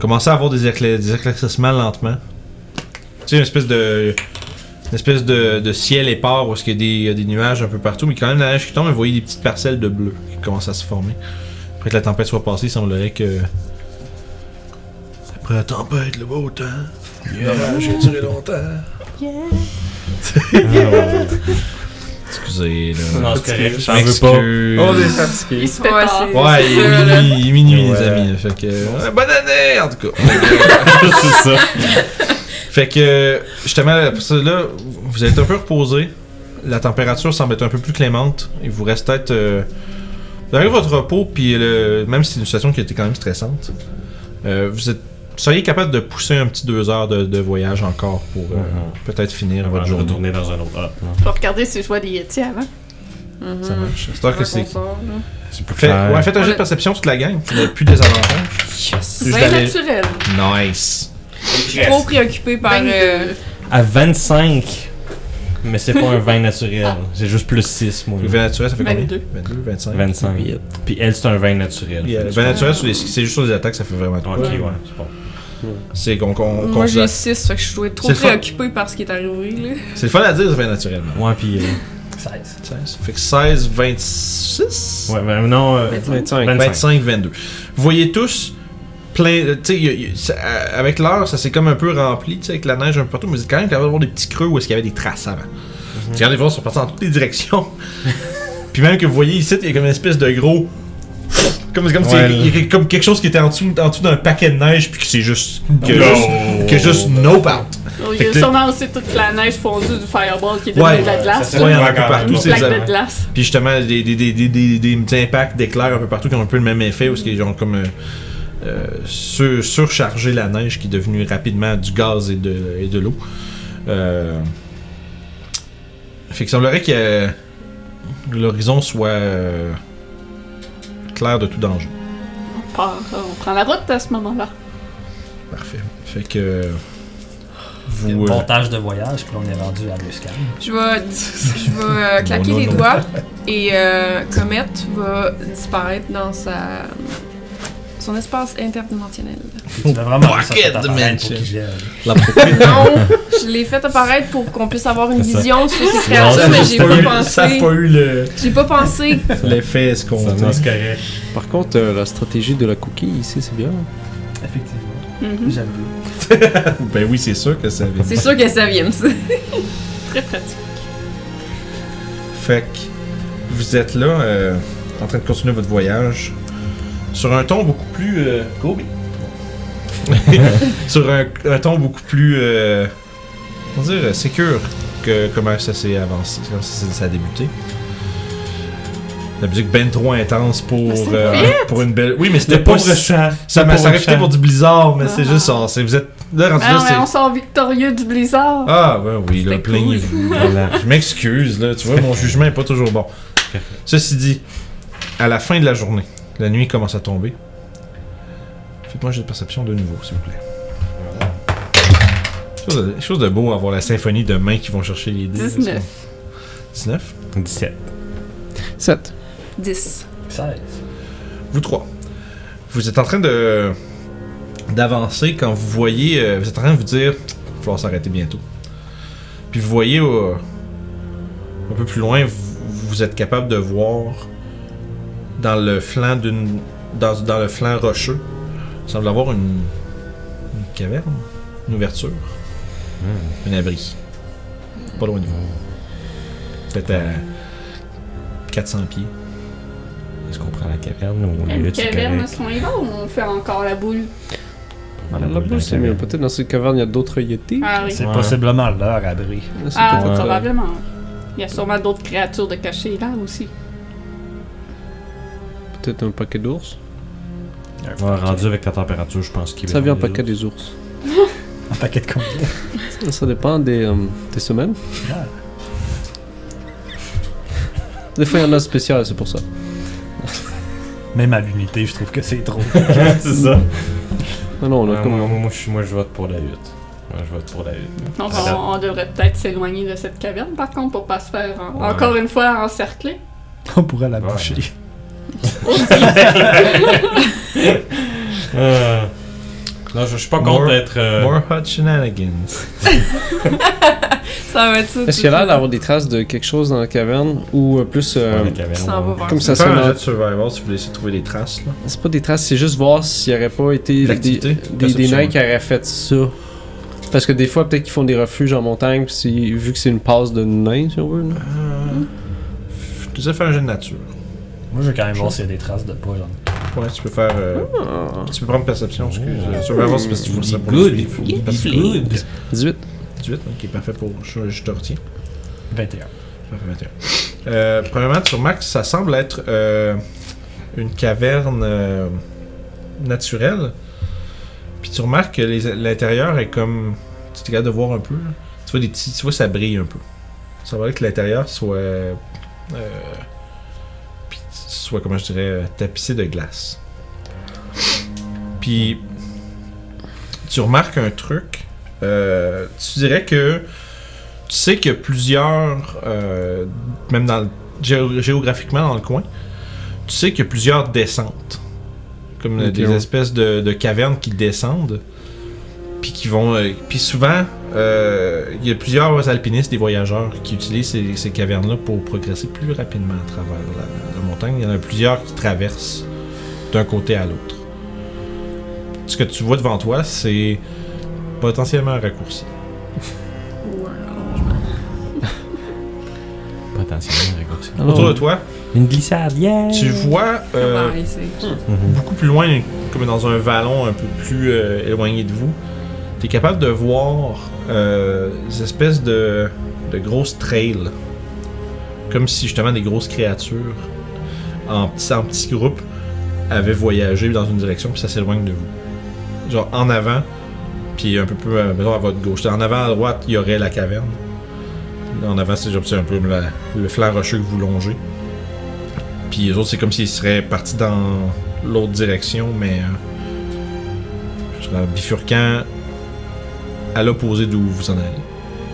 A: commencez à avoir des, écla- des éclaircissements lentement. Tu sais, une espèce de. Une espèce de, de ciel épars où est-ce qu'il y a des- il y, a des nuages un peu partout, mais quand même la neige qui tombe, vous voyez des petites parcelles de bleu qui commencent à se former. Après que la tempête soit passée, il semblerait que. Après la tempête, le beau temps. L'orage a duré longtemps. Excusez, là.
E: Non, c'est correct.
A: Je
E: J'en veux pas.
A: m'excuse.
C: Oh,
D: fatigué.
B: Il se fait tard.
F: c'est-
A: Ouais, il est
F: ça, là.
A: minuit, il est minuit,
E: Ouais.
A: les amis. là, Fait que. euh, bonne année, en tout cas.
E: *laughs* c'est ça.
A: fait que, justement, là, pour ça, là, vous êtes un peu reposé. La température semble être un peu plus clémente. Il vous reste peut-être. euh, vous avez votre repos, puis le, même si c'est une situation qui était quand même stressante, euh, vous êtes. vous seriez capable de pousser un petit deux heures de, de voyage encore pour euh,
E: Mhm.
A: peut-être finir
E: Avant
A: votre
E: de
A: journée.
E: retourner dans un autre
G: Ah,
E: hop.
B: Je vais regarder si je vois des Yeti avant.
F: Mhm.
A: Ça marche. J'espère que c'est.
F: Avant qu'on sorte, là.
E: C'est plus
A: Fait,
E: clair.
A: ouais, faites un
F: On
A: jet
F: a-
A: de perception toute la gang. Vous n'avez plus des avantages.
F: Bien Ben, naturel.
A: Nice.
F: Je suis trop préoccupée par.
B: Ben,
F: euh,
E: À 25. Mais c'est pas un vin *laughs* naturel. J'ai juste plus 6, moi.
A: Le vin naturel, ça fait combien
B: 22.
A: 22, 25.
E: 25. Puis elle, c'est un vin naturel.
A: Yeah, le vin euh, naturel, sur les- c'est juste sur les attaques, ça fait vraiment de quoi.
E: Ok, ouais, c'est bon.
A: C'est qu'on qu'on- qu'on
F: Moi, j'ai
A: considère-
F: 6, fait que je suis
A: C'est
F: trop
A: le fun.
F: préoccupée par ce qui est arrivé, là.
A: C'est le fun à dire, le vin naturellement.
E: Ouais, puis. euh,
C: 16.
A: 16. Fait que 16, 26.
E: ouais, ben non. euh,
D: 25.
A: 25, 22. Vous voyez tous plein. Tu sais, y a- y a- ça- euh, avec l'heure, ça s'est comme un peu rempli, tu sais, avec la neige un peu partout, mais vous êtes quand même capable de voir des petits creux où est-ce qu'il y avait des traces
E: Mhm.
A: avant. Regardez voir, ils sont partis dans toutes les directions. *laughs* Puis même que vous voyez ici, il y a comme une espèce de gros. Comme, comme, si-
E: Ouais,
A: il y a comme quelque chose qui était en dessous, en dessous d'un paquet de neige, puis que c'est juste. Que
E: No.
A: juste, que juste nope out.
B: Oh, il
A: Fait
B: y a
A: que-
B: sûrement aussi toute la neige fondue du fireball qui est
A: Ouais,
B: devenue de la glace.
E: ça
A: Ouais,
E: Ouais,
A: un peu
E: quand
A: partout,
E: même.
A: c'est
B: Plaque
A: les
B: de glace.
A: Puis justement, des, des, des, des, des, des petits impacts d'éclairs un peu partout qui ont un peu le même effet, où ce qu'ils ont comme euh, euh, sur- surchargé la neige qui est devenue rapidement du gaz et de, et de l'eau. Euh... Fait qu'il semblerait que l'horizon soit euh, clair de tout danger.
B: On part, euh, on prend la route à ce moment-là.
A: Parfait. Fait que. euh, Vous. euh,
I: Montage de voyage, puis là, on est rendu à Luscan.
F: Je vais, *laughs* je vais euh, claquer
A: Non, non,
F: les
A: non.
F: doigts et euh, Comet va disparaître dans sa son espace interdimensionnel.
I: Puis Tu vas vraiment avoir ça
A: Pocket
I: dans ta tête pour
A: dimension.
I: qu'il gèle.
F: Non, je l'ai fait apparaître pour qu'on puisse avoir une
E: C'est ça.
F: vision sur ces
A: non, ça
F: créatures, mais j'ai
A: a
F: pas
A: eu- ça a
F: pensé.
A: pas eu le-
F: J'ai pas pensé.
A: l'effet escompté.
E: Non, c'est correct.
D: Par contre, euh, la stratégie de la cookie ici, c'est bien.
I: Effectivement.
B: Mhm.
I: J'aime bien.
A: Ben oui, c'est sûr que ça avait.
F: C'est sûr que ça vient, ça.
B: Très pratique.
A: Fait que vous êtes là, euh, en train de continuer votre voyage, sur un ton beaucoup plus. euh,
E: *laughs*
A: Kobe. sur un, un ton beaucoup plus. Euh, comment dire, euh, sécure que comment ça s'est avancé, comment ça, s'est- ça a débuté. La musique ben trop intense pour,
B: Ah, c'est
A: euh, pour une belle. Oui, mais c'était
E: Le
A: pas.
E: pauvre chant.
A: Ça
E: le
A: m'a ça
E: pauvre
A: réputé
E: chant.
A: pour du blizzard, mais c'est
B: Ah.
A: juste ça. c'est- Vous êtes. Là, rendu là,
B: Ah, mais on
A: c'est.
B: sort victorieux du blizzard.
A: Ah, ben oui, là,
B: C'était
A: plaignez-vous. Voilà. Je m'excuse, là. Tu vois, mon jugement est pas toujours bon. Ceci dit, à la fin de la journée, la nuit commence à tomber. Faites-moi j'ai de perception de nouveau, s'il vous plaît. Chose de, chose de beau avoir la symphonie de mains qui vont chercher les dés. là,
B: 19.
A: c'est- 19
G: 17.
D: 7.
B: 10.
I: 16.
A: Vous trois. Vous êtes en train de d'avancer quand vous voyez. euh, vous êtes en train de vous dire. Il va falloir s'arrêter bientôt. Puis vous voyez euh, un peu plus loin, vous, vous êtes capable de voir dans le flanc d'une. Dans, dans le flanc rocheux. Il semble avoir une, une caverne, une ouverture,
E: Hmm.
A: un abri. Pas loin de vous.
E: Hmm.
A: Peut-être à 400 pieds.
G: Est-ce qu'on prend la caverne ou on est là,
B: Les
G: tu
B: cavernes
G: correct?
B: sont là ou on fait encore la boule?
G: Dans la
D: Là-bas, c'est mieux.
G: caverne.
D: Peut-être Ah, dans cette caverne, il y a d'autres yétis.
B: Ah oui.
I: C'est
E: Ouais.
I: possiblement leur abri.
D: Là, c'est
B: Ah,
D: peut-être, euh,
B: probablement. Il y a sûrement d'autres créatures de cachées là aussi.
D: euh, Peut-être un paquet d'ours.
E: Ouais, rendu avec la température, je pense qu'il
D: Ça vient un
E: pas
D: paquet des ours.
I: Un paquet de combien
E: *laughs*
D: Ça, ça dépend des, euh, des semaines.
I: Ah.
D: Des fois, il y en a spécial, c'est pour ça.
I: Même à l'unité, je trouve que c'est
C: *laughs*
I: trop.
E: C'est ça.
D: Non, Ah non, on a
E: Ouais,
D: comme.
E: moi, moi, moi, je, suis- moi, je vote pour la 8. Moi, je vote pour la 8.
B: Donc on,
E: Ah.
B: on devrait peut-être s'éloigner de cette caverne par contre pour pas se faire en-
E: Ouais.
B: encore une fois encercler.
I: On pourrait la
E: Ouais.
I: boucher.
E: Euh, Non, je, je suis pas contre
A: More-
E: d'être. euh,
A: More hot shenanigans.
F: Ça va être ça.
D: Est-ce qu'il y a l'air d'avoir des traces de quelque chose dans la caverne ou euh, plus. euh,
E: dans la caverne,
F: Ça va
E: ouais.
F: voir.
D: comme ça,
A: Faire
D: ça
A: un
D: m'a-
A: jet de survival si vous voulez essayer de trouver des traces. Là.
D: C'est pas des traces, c'est juste voir s'il n'y aurait pas été des,
A: L'activité,
D: des, des
A: perception.
D: nains qui auraient fait ça. Parce que des fois, peut-être qu'ils font des refuges en montagne, puis c'est- vu que c'est une passe de nains, si on veut. là.
A: Euh, Je te disais faire un jeu de nature.
I: Moi, je veux quand même voir s'il y a des traces de pas, genre.
A: Ouais, tu peux faire. euh,
D: Ah.
A: Tu peux prendre perception, excuse. euh, Survival, c'est parce que tu voulais ça pour
I: Good.
A: le suivre.
I: Good.
A: Parce que-
D: 18.
A: 18, ok, parfait pour. Je, je te retiens.
I: 21.
A: Parfait, 21. Euh, premièrement, sur Max, ça semble être euh, une caverne euh, naturelle. Puis tu remarques que les- l'intérieur est comme. Tu te regardes de voir un peu. là. Tu vois, des petits, tu vois, ça brille un peu. Ça va que l'intérieur soit. euh, puis soit, comment je dirais, euh, tapissé de glace. Puis. Tu remarques un truc. euh, tu dirais que. Tu sais qu'il y a plusieurs, euh, même dans le- géo- géographiquement dans le coin, tu sais qu'il y a plusieurs descentes. Comme euh,
D: Ok,
A: des
D: ouais.
A: espèces de, de cavernes qui descendent. Puis qui vont. euh, puis souvent, euh, il y a plusieurs alpinistes, des voyageurs qui utilisent ces, ces cavernes-là pour progresser plus rapidement à travers la, la montagne. Il y en a plusieurs qui traversent d'un côté à l'autre. Ce que tu vois devant toi, c'est potentiellement un raccourci.
G: Potentiellement raccourci.
A: Autour de toi,
I: Oh. Une glissade, yeah!
A: tu vois euh,
F: Ouais, c'est-
A: beaucoup plus loin, comme dans un vallon un peu plus euh, éloigné de vous, tu es capable de voir euh, des espèces de, de grosses trails. Comme si justement des grosses créatures en petits, en petits groupes avaient voyagé dans une direction, puis ça s'éloigne de vous. Genre en avant, puis un peu plus euh, mettons, à votre gauche. En avant à droite, il y aurait la caverne. En avant, c'est genre, c'est un peu la- le flanc rocheux que vous longez. Puis les autres, c'est comme s'ils seraient partis dans l'autre direction, mais euh, je serais en bifurquant à l'opposé d'où vous en allez.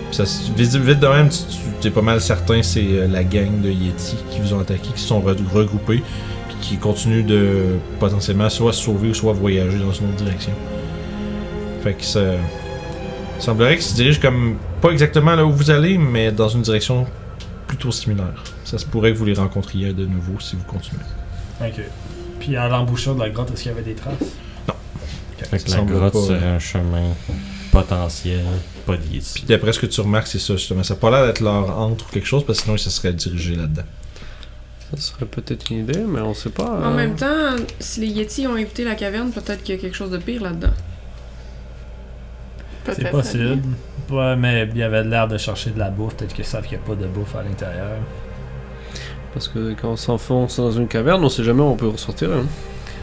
A: Puis ça, se- vite, vite de même, tu, tu- t'es pas mal certain, c'est euh, la gang de Yeti qui vous ont attaqué, qui se sont re- regroupés, puis qui continuent de potentiellement soit se sauver ou soit voyager dans une autre direction. Fait que ça. Il semblerait qu'ils se dirigent comme. Pas exactement là où vous allez, mais dans une direction plutôt similaire. Ça se pourrait que vous les rencontriez de nouveau si vous continuez.
C: Ok. Puis à l'embouchure de la grotte, est-ce qu'il y avait des traces
G: Fait que
A: Ça
G: la
A: semble
G: grotte
A: pas,
G: serait
A: euh,
G: un chemin potentiel, pas d'ici.
A: Puis d'après ce que tu remarques, c'est ça justement. Ça n'a pas l'air d'être leur entre ou quelque chose, parce que sinon ils se seraient dirigés là-dedans.
J: Ça serait peut-être une idée, mais on sait pas.
F: En
J: euh,
D: hein,
F: même temps, si les Yetis ont évité la caverne, peut-être qu'il y a quelque chose de pire là-dedans.
C: C'est
B: Peut-être.
C: possible. Ouais, mais il y avait l'air de chercher de la bouffe. Peut-être qu'ils savent qu'il n'y a pas de bouffe à l'intérieur.
J: Parce que quand on s'enfonce dans une caverne, on sait jamais où on peut ressortir. hein.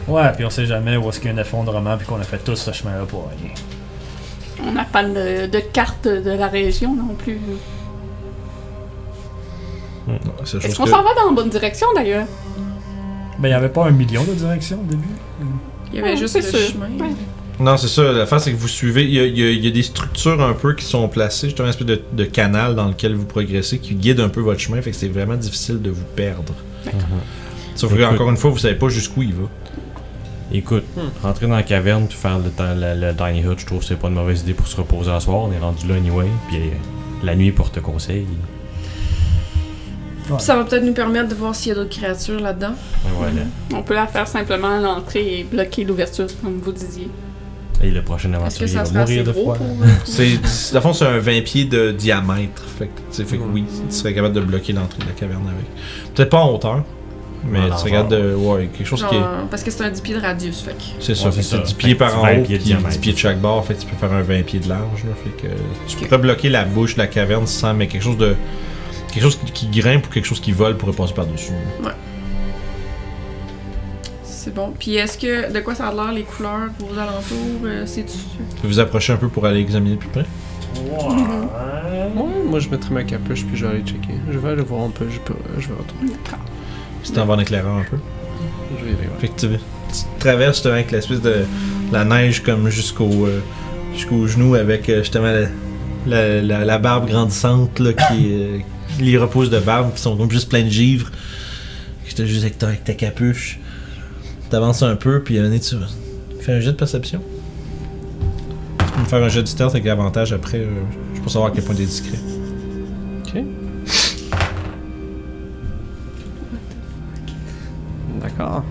C: Ouais, puis on sait jamais où est-ce qu'il y a un effondrement puis qu'on a fait tout ce chemin-là pour rien.
B: On n'a pas de, de carte de la région non plus.
A: Ouais, c'est chose
B: Est-ce qu'on
A: que-
B: s'en va dans la bonne direction d'ailleurs?
C: Ben, il n'y avait pas un million de directions au début
F: Il y avait
B: Ah,
F: juste
B: c'est
F: le
B: sûr.
F: chemin.
B: Ouais.
A: Non, c'est ça. L'affaire, c'est que vous suivez. Il y, a- il y a- il y a des structures un peu qui sont placées, justement, une espèce de, de canal dans lequel vous progressez qui guide un peu votre chemin. Fait que c'est vraiment difficile de vous perdre. Sauf que,
G: Écoute.
A: encore une fois, vous savez pas jusqu'où il va.
G: Écoute,
F: Hmm.
G: rentrer dans la caverne puis faire le, ta- le- le tiny hut, je trouve que c'est pas une mauvaise idée pour se reposer à soir. On est rendu là anyway, puis euh, la nuit porte conseil.
F: Puis ça va peut-être nous permettre de voir s'il y a d'autres créatures là-dedans.
G: Et voilà.
F: Hmm.
B: On peut la faire simplement à l'entrée et bloquer l'ouverture, comme vous disiez.
G: Et le prochain
F: Est-ce que
G: aventurier
F: ça
G: va
F: sera assez
G: mourir de
F: gros
G: froid.
F: pour... euh,
A: C'est, c'est- dans le fond, c'est un 20 pieds de diamètre. Fait que, tu sais, fait que oui, tu serais capable de bloquer l'entrée de la caverne avec. Peut-être pas en hauteur, mais
G: En
A: tu
G: largeur.
A: regardes de. Ouais, quelque chose qui est.
F: Non, parce que c'est un 10 pieds de radius, fait que-
A: C'est ça,
G: Ouais,
A: fait que
G: c'est
A: c'est
G: ça.
A: 10
G: Fait
A: pieds
G: que
A: par en
G: 20
A: haut,
G: pieds de
A: puis 10
G: diamètre.
A: pieds de chaque bord, fait que tu peux faire un 20 pieds de large, là, fait que tu pourrais bloquer la bouche de la caverne sans, mais quelque chose de... quelque chose qui, qui grimpe ou quelque chose qui vole pourrait passer par-dessus.
F: C'est bon. Puis est-ce que de quoi ça a l'air les couleurs aux alentours euh, C'est-tu
A: Vous vous approchez un peu pour aller examiner de plus près.
J: Ouais, moi je mettrai ma capuche puis je vais aller checker. Je vais aller voir un peu, je, peux, je vais retourner.
A: Si t'en vas en éclairant un peu.
J: Je vais y aller, ouais.
A: Fait que tu, tu traverses justement avec l'espèce de la neige comme jusqu'au euh, jusqu'au genou avec euh, justement la, la- la- la barbe grandissante là, qui euh, les repousse de barbe qui sont comme juste plein de givre. J'étais juste avec ta, avec ta capuche. T'avances un peu puis venez tu fais un jet de perception. Tu peux me faire un jet de stealth avec avantage après. euh, je peux savoir à quel point t'es discret.
J: D'accord.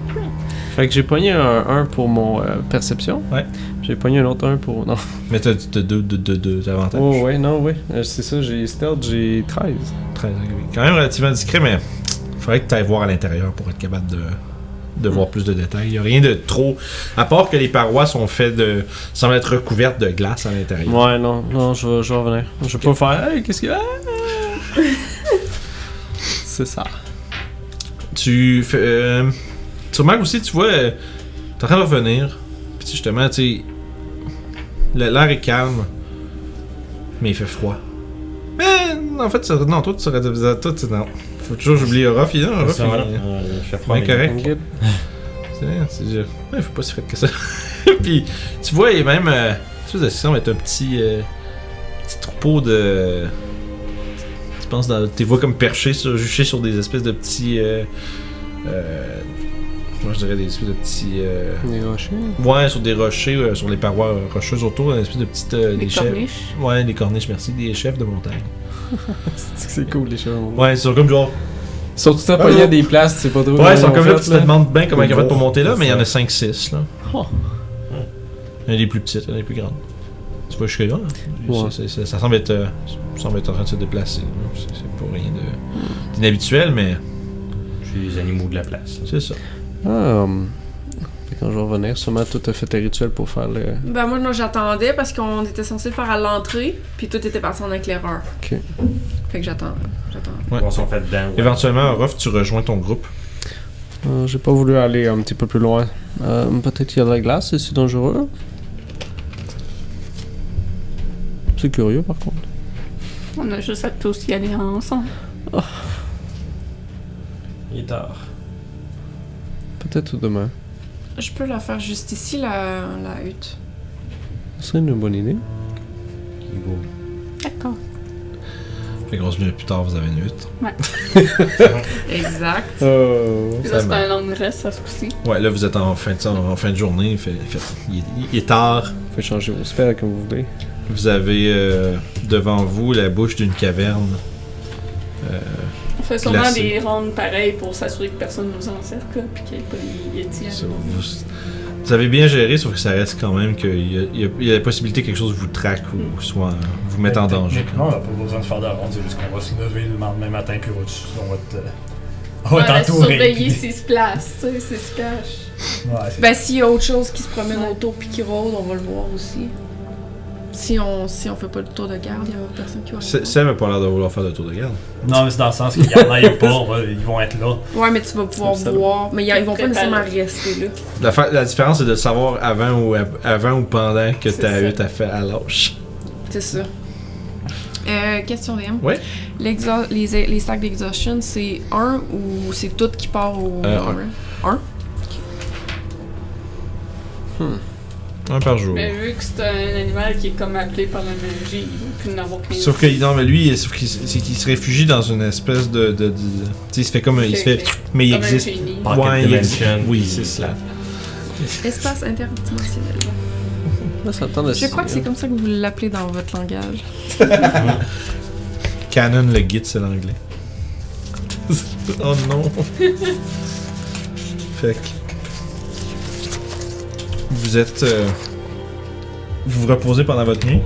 J: Fait que j'ai pogné un 1 pour mon euh, perception.
A: Ouais.
J: J'ai pogné un autre 1
A: *laughs*
J: pour. Non.
A: Mais t'as t'as deux, deux, deux, deux avantages.
J: Oh ouais, non, ouais. Euh, C'est ça, j'ai stealth, j'ai 13.
A: Très- quand même relativement discret, mais faudrait que tu ailles voir à l'intérieur pour être capable de, de voir plus de détails. Il n'y a rien de trop. À part que les parois sont faites de. semblent être recouvertes de glace à l'intérieur.
J: Ouais, non, non, je vais, je vais revenir. Je vais pas faire. Hey, qu'est-ce
A: *laughs*
J: qu'il y a Ah! C'est ça.
A: Tu fais. euh, tu remarques aussi, tu vois, euh, t'es en train de revenir. Puis justement, tu sais. le- L'air est calme. Mais il fait froid. Mais en fait, ça- non, toi, tu serais. Toi, tu non. Faut toujours que j'oublie Orof. Il est Orof.
G: Ça, voilà.
A: il-
G: Euh, je fais froid,
A: C'est
G: mais-
A: bien correct. C'est bien, c'est dur. Ouais, faut pas si fait que ça. *laughs* Puis, tu vois, il y a même. Euh, tu sais, ça semble être un petit. euh, petit troupeau de. Tu penses, dans, tu les vois comme perchés, sur, juchés sur des espèces de petits. Euh, euh, comment je dirais, des espèces de petits. euh,
J: Des rochers.
A: ouais, sur des rochers, euh, sur les parois euh, rocheuses autour, une espèce de petites. euh,
B: Les
A: des chefs-
B: corniches.
A: Ouais, des corniches, merci, des chefs de montagne.
J: C'est c'est cool, les chevaux.
A: Ouais, ils sont comme genre.
J: Ils sont tout à pognés à des places, c'est pas trop.
A: Ouais, ils
J: comment
A: sont
J: on
A: comme là,
J: fait,
A: tu te demandes bien comment ils ont fait pour monter là,
G: c'est
A: mais il y en a
G: ça.
A: 5-6 là.
J: Oh.
A: Il y en a des plus petites, il y en a des plus grandes. Tu vois jusque là, là.
J: Ouais.
A: C'est- c'est- ça semble être, euh, ça semble être en train de se déplacer. là. C'est c'est pas rien de- d'inhabituel, mais
G: Je suis les animaux de la place.
A: c'est ça.
J: Ah, hum. Fait que quand je vais revenir, sûrement, toi, t'as fait tes rituels pour faire le.
F: Ben moi, non, j'attendais parce qu'on était censé le faire à l'entrée, puis tout était parti en éclaireur.
J: Ok.
F: Fait que j'attends, j'attends.
A: Ouais.
G: Voir si on fait dedans. ouais.
A: Éventuellement, Ruff, tu rejoins ton groupe.
J: Euh, J'ai pas voulu aller un petit peu plus loin. Euh, Peut-être qu'il y a de la glace et c'est dangereux. C'est curieux par contre.
B: On a juste à tous y aller ensemble.
I: Il est tard.
D: Peut-être tout demain.
F: Je peux la faire juste ici, la, la hutte.
D: Ce serait une bonne idée.
B: D'accord.
A: Fait qu'on se met plus tard, vous avez une hutte.
F: Exact.
D: Euh,
B: Puis
A: Ça
B: là, c'est
A: marche.
B: un long reste à ce coup-ci.
A: Ouais, là, vous êtes en fin de, en fin de journée. Fait, fait- il, est- il est tard.
D: Fait changer vos spells comme vous voulez.
A: Vous avez euh, devant vous la bouche d'une caverne. Euh,
B: On fait sûrement
A: Glacé.
B: des rondes pareilles pour s'assurer que personne nous encercle, là, puis qu'il n'y ait pas les Yétis.
A: ça vous, vous avez bien géré, sauf que ça reste quand même qu'il y, a- il y a- il y a la possibilité que quelque chose vous traque ou soit vous mette en danger.
I: Non, on n'a pas besoin de faire de ronde, c'est juste qu'on va se lever le lendemain matin, puis on va te- on va te. On
B: On
I: va
B: va
I: t'entourer.
B: surveiller
I: puis-
B: s'il se place, tu sais, s'il se cache.
I: Ouais, c'est-
F: Ben, s'il y a autre chose qui se promène autour puis qui rôde, on va le voir aussi. Si on, si on fait pas le tour de garde, il y a personne qui va le
A: Ça n'a pas l'air de vouloir faire de tour de garde.
I: Non, mais c'est dans le sens qu'il y en a il y a pas, on va- ils vont être là.
F: voir. Ouais, mais tu vas pouvoir voir. Mais y a- ils vont pas nécessairement rester là.
A: La, fa- la différence, c'est de savoir avant ou, ap- avant ou pendant que
F: C'est
A: ta
F: ça.
A: hutte a fait à lâche.
F: C'est ça. Euh, question DM.
A: Ouais.
F: L'exha- Les, les stacks d'exhaustion, c'est un ou c'est tout qui part au.
A: Euh,
F: un. Un?
A: Un par jour.
B: Mais vu que c'est un animal qui est comme appelé par la magie, il peut en avoir qu'un.
A: Sauf que non, mais lui, sauf qu'il c'est qu'il se réfugie dans une espèce de, de, de- tu sais, il se fait comme, il se fait,
B: Ok,
A: mais il
B: Comme un
A: existe. Ah.
B: génie.
E: Pocket
A: Ouais, il existe.
E: dimension,
A: Oui,
E: puis-
A: c'est cela.
F: Espace interdimensionnel.
D: Là, Bah, ça tente de
F: Je crois que c'est comme ça que vous l'appelez dans votre langage.
A: Canon, le guide, c'est l'anglais. oh non. fait que vous êtes, euh, vous vous reposez pendant votre nuit.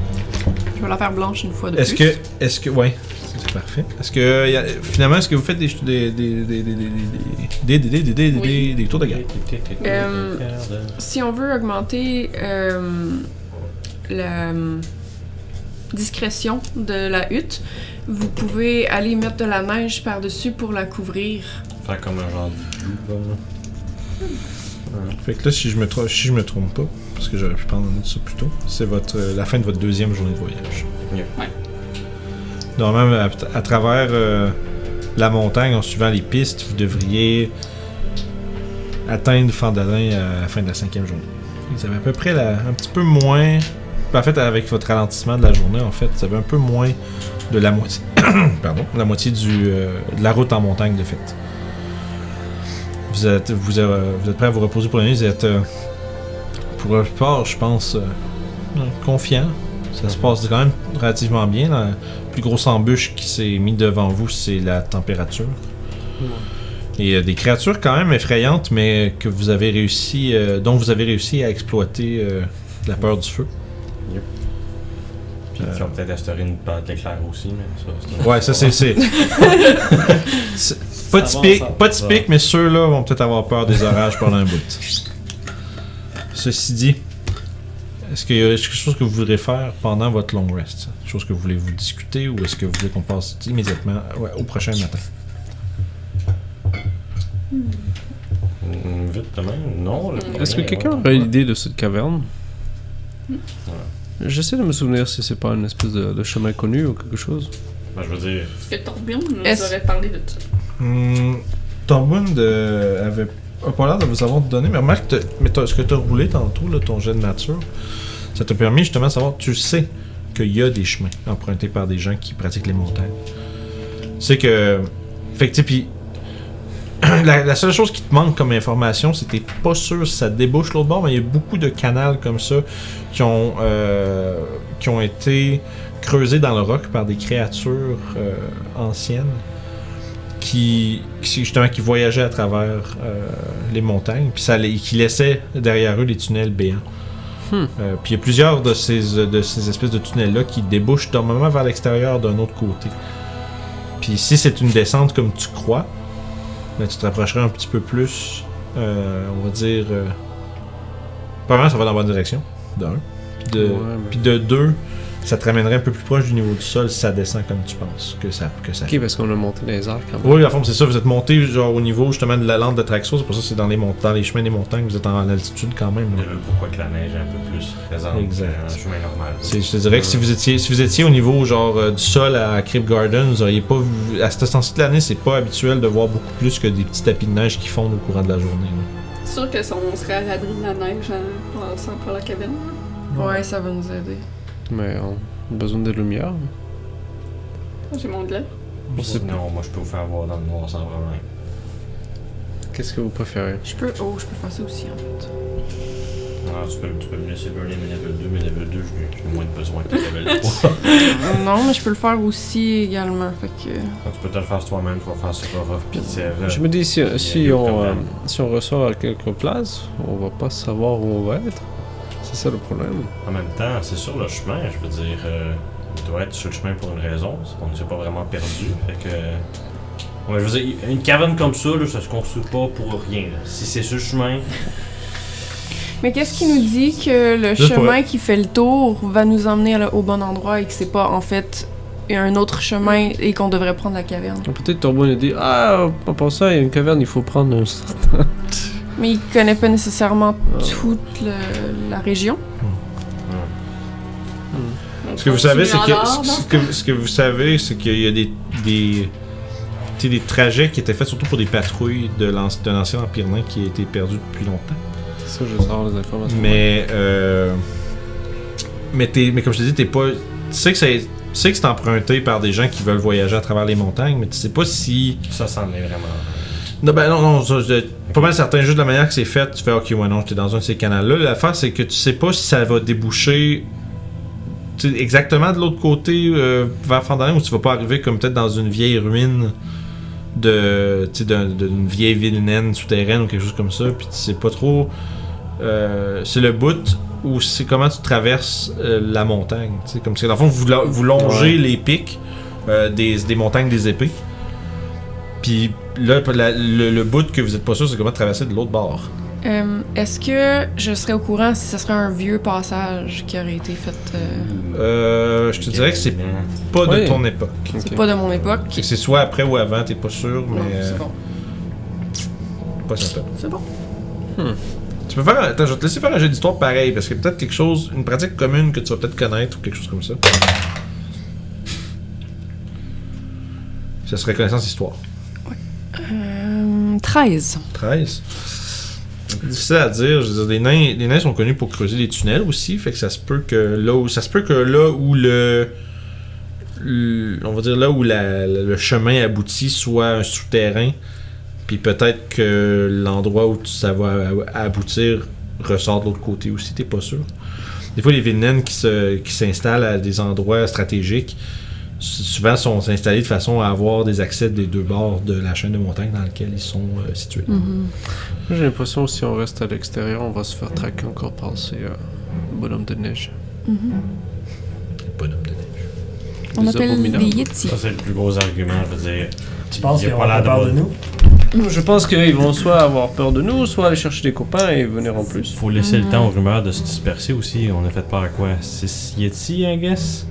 F: Je vais la faire blanche une fois de
A: Est-ce
F: plus.
A: que, est-ce que, ouais, c'est parfait. Est-ce que y a- finalement, est-ce que vous faites des des des des des des des des des des des- des-
B: Oui.
A: des tours de garde?
F: Euh, si on veut augmenter euh, la euh, discrétion de la hutte, vous pouvez aller mettre de la neige par-dessus pour la couvrir.
E: Faire comme un genre de loup, là.
A: Fait que là, si je me, tro- si je me trompe pas, parce que j'aurais pu prendre un autre ça plus tôt, c'est votre, euh, la fin de votre deuxième journée de voyage.
E: Yeah.
B: Ouais.
A: Normalement, à, à travers euh, la montagne, en suivant les pistes, vous devriez atteindre Fandalin à la fin de la cinquième journée. Vous avez à peu près la- un petit peu moins. En fait, avec votre ralentissement de la journée, en fait, vous avez un peu moins de la moitié. *coughs* Pardon. La moitié du, euh, de la route en montagne, de fait. Vous êtes, vous, avez- vous êtes prêt à vous reposer pour la nuit. Vous êtes, euh, pour la plupart, je pense, euh, euh, confiant. Ça se passe quand même relativement bien. La plus grosse embûche qui s'est mise devant vous, c'est la température. Et euh, des créatures quand même effrayantes, mais que vous avez réussi, euh, dont vous avez réussi à exploiter euh, la peur du feu.
J: Euh.
E: Puis ils ont peut-être instauré une pâte d'éclair aussi, mais ça, c'est
A: Ouais, ça c'est. c'est- c'est pas typique, pas typique, mais ceux-là vont peut-être avoir peur des orages pendant un bout. Ceci dit, est-ce qu'il y a quelque chose que vous voudrez faire pendant votre long rest Quelque chose que vous voulez vous discuter ou est-ce que vous voulez qu'on passe immédiatement ouais, au prochain matin
E: Mm, Vite demain, non. le
D: Est-ce que
E: premier,
G: euh,
D: quelqu'un
E: ouais.
D: aurait l'idée de cette caverne J'essaie de me souvenir si c'est pas une espèce de, de chemin connu ou quelque chose.
E: Ben, je veux dire,
B: Est-ce que Torbjorn nous
F: Est-ce-
B: aurait parlé de ça?
A: Hmm, Torbund euh, avait a pas l'air de vous avoir donné, mais remarque, t'as- mais t'as- ce que tu as roulé tantôt, là, ton jet de nature, ça t'a permis justement de savoir, tu sais qu'il y a des chemins empruntés par des gens qui pratiquent les montagnes. Tu sais que. Fait que, tu sais, puis. *clears throat* La, la seule chose qui te manque comme information, c'est que t'es pas sûr si ça débouche l'autre bord, mais il y a beaucoup de canals comme ça qui ont, euh, qui ont été creusés dans le roc par des créatures euh, anciennes qui, qui- justement qui voyageaient à travers euh, les montagnes, puis ça les- qui laissaient derrière eux les tunnels béants.
D: Hmm.
A: Euh, puis il y a plusieurs de ces, euh, de ces espèces de tunnels-là qui débouchent normalement vers l'extérieur d'un autre côté. Puis si c'est une descente comme tu crois, ben, tu te rapprocherais un petit peu plus, euh, on va dire... Euh, probablement ça va dans la bonne direction, d'un. Puis de,
D: Ouais, mais-
A: puis de deux, ça te ramènerait un peu plus proche du niveau du sol si ça descend comme tu penses que ça, que ça
J: Ok, parce qu'on a monté les airs quand même.
A: oui, la forme, c'est ça. Vous êtes monté genre au niveau justement de la lande de Traxo. C'est pour ça que c'est dans les, mont- dans les chemins des montagnes. Vous êtes en altitude quand même. là.
G: Euh, Pourquoi que la neige est un peu plus présente
A: Exact.
G: qu'un chemin normal.
A: C'est- Je te dirais que si vous étiez, si vous étiez au niveau genre euh, du sol à Crib Garden, vous auriez pas vu- à cette sens de l'année, c'est pas habituel de voir beaucoup plus que des petits tapis de neige qui fondent au courant de la journée. là.
B: sûr que si on serait à l'abri de la neige hein, en passant par la caverne.
F: Ouais, ça va nous aider.
J: Mais on a besoin de lumière.
B: J'ai mon glaive.
J: On sait pas.
G: Non, moi je peux vous faire voir dans le noir sans problème.
J: Qu'est-ce que vous préférez
F: Je peux. Oh, je peux faire ça aussi en fait.
G: Non, tu peux, tu peux me laisser burner mes level 2, mes level 2, j'ai- j'ai moins de besoin que tes level
J: *laughs*
G: 3.
F: non, mais je peux le faire aussi également. Fait que.
G: tu peux te le faire toi-même, tu vas faire super rough, pis c'est
D: Euh.
G: vrai.
J: Je me dis, si, si
G: y a
J: on,
G: comme
J: euh,
G: même.
J: si on ressort à quelques places, on va pas savoir où on va être. C'est ça le problème.
G: En même temps, c'est sur le chemin, je veux dire, euh, il doit être sur le chemin pour une raison, c'est qu'on ne s'est pas vraiment perdu, fait que... Ouais, je veux dire, une caverne comme ça, là, ça se construit pas pour rien. là. Si c'est sur le chemin,
F: Mais qu'est-ce qui nous dit que le
A: Juste pour-
F: chemin qui fait le tour va nous emmener à la- au bon endroit et que c'est pas en fait un autre chemin et qu'on devrait prendre la caverne?
J: Peut-être Turbo nous dit Ah, en passant, il y a une caverne, il faut prendre un certain-
F: Mais il connaît pas nécessairement
J: Euh.
F: toute le- la région.
A: Ce que vous savez, c'est que ce que, ce que vous savez, c'est qu'il y a des des tu sais, des trajets qui étaient faits surtout pour des patrouilles de l'an- d'un ancien empire nain qui a été perdu depuis longtemps.
J: Ça, je sors les informations.
A: Mais, euh, mais, t'es- mais comme je te dis, t'es pas. Tu sais que c'est. Tu sais que c'est emprunté par des gens qui veulent voyager à travers les montagnes, mais tu sais pas si.
G: ça s'en est vraiment...
A: Non, ben non, non, ça, je- pas mal certain, juste de la manière que c'est fait, tu fais ok, ouais, non, j'étais dans un de ces canals-là. L'affaire, c'est que tu sais pas si ça va déboucher tu sais, exactement de l'autre côté euh, vers Fandalin ou tu vas pas arriver comme peut-être dans une vieille ruine de tu sais, d'un- d'une vieille ville naine souterraine ou quelque chose comme ça, puis tu sais pas trop. euh, c'est le bout où c'est comment tu traverses euh, la montagne. tu sais, Comme si, dans le fond, vous, la- vous longez les pics euh, des, des montagnes des épées. Puis là, la- le, le bout que vous êtes pas sûr, c'est comment traverser de l'autre bord.
F: Euh, Est-ce que je serais au courant si ce serait un vieux passage qui aurait été fait euh,
A: Euh, je te dirais que c'est pas de
J: Ouais.
A: ton époque.
J: Ok.
F: C'est pas de mon époque.
A: C'est que c'est soit après ou avant, t'es pas sûr, mais
F: Non, c'est bon.
A: euh, pas certain.
F: C'est bon.
A: Tu peux faire. un- Attends, je vais te laisser faire un jeu d'histoire pareil, parce que peut-être quelque chose, une pratique commune que tu vas peut-être connaître ou quelque chose comme ça. Ça serait connaissance histoire.
F: Euh, 13.
A: 13. Difficile à dire. Je veux dire, les nains, les nains sont connus pour creuser des tunnels aussi, fait que ça se peut que là où ça se peut que là où le, le- on va dire là où la- la- le chemin aboutit soit un souterrain, puis peut-être que l'endroit où tu- ça va a- aboutir ressort de l'autre côté aussi. T'es pas sûr. Des fois, les villes naines qui se- qui s'installent à des endroits stratégiques s- souvent sont installés de façon à avoir des accès des deux bords de la chaîne de montagne dans laquelle ils sont euh, situés.
J: Moi, J'ai l'impression que si on reste à l'extérieur, on va se faire traquer encore par ces euh, bonhommes de neige.
A: Bonhomme de neige.
F: On
J: Les
F: appelle
J: abominables.
F: des Yeti.
G: Ça, c'est le plus gros argument, je veux dire.
C: Tu penses
G: Il y a
C: qu'ils ont
G: pas l'air
C: pas peur de
G: d'avoir-
C: nous?
J: Je pense qu'ils vont soit avoir peur de nous, soit aller chercher des copains et venir en plus.
G: Faut laisser
J: Mhm.
G: le temps aux rumeurs de se disperser aussi. On a fait peur à quoi 6 Yeti, I guess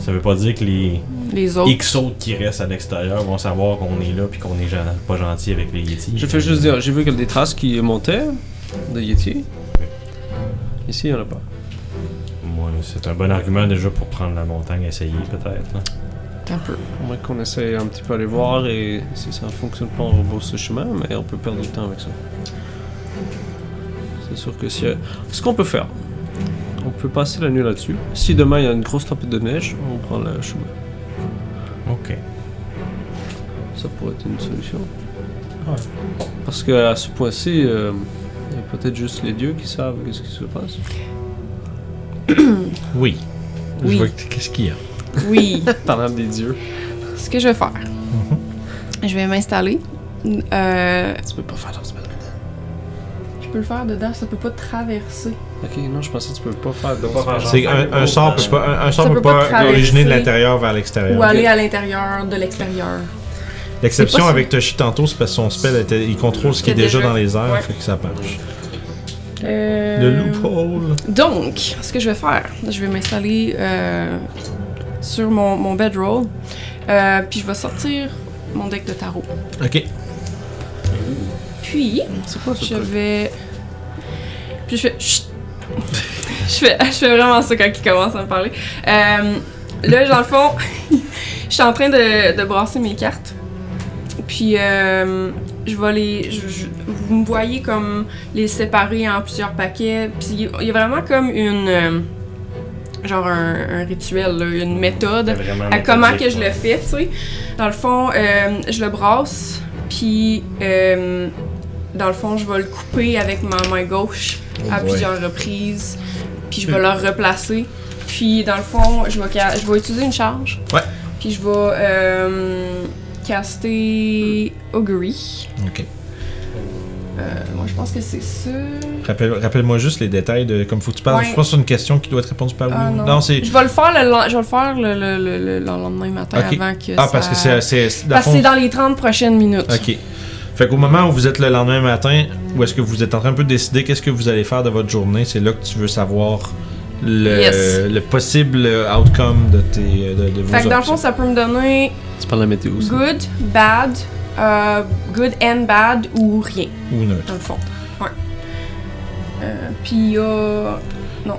G: Ça veut pas dire que les
F: Les autres.
G: X autres qui restent à l'extérieur vont savoir qu'on est là puis qu'on est gen- pas gentil avec les Yeti.
J: Je fais juste dire, j'ai vu qu'il y a des traces qui montaient de Yeti. Ici, il n'y en a pas.
G: Moi, c'est un bon argument déjà pour prendre la montagne, essayer peut-être. là.
F: Un peu.
J: Au moins qu'on essaye un petit peu à les voir et si ça ne fonctionne pas, on rebrousse ce chemin, mais on peut perdre du temps avec ça. C'est sûr que si. euh, Ce qu'on peut faire, on peut passer la nuit là-dessus. Si demain il y a une grosse tempête de neige, on prend le chemin.
G: Ok.
J: Ça pourrait être une solution.
C: Ouais.
J: Parce qu'à ce point-ci, euh, il y a peut-être juste les dieux qui savent ce qui se passe.
A: Oui.
F: Oui.
A: Qu'est-ce qu'il y a
F: Oui.
J: Parlant des dieux,
F: Ce que je vais faire, je vais m'installer. Euh,
J: tu peux pas faire dans ce matin.
F: je peux le faire dedans, ça peut pas traverser.
J: Ok, non, je pensais que tu peux pas faire dans
G: pas
J: ce
G: faire
J: matin.
A: C'est un, un sort peut pas, un, un sort
F: Ça
A: peut
F: peut pas
A: pas,
F: traverser.
A: originer de l'intérieur vers l'extérieur.
F: Ou aller à l'intérieur, de l'extérieur. c'est
A: L'exception
F: pas
A: avec Toshi tantôt, c'est parce que son spell était- il contrôle ce qui est
F: C'était
A: déjà
F: déjà-
A: dans les airs,
F: ouais.
A: fait que ça marche.
F: Euh,
A: Le loophole.
F: Donc, ce que je vais faire, je vais m'installer euh, sur mon, mon bedroll, euh, puis je vais sortir mon deck de tarot.
A: Ok.
F: Puis, je vais. Puis je fais. Chut! *laughs* je, fais je fais vraiment ça quand il commence à me parler. Euh, là, dans le fond, *laughs* je suis en train de, de brasser mes cartes. Puis, euh, je vais les. je- je- vous me voyez comme les séparer en plusieurs paquets. Puis, il y a vraiment comme une. euh, genre un, un rituel, là, une méthode
E: C'est vraiment
F: à comment que
E: méthodique,
F: je
E: ouais.
F: le fais, tu sais. Dans le fond, euh, je le brasse, puis euh, dans le fond, je vais le couper avec ma main gauche
A: Oh
F: à
A: boy. Hmm.
F: plusieurs reprises, puis je vais le replacer. Puis dans le fond, je vais, ca- je vais utiliser une charge.
A: Ouais.
F: Puis je vais euh, caster Augury.
A: Ok.
F: Euh, moi, je pense que c'est ça.
A: Rappelle- Rappelle-moi juste les détails de comme faut que tu parles.
F: Ouais.
A: Je pense que c'est une question qui doit être répondue par oui
F: Ah,
A: ou
F: non.
A: non. c'est.
F: Je vais le faire le, len- je vais le, faire le, le- le- le- le lendemain matin
A: Ok.
F: avant que
A: Ah, parce
F: ça-
A: que c'est- c'est. c'est- dans le
F: Parce que
A: fond,
F: c'est dans les 30 prochaines minutes.
A: Ok. Fait qu'au moment où vous êtes le lendemain matin, où est-ce que vous êtes en train un peu de décider qu'est-ce que vous allez faire de votre journée, c'est là que tu veux savoir le,
F: Yes.
A: le possible outcome de, tes, de, de vos
F: Fait que dans le
A: options.
F: fond, ça peut me donner
D: Tu parles de la météo, ça.
F: good, bad, euh, good and bad ou rien,
A: Ou neutre.
F: dans le fond. Ouais. Euh, Puis il y a. Non,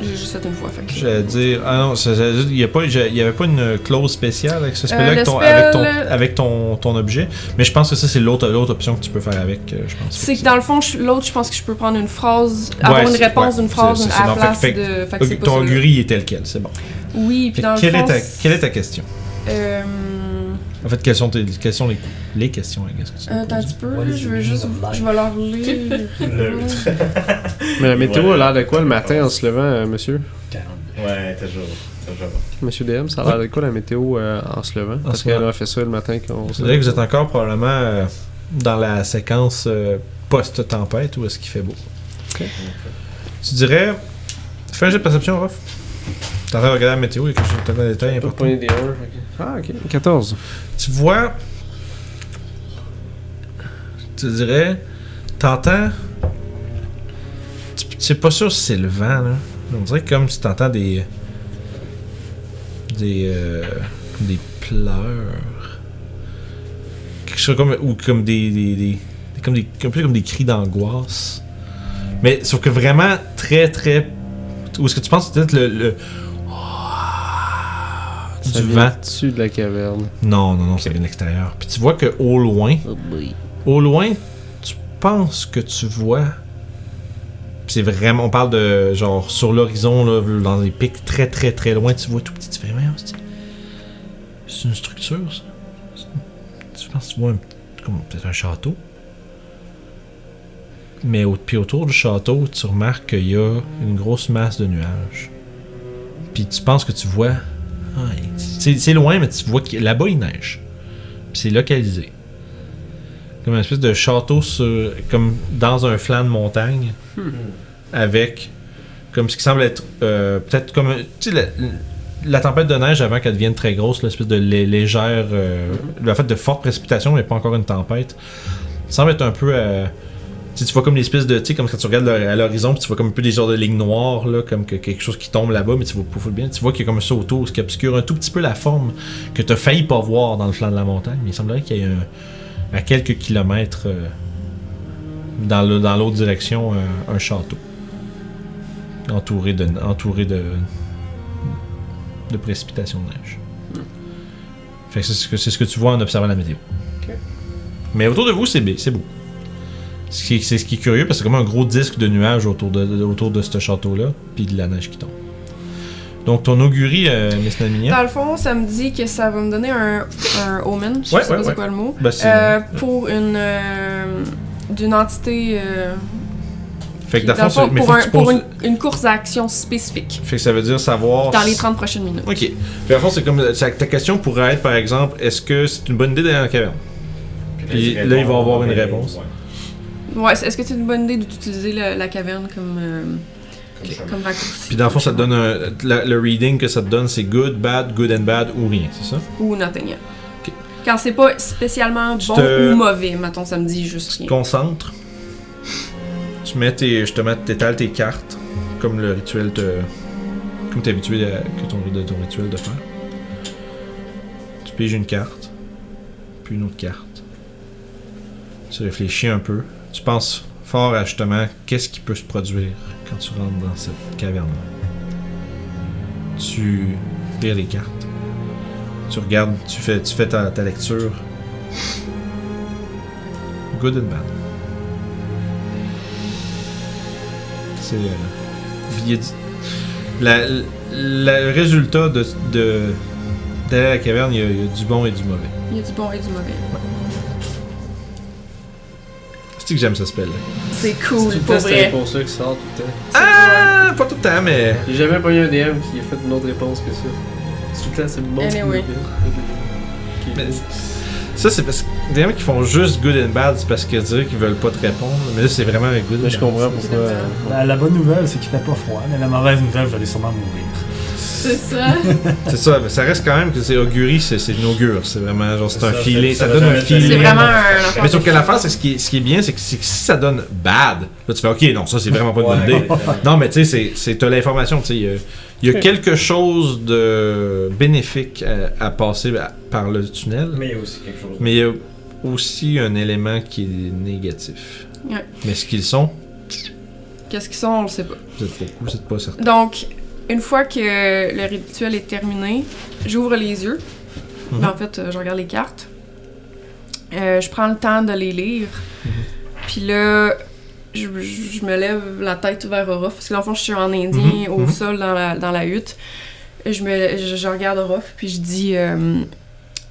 F: j'ai juste fait une fois. Fait que...
A: J'allais dire, ah non, ça- ça- il n'y avait pas une clause spéciale avec ce spell-là,
F: Euh,
A: avec,
F: le
A: ton,
F: spell-
A: avec, ton, avec ton, ton objet. Mais je pense que ça, c'est l'autre l'autre option que tu peux faire avec, euh, je pense.
F: C'est que dans le fond, je- l'autre, je pense que je peux prendre une phrase, avoir
A: Ouais,
F: une
A: c'est-
F: réponse
A: ouais,
F: d'une phrase
A: c'est- c'est
F: à la
A: dans- fait que-
F: place
A: fait que-
F: de. Fait que c'est pas
A: Ton
F: ça, là.
A: augury est tel quel, c'est bon.
F: Oui, puis
A: Fait
F: dans
A: que
F: le
A: quelle,
F: fond.
A: est ta,
F: c'est-
A: quelle est ta question
F: euh,
A: En fait, quelles sont, tes, quelles sont les, les questions Qu'est-ce que tu veux
F: Attends un petit peu,
I: What is
F: je
I: the
F: veux
I: meaning
F: juste.
I: of life?
F: Je vais leur
A: *laughs*
F: lire.
D: Mais la météo a l'air de quoi le matin en se levant, euh, monsieur
E: Ouais, toujours. Toujours.
D: Monsieur DM, ça a l'air de quoi la météo euh, en se levant Parce
A: se levant.
D: qu'elle a fait ça le matin qu'on se
A: Vous savez que vous êtes encore probablement euh, dans la séquence euh, post-tempête où est-ce qu'il fait beau. Tu dirais. Fais un jeu de perception, Ruff. T'es en train de regarder la météo, il y a quelque chose de détail
D: Pas de
A: important.
D: poignée des heures, fait que- Ah, ok. 14.
A: Tu vois. Tu dirais. T'entends. Tu tu sais pas sûr si c'est le vent, là. On dirait comme si t'entends des. Des. euh, comme des pleurs. Quelque chose comme. Ou comme des. des, des- des- comme des. Un peu comme des cris d'angoisse. Mais sauf que vraiment très très. Ou est-ce que tu penses peut-être le. le
D: Ça
A: du
D: vient
A: vent.
D: Dessus de la caverne.
A: Non, non, non, c'est de l'extérieur. Puis tu vois que au loin, au loin, tu penses que tu vois. Puis C'est vraiment, on parle de genre sur l'horizon, là, dans les pics très très très loin, tu vois tout petit, tu fais Voyons, c'est- C'est une structure, ça. C'est- Tu penses que tu vois un- comme peut-être un château. Mais au- puis autour du château, tu remarques qu'il y a une grosse masse de nuages. Puis tu penses que tu vois. Ah, il- c'est c'est loin, mais tu vois que là-bas il neige. Puis c'est localisé comme une espèce de château sur, comme dans un flanc de montagne avec comme ce qui semble être euh, peut-être comme un- tu sais, la, la tempête de neige avant qu'elle devienne très grosse l'espèce de lé- légère euh, en fait de forte précipitation mais pas encore une tempête Ça semble être un peu euh, tu sais, tu vois comme l'espèce de tu sais comme quand tu regardes le- à l'horizon puis tu vois comme un peu des genres de lignes noires là comme que quelque chose qui tombe là-bas mais tu vois pas full bien tu vois qu'il y a comme ça autour ce qui obscure un tout petit peu la forme que tu as failli pas voir dans le flanc de la montagne mais il semblerait qu'il y ait un à quelques kilomètres euh, dans, le- dans l'autre direction euh, un château entouré de entouré de de précipitations de neige.
F: Hmm.
A: Fait que c'est ce que c'est ce que tu vois en observant la météo. Mais autour de vous c'est bé- c'est beau. Ce qui- C'est ce qui est curieux parce que c'est comme un gros disque de nuages autour de, de- autour de ce château là puis de la neige qui tombe. Donc ton augurie euh, Miss Naminia,
F: Dans le fond, ça me dit que ça va me donner un, un omen, je
A: Ouais,
F: sais pas
A: ouais,
F: c'est
A: ouais.
F: quoi le mot,
A: ben, c'est-
F: euh, pour une euh, d'une entité. euh,
A: fait que
F: qui-
A: dans le fond, c'est- mais
F: pour,
A: faut que
F: un-
A: tu
F: pour
A: poses-
F: une, une course d'action spécifique
A: fait que ça veut dire savoir
F: dans les
A: si-
F: 30 prochaines minutes.
A: Ok. Puis, dans le fond, c'est comme. ça- Ta question pourrait être, par exemple, est-ce que c'est une bonne idée d'aller en caverne Puis là, il va avoir une réponse.
F: Ouais, c'est- est-ce que c'est une bonne idée d'utiliser la, la caverne comme, euh, comme raccourci
A: Puis, dans le fond, ça te donne un. la- le reading que ça te donne, c'est good, bad, good and bad ou rien, c'est ça
F: Ou nothing yet.
A: Ok.
F: Quand c'est pas spécialement
A: Tu
F: bon
A: te-
F: ou mauvais, mettons, ça me dit juste
A: Tu te
F: rien.
A: concentres. Tu mets tes, justement, t'étales tes cartes, comme le rituel te. Comme t'es habitué à, que ton, de ton rituel de faire. Tu piges une carte, puis une autre carte. Tu réfléchis un peu. Tu penses fort à justement qu'est-ce qui peut se produire quand tu rentres dans cette caverne. Tu lis les cartes. Tu regardes, tu fais, tu fais ta, ta lecture. Good and bad. C'est. euh, il y a du- la- la- le résultat de, de d'aller à la caverne, il y, a, il y a du bon et du mauvais.
F: Il y a du bon et du mauvais.
A: C'est que j'aime ce spell.
F: C'est
D: Tout
F: cool,
D: le
F: pour
D: temps, c'est
F: vrai.
D: pour ça qui sort tout le temps.
A: Ah, pas tout le temps, mais
D: J'ai jamais pas eu un DM qui a fait une autre réponse que ça. Tout le temps, c'est le bon. qui
F: Anyway.
D: nous vient.
A: Mais- ça c'est parce que des gens qui font juste good and bad, c'est parce que dire qu'ils veulent pas te répondre. Mais là, c'est vraiment avec good.
D: Mais je
A: and
D: comprends
A: bad.
D: pourquoi. euh,
I: Ben, la bonne nouvelle, c'est qu'il fait pas froid, mais la mauvaise nouvelle, vous allez sûrement mourir.
B: C'est ça.
A: C'est ça, mais ça reste quand même que c'est augurie, c'est c'est une augure. C'est vraiment genre c'est
I: C'est
A: un
I: ça,
A: filet,
I: c'est-
A: ça,
I: ça va
A: donne un
I: jamais être
A: filet.
F: C'est
I: Mais-
F: vraiment un enfant
A: Mais sauf que
F: de-
A: l'affaire, c'est ce qui, est- ce qui est bien, c'est que, c'est que si ça donne bad, là tu fais ok, non, ça c'est vraiment pas une bonne idée.
E: *laughs*
A: Non, mais tu sais, c'est- c'est t'as l'information, tu sais, il y a- il y, a quelque chose de bénéfique à, à passer à- par le tunnel,
E: Mais il y a aussi quelque chose.
A: mais il y a aussi un élément qui est négatif.
F: Ouais.
A: Mais ce qu'ils sont,
F: Qu'est-ce qu'ils sont, on le sait pas.
A: vous êtes beaucoup, vous êtes pas certain.
F: Donc, une fois que le rituel est terminé, j'ouvre les yeux.
A: Mhm.
F: Ben, en fait, euh, je regarde les cartes. Euh, je prends le temps de les lire.
A: Mhm.
F: Puis là, je, je- je me lève la tête vers Orof. Parce que dans le fond, je suis en indien,
A: Mhm,
F: au
A: mhm.
F: sol, dans la, dans la hutte. Et Je, me, je, je regarde Orof, puis je dis euh,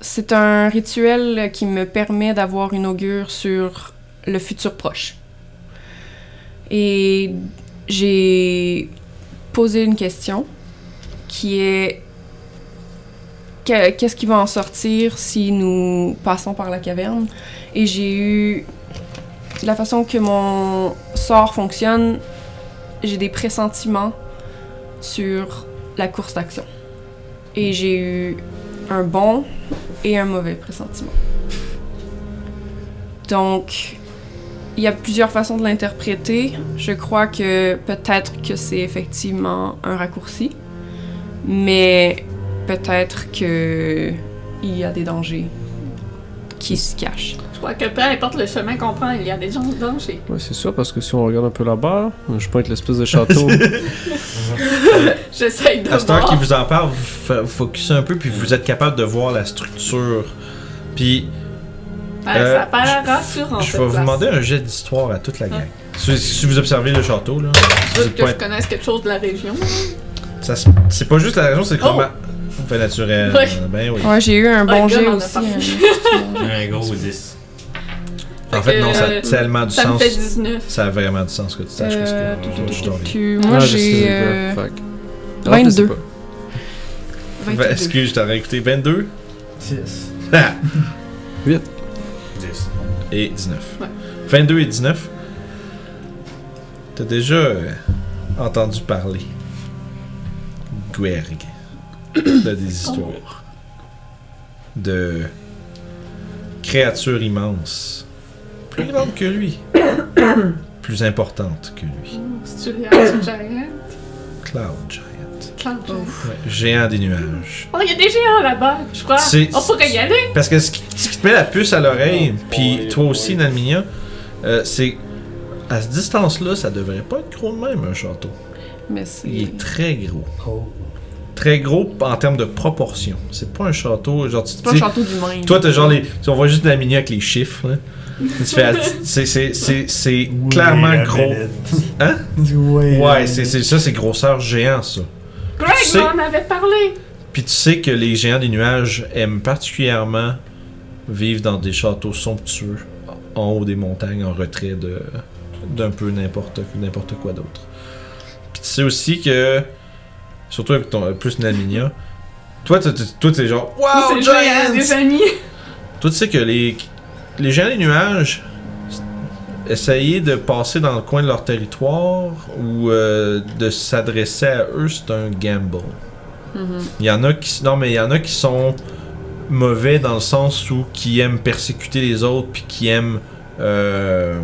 F: C'est un rituel qui me permet d'avoir une augure sur le futur proche. Et j'ai posé une question qui est que- qu'est-ce qui va en sortir si nous passons par la caverne Et j'ai eu la façon que mon sort fonctionne, j'ai des pressentiments sur la course d'action. Et j'ai eu un bon et un mauvais pressentiment. Donc, il y a plusieurs façons de l'interpréter. Je crois que peut-être que c'est effectivement un raccourci, mais peut-être que il y a des dangers qui se cachent.
B: Je crois que peu importe le chemin qu'on prend, il y a des gens de danger.
D: Ouais, c'est ça, parce que si on regarde un peu là-bas, je pointe l'espèce de
F: *laughs*
D: château. Euh,
B: J'essaye de
A: À cette heure
B: voir.
A: qui vous en parle, vous fa- vous focussez un peu, puis vous êtes capable de voir la structure. Puis
B: Ouais,
A: Euh,
B: Ben, ça a pas l'air
A: je-
B: rassurant.
A: Je
B: cette
A: vais vous
B: place.
A: demander un jet d'histoire à toute la gang. Si, si vous observez le château, là,
B: Je
A: vous
B: veux
A: êtes
B: que
A: pas-
B: je connaisse quelque chose de la région.
A: ça se- c'est pas juste la région, c'est le
B: Oh!
A: combat. Fait naturel.
B: Ouais.
A: euh, Ben oui.
F: Ouais, j'ai eu un
B: Ah,
F: bon
B: le gars
F: jet
B: m'en a
F: aussi.
B: parlé.
F: hein.
E: Un gros 10.
A: En fait, non, ça a
B: Euh,
A: tellement du
B: Ça me
A: sens.
B: fait 19.
A: Ça a vraiment du sens que tu saches qu'est-ce
F: Euh,
A: que je dois dire.
F: puis
D: Ah,
F: Moi,
D: je sais
F: j'ai
D: c'est quoi,
F: euh,
D: fuck. Ah, je sais pas.
A: Ben,
F: 22.
A: Excuse, je t'aurais écouté 22
I: 6.
A: Ah!
E: 10.
A: et 19.
B: Ouais.
A: 22 et 19. T'as déjà euh, entendu parler d'Ouerg, de des histoires, de créatures immenses, plus grandes que lui, plus importantes que lui,
B: Si tu regardes, tu gères.
A: Cloud Giant,
B: Claude, je-
A: géant des nuages.
B: Oh, il y a des géants là-bas, je crois.
A: C'est-
B: On pourrait y aller.
A: Parce que ce qui, ce qui te met la puce à l'oreille, puis toi aussi, Nalminia, euh, c'est à cette distance-là, ça devrait pas être gros de même un château.
F: Mais c'est.
A: Il est très gros.
I: Oh.
A: Très gros en termes de proportion. C'est pas un château. Genre, tu
F: C'est pas un
A: tu-
F: château d'humain.
A: Toi, t'as genre les. si On voit juste la mini avec les chiffres, là. Tu fais. att- c'est- c'est- C'est c'est clairement gros.
I: *laughs*
A: Hein?
I: Ouais.
A: Ouais, c'est c'est- ça, c'est grosseur géant, ça.
B: Greg
A: Tu sais-
B: m'en avait parlé.
A: Puis tu sais que les géants des nuages aiment particulièrement vivre dans des châteaux somptueux, en haut des montagnes, en retrait de d'un peu n'importe n'importe quoi d'autre. Puis tu sais aussi que, surtout avec ton plus Naminia, toi t'es- t'es- toi, t'es genre
B: C'est
A: Wow
B: le géant
A: Oh, Giants!
B: des amis.
A: Toi tu sais que les les géants des nuages essayer de passer dans le coin de leur territoire ou euh, de s'adresser à eux c'est un gamble.
F: Mhm.
A: Il y en a qui non mais il y en a qui sont mauvais dans le sens où qui aiment persécuter les autres puis qui aiment euh,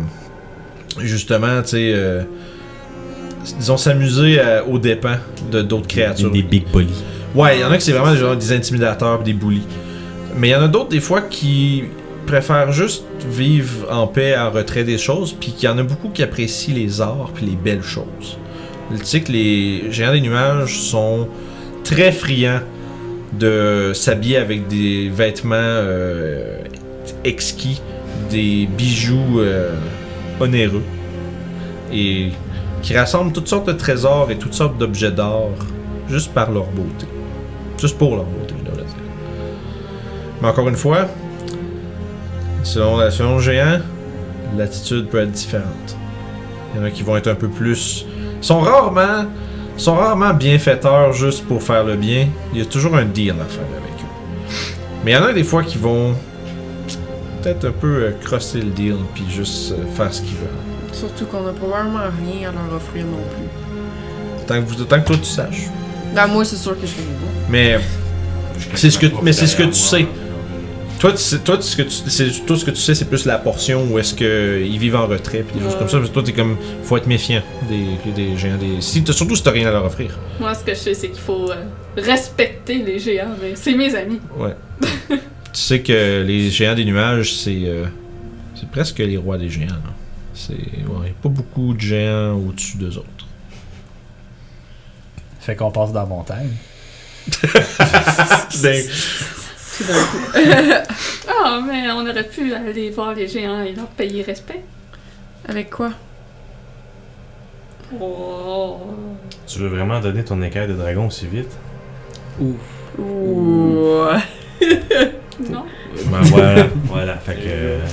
A: justement, tu sais, euh, disons, s'amuser à- aux dépens de d'autres créatures.
G: Des big bullies.
A: Ouais, il y en a qui c'est vraiment genre des intimidateurs, des bullies. Mais il y en a d'autres des fois qui préfèrent juste vivre en paix, en retrait des choses, puis qu'il y en a beaucoup qui apprécient les arts puis les belles choses. Tu sais que les géants des nuages sont très friands de s'habiller avec des vêtements euh, exquis, des bijoux euh, onéreux et qui rassemblent toutes sortes de trésors et toutes sortes d'objets d'or juste par leur beauté. Juste pour leur beauté, je devrais dire. Mais encore une fois, selon, la, selon le géant, l'attitude peut être différente. Il y en a qui vont être un peu plus. Ils sont rarement, ils sont rarement bienfaiteurs juste pour faire le bien. Il y a toujours un deal à faire avec eux. Mais il y en a des fois qui vont peut-être un peu euh, crosser le deal puis juste euh, faire ce qu'ils veulent.
F: Surtout qu'on n'a probablement rien à leur offrir non plus.
A: Tant que, vous, tant que toi tu saches.
F: Ben, moi, c'est sûr que je vais les voir.
A: Mais c'est ce que mais c'est ce que tu sais. Toi, tu sais- toi, tu- ce que tu, c'est- toi, ce que tu sais, c'est plus la portion où est-ce que ils vivent en retrait, puis des choses comme ça. Parce que toi, t'es comme, faut être méfiant des, des géants, des. Si, t'as- surtout si t'as rien à leur offrir.
B: Moi, ce que je sais, c'est qu'il faut euh, respecter les géants, mais c'est mes amis.
A: Ouais. tu sais que les géants des nuages, c'est, euh, c'est presque les rois des géants. là. C'est, ouais, y a pas beaucoup de géants au-dessus d'eux autres.
I: Fait qu'on passe dans la montagne.
A: Ben,
F: Tout d'un coup.
B: Ah, mais on aurait pu aller voir les géants et leur payer respect.
F: Avec quoi
B: Oh.
E: Tu veux vraiment donner ton écaille de dragon
A: *laughs*
E: aussi vite?
F: Ouh.
B: Non?
E: Ben voilà, voilà. Fait que. euh,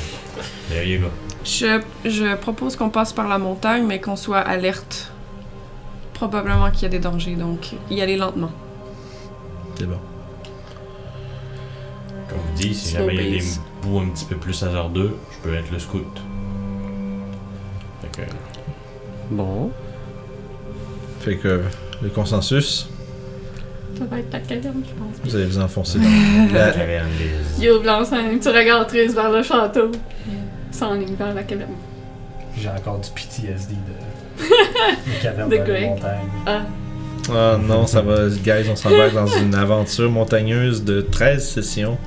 E: There you go.
F: Je, je propose qu'on passe par la montagne, mais qu'on soit alerte. Probablement qu'il y a des dangers, donc y aller lentement.
A: C'est bon.
E: Comme vous dites, si
F: Slow
E: jamais il y a des
F: pace.
E: bouts un petit peu plus hasardeux, je peux être le scout. Fait que.
D: Bon.
A: Fait que euh, le consensus,
B: Ça va être la caverne, je pense.
A: vous allez vous enfoncer dans la,
E: Caverne des-
B: Yo hein, lance un petit regard triste vers le château.
F: Mm.
B: S'enligne vers la caverne.
I: J'ai encore du PTSD de. Une caverne
B: De
I: dans les
B: Greg.
I: montagnes.
B: Ah,
A: Ah non, ça va, guys, on s'embarque dans une aventure montagneuse de 13 sessions.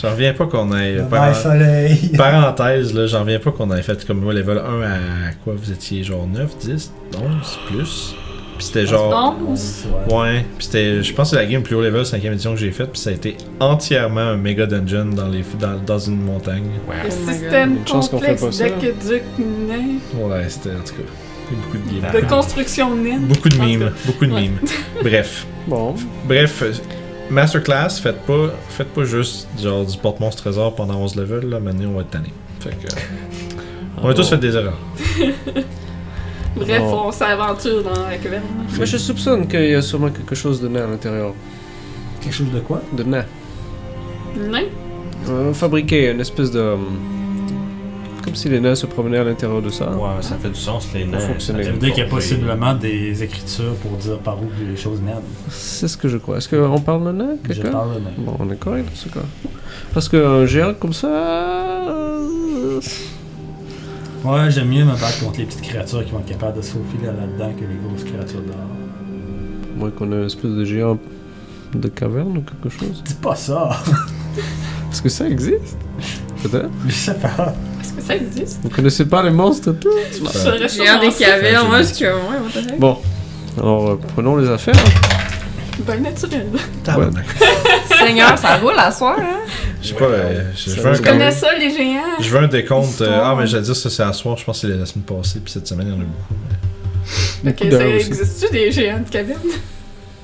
A: j'en reviens pas qu'on ait.
I: Bye,
A: par- *laughs*
I: soleil!
A: Parenthèse, là, j'en reviens pas qu'on ait fait comme moi level 1 à quoi vous étiez genre 9, 10, 11, plus. Puis c'était genre.
B: Ah, bon,
A: Ouais, puis c'était. Je pense que c'est la game plus haut level 5ème édition que j'ai faite, puis ça a été entièrement un méga dungeon dans, les, dans, dans une montagne.
B: le
F: Oh my God.
B: système
D: Une chance qu'on fait
B: complexe
D: pas ça.
B: d'aqueduc nain,
A: Ouais, c'était en tout cas. il y a Beaucoup
D: Ah.
A: de
B: de
A: games.
B: construction naine.
A: Beaucoup de
B: En tout
A: mimes, beaucoup de
B: ouais.
A: mimes. Bref.
D: Bon.
A: Bref, euh, masterclass, faites pas, faites pas juste genre du porte-monstre trésor pendant 11 levels, là, maintenant on va être tanné. Fait que, on a tous fait des erreurs.
B: Bref,
D: Oh.
B: on s'aventure dans la caverne.
D: Mais je soupçonne qu'il y a sûrement quelque chose de nain à l'intérieur.
I: Quelque chose de quoi?
D: De nain.
B: Nain?
D: Euh, fabriquer une espèce de. hum, Comme si les nains se promenaient à l'intérieur de ça.
E: Ouais, ça fait du sens, les nains.
D: fonctionner.
E: ça
I: Ça
E: aime
I: veut dire qu'il y a
E: forger.
I: possiblement des écritures pour dire par où les choses merdent.
D: C'est ce que je crois. Est-ce qu'on parle de nain
I: Je
D: quelqu'un
I: parle de
D: Bon, on est correct dans ce cas. Parce qu'un géant comme ça. euh,
I: Ouais, j'aime mieux me battre contre les petites créatures qui vont être capables de se faufiler là-dedans que les grosses créatures dehors.
D: Moi qu'on a une espèce de géant de caverne ou quelque chose.
I: Dis pas ça! *laughs*
D: Est-ce que ça existe Peut-être.
I: Je sais pas.
B: Est-ce que ça existe?
D: Vous connaissez pas les monstres et tout
B: Je saurais
F: Géant des
B: sûrement ça.
F: cavernes, moi, je suis comme, ouais, what the heck?
D: Bon. Alors, euh, prenons les affaires. hein.
B: Ben naturel.
A: Tabarnak.
F: Seigneur, ça roule à soir, hein?
A: J'ai pas, euh, je, je veux
B: Je
A: un,
B: connais ça, les géants.
A: je veux un décompte. euh,
F: Histoire.
A: ah, mais j'allais dire, ça c'est à soir, je pense que c'est la semaine passée, puis cette semaine il y en a beaucoup.
B: Ok,
D: Beaucoup
B: ça
D: d'heures aussi.
B: existe-tu des géants de caverne?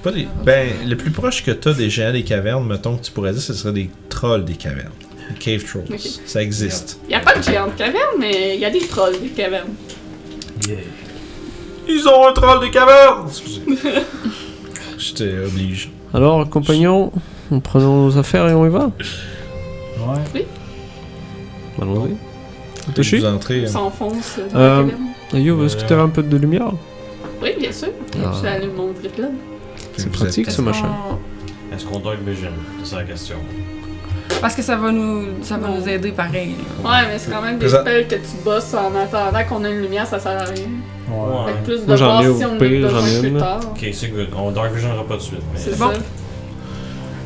A: Pas des- ben, le plus proche que t'as des géants des cavernes, mettons que tu pourrais dire, ce serait des trolls des cavernes. Des cave trolls.
B: Ok.
A: Ça existe.
B: Y a pas de géants de caverne, mais y a des trolls des cavernes.
I: Yeah.
A: *laughs* Ils ont un troll des cavernes! Excusez. J'étais obligé.
D: Alors, compagnon, on prenons nos affaires et on y va.
I: Ouais.
D: Allons-y. Toshi
A: Vous entrez.
B: Ils
A: euh,
B: s'enfoncent dans
D: Euh,
B: la caverne.
D: Yo, est-ce que t'avais un peu de lumière
B: Oui, bien sûr.
D: Ah.
B: Je allume mon trip
A: puis
D: C'est
A: vous êtes-
D: pratique ce machin.
F: On-
E: Est-ce qu'on doit vision? C'est ça la question.
F: Parce que ça va nous, ça va nous aider pareil. là.
B: Ouais, mais c'est quand même des
A: Présent-
B: spells que tu bosses en attendant qu'on ait une lumière, ça sert à rien.
E: Ouais.
B: Fait que plus de
J: Moi, j'en
B: voir
J: ai au
B: si on en a
J: pire,
B: besoin
J: j'en ai
B: plus
J: une, là.
B: tard.
E: Ok, c'est good. On Dark Visionera pas de suite. Mais...
B: C'est
F: bon.
B: ça.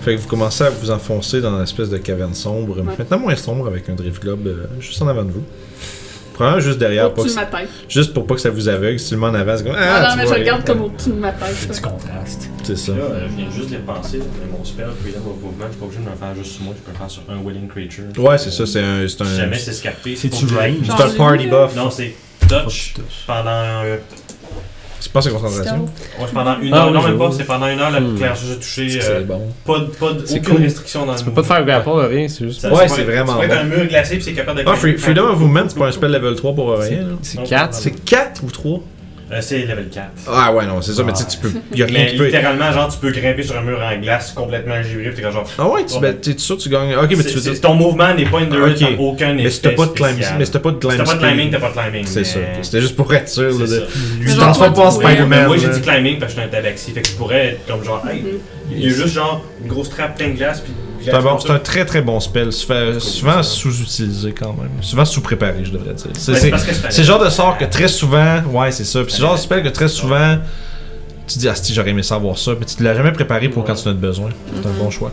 A: Fait que vous commencez à vous enfoncer dans l'espèce de caverne sombre.
B: Ouais.
A: Maintenant moins sombre avec un drift globe euh, juste en avant de vous. Probablement juste derrière, pas
B: Au-dessus
A: que-
B: de ma tête.
A: juste pour pas que ça vous aveugle. Si le monde avance, comme,
B: Ah,
A: ah,
B: non,
A: tu
B: mais je
A: vois
B: regarde
A: rien.
B: comme au-dessus de ma tête.
I: du
B: ça.
I: contraste.
A: C'est ça.
E: Là, euh, je viens juste de les penser, mais mon spell, puis là, mon mouvement, je suis pas obligé de me le faire juste sur moi, je peux le faire sur un Willing Creature.
A: Ouais, c'est ça, c'est un. C'est
E: Si
A: un,
E: jamais c'est scarpé.
I: C'est du
E: faut que je-
I: range.
A: c'est un party buff.
B: euh,
E: Non, c'est touch pendant, euh,
A: C'est pas sa concentration.
E: ouais, c'est pendant une
D: Ah,
E: heure.
D: oui,
E: non,
D: je
E: même pas,
D: vois.
E: c'est pendant une heure la
J: Hmm.
E: claire juste touché.
A: C'est bon.
E: Pas, de- pas de-
D: C'est
E: aucune
D: cool.
E: restriction dans le
D: Tu peux pas te faire grapple de rien, c'est juste.
A: Ouais, c'est vraiment
E: Tu peux être
A: bon.
E: un mur glacé puis c'est capable de.
A: Ah, free- Freedom of Movement, c'est pas un spell level 3 pour rien. là.
D: C'est 4.
A: C'est 4 ou 3
E: Euh, c'est level 4.
A: Ah, ouais, non, c'est ça, mais tu sais, tu peux. Y'a rien
E: Mais
A: qui peut.
E: littéralement, genre, tu peux grimper sur un mur en glace complètement givré, puis t'es genre.
A: Ah, ouais, tu, ben, t'es sûr, tu gagnes. Ok, mais tu
E: C'est-
A: veux
E: c'est-
A: dire.
E: Ton mouvement n'est pas endurance,
A: Ok.
E: t'as aucun effet.
A: Mais si t'as pas de climb.
E: spécial.
A: Mais si t'as pas de
E: Si
A: climb.
E: t'as pas de
A: speed,
E: climbing, t'as pas de climbing.
A: C'est
E: mais-
A: ça. C'était juste pour être sûr,
E: C'est
A: là.
E: ça. Ben,
A: de- Tu
B: Mais
A: te
B: genre,
A: transformes pas en
B: toi, tu pourrais-
A: Spider-Man.
E: Moi, j'ai
A: là.
E: dit climbing parce que je suis un tabaxi. Fait que je pourrais être comme genre, hey, il y a juste genre une grosse trappe plein de glace. Puis
A: C'est un, bon- c'est un très très bon spell, Souvent- souvent sous-utilisé quand même, souvent sous-préparé je devrais dire. C'est
E: Ouais, c'est
A: c'est-
E: parce que c'est un-
A: c'est le genre de sort que très souvent, ouais c'est ça, puis c'est le genre de spell que très souvent tu te dis ah si j'aurais aimé savoir ça, mais tu te l'as jamais préparé pour quand tu en as besoin. C'est
F: Mhm.
A: un bon choix,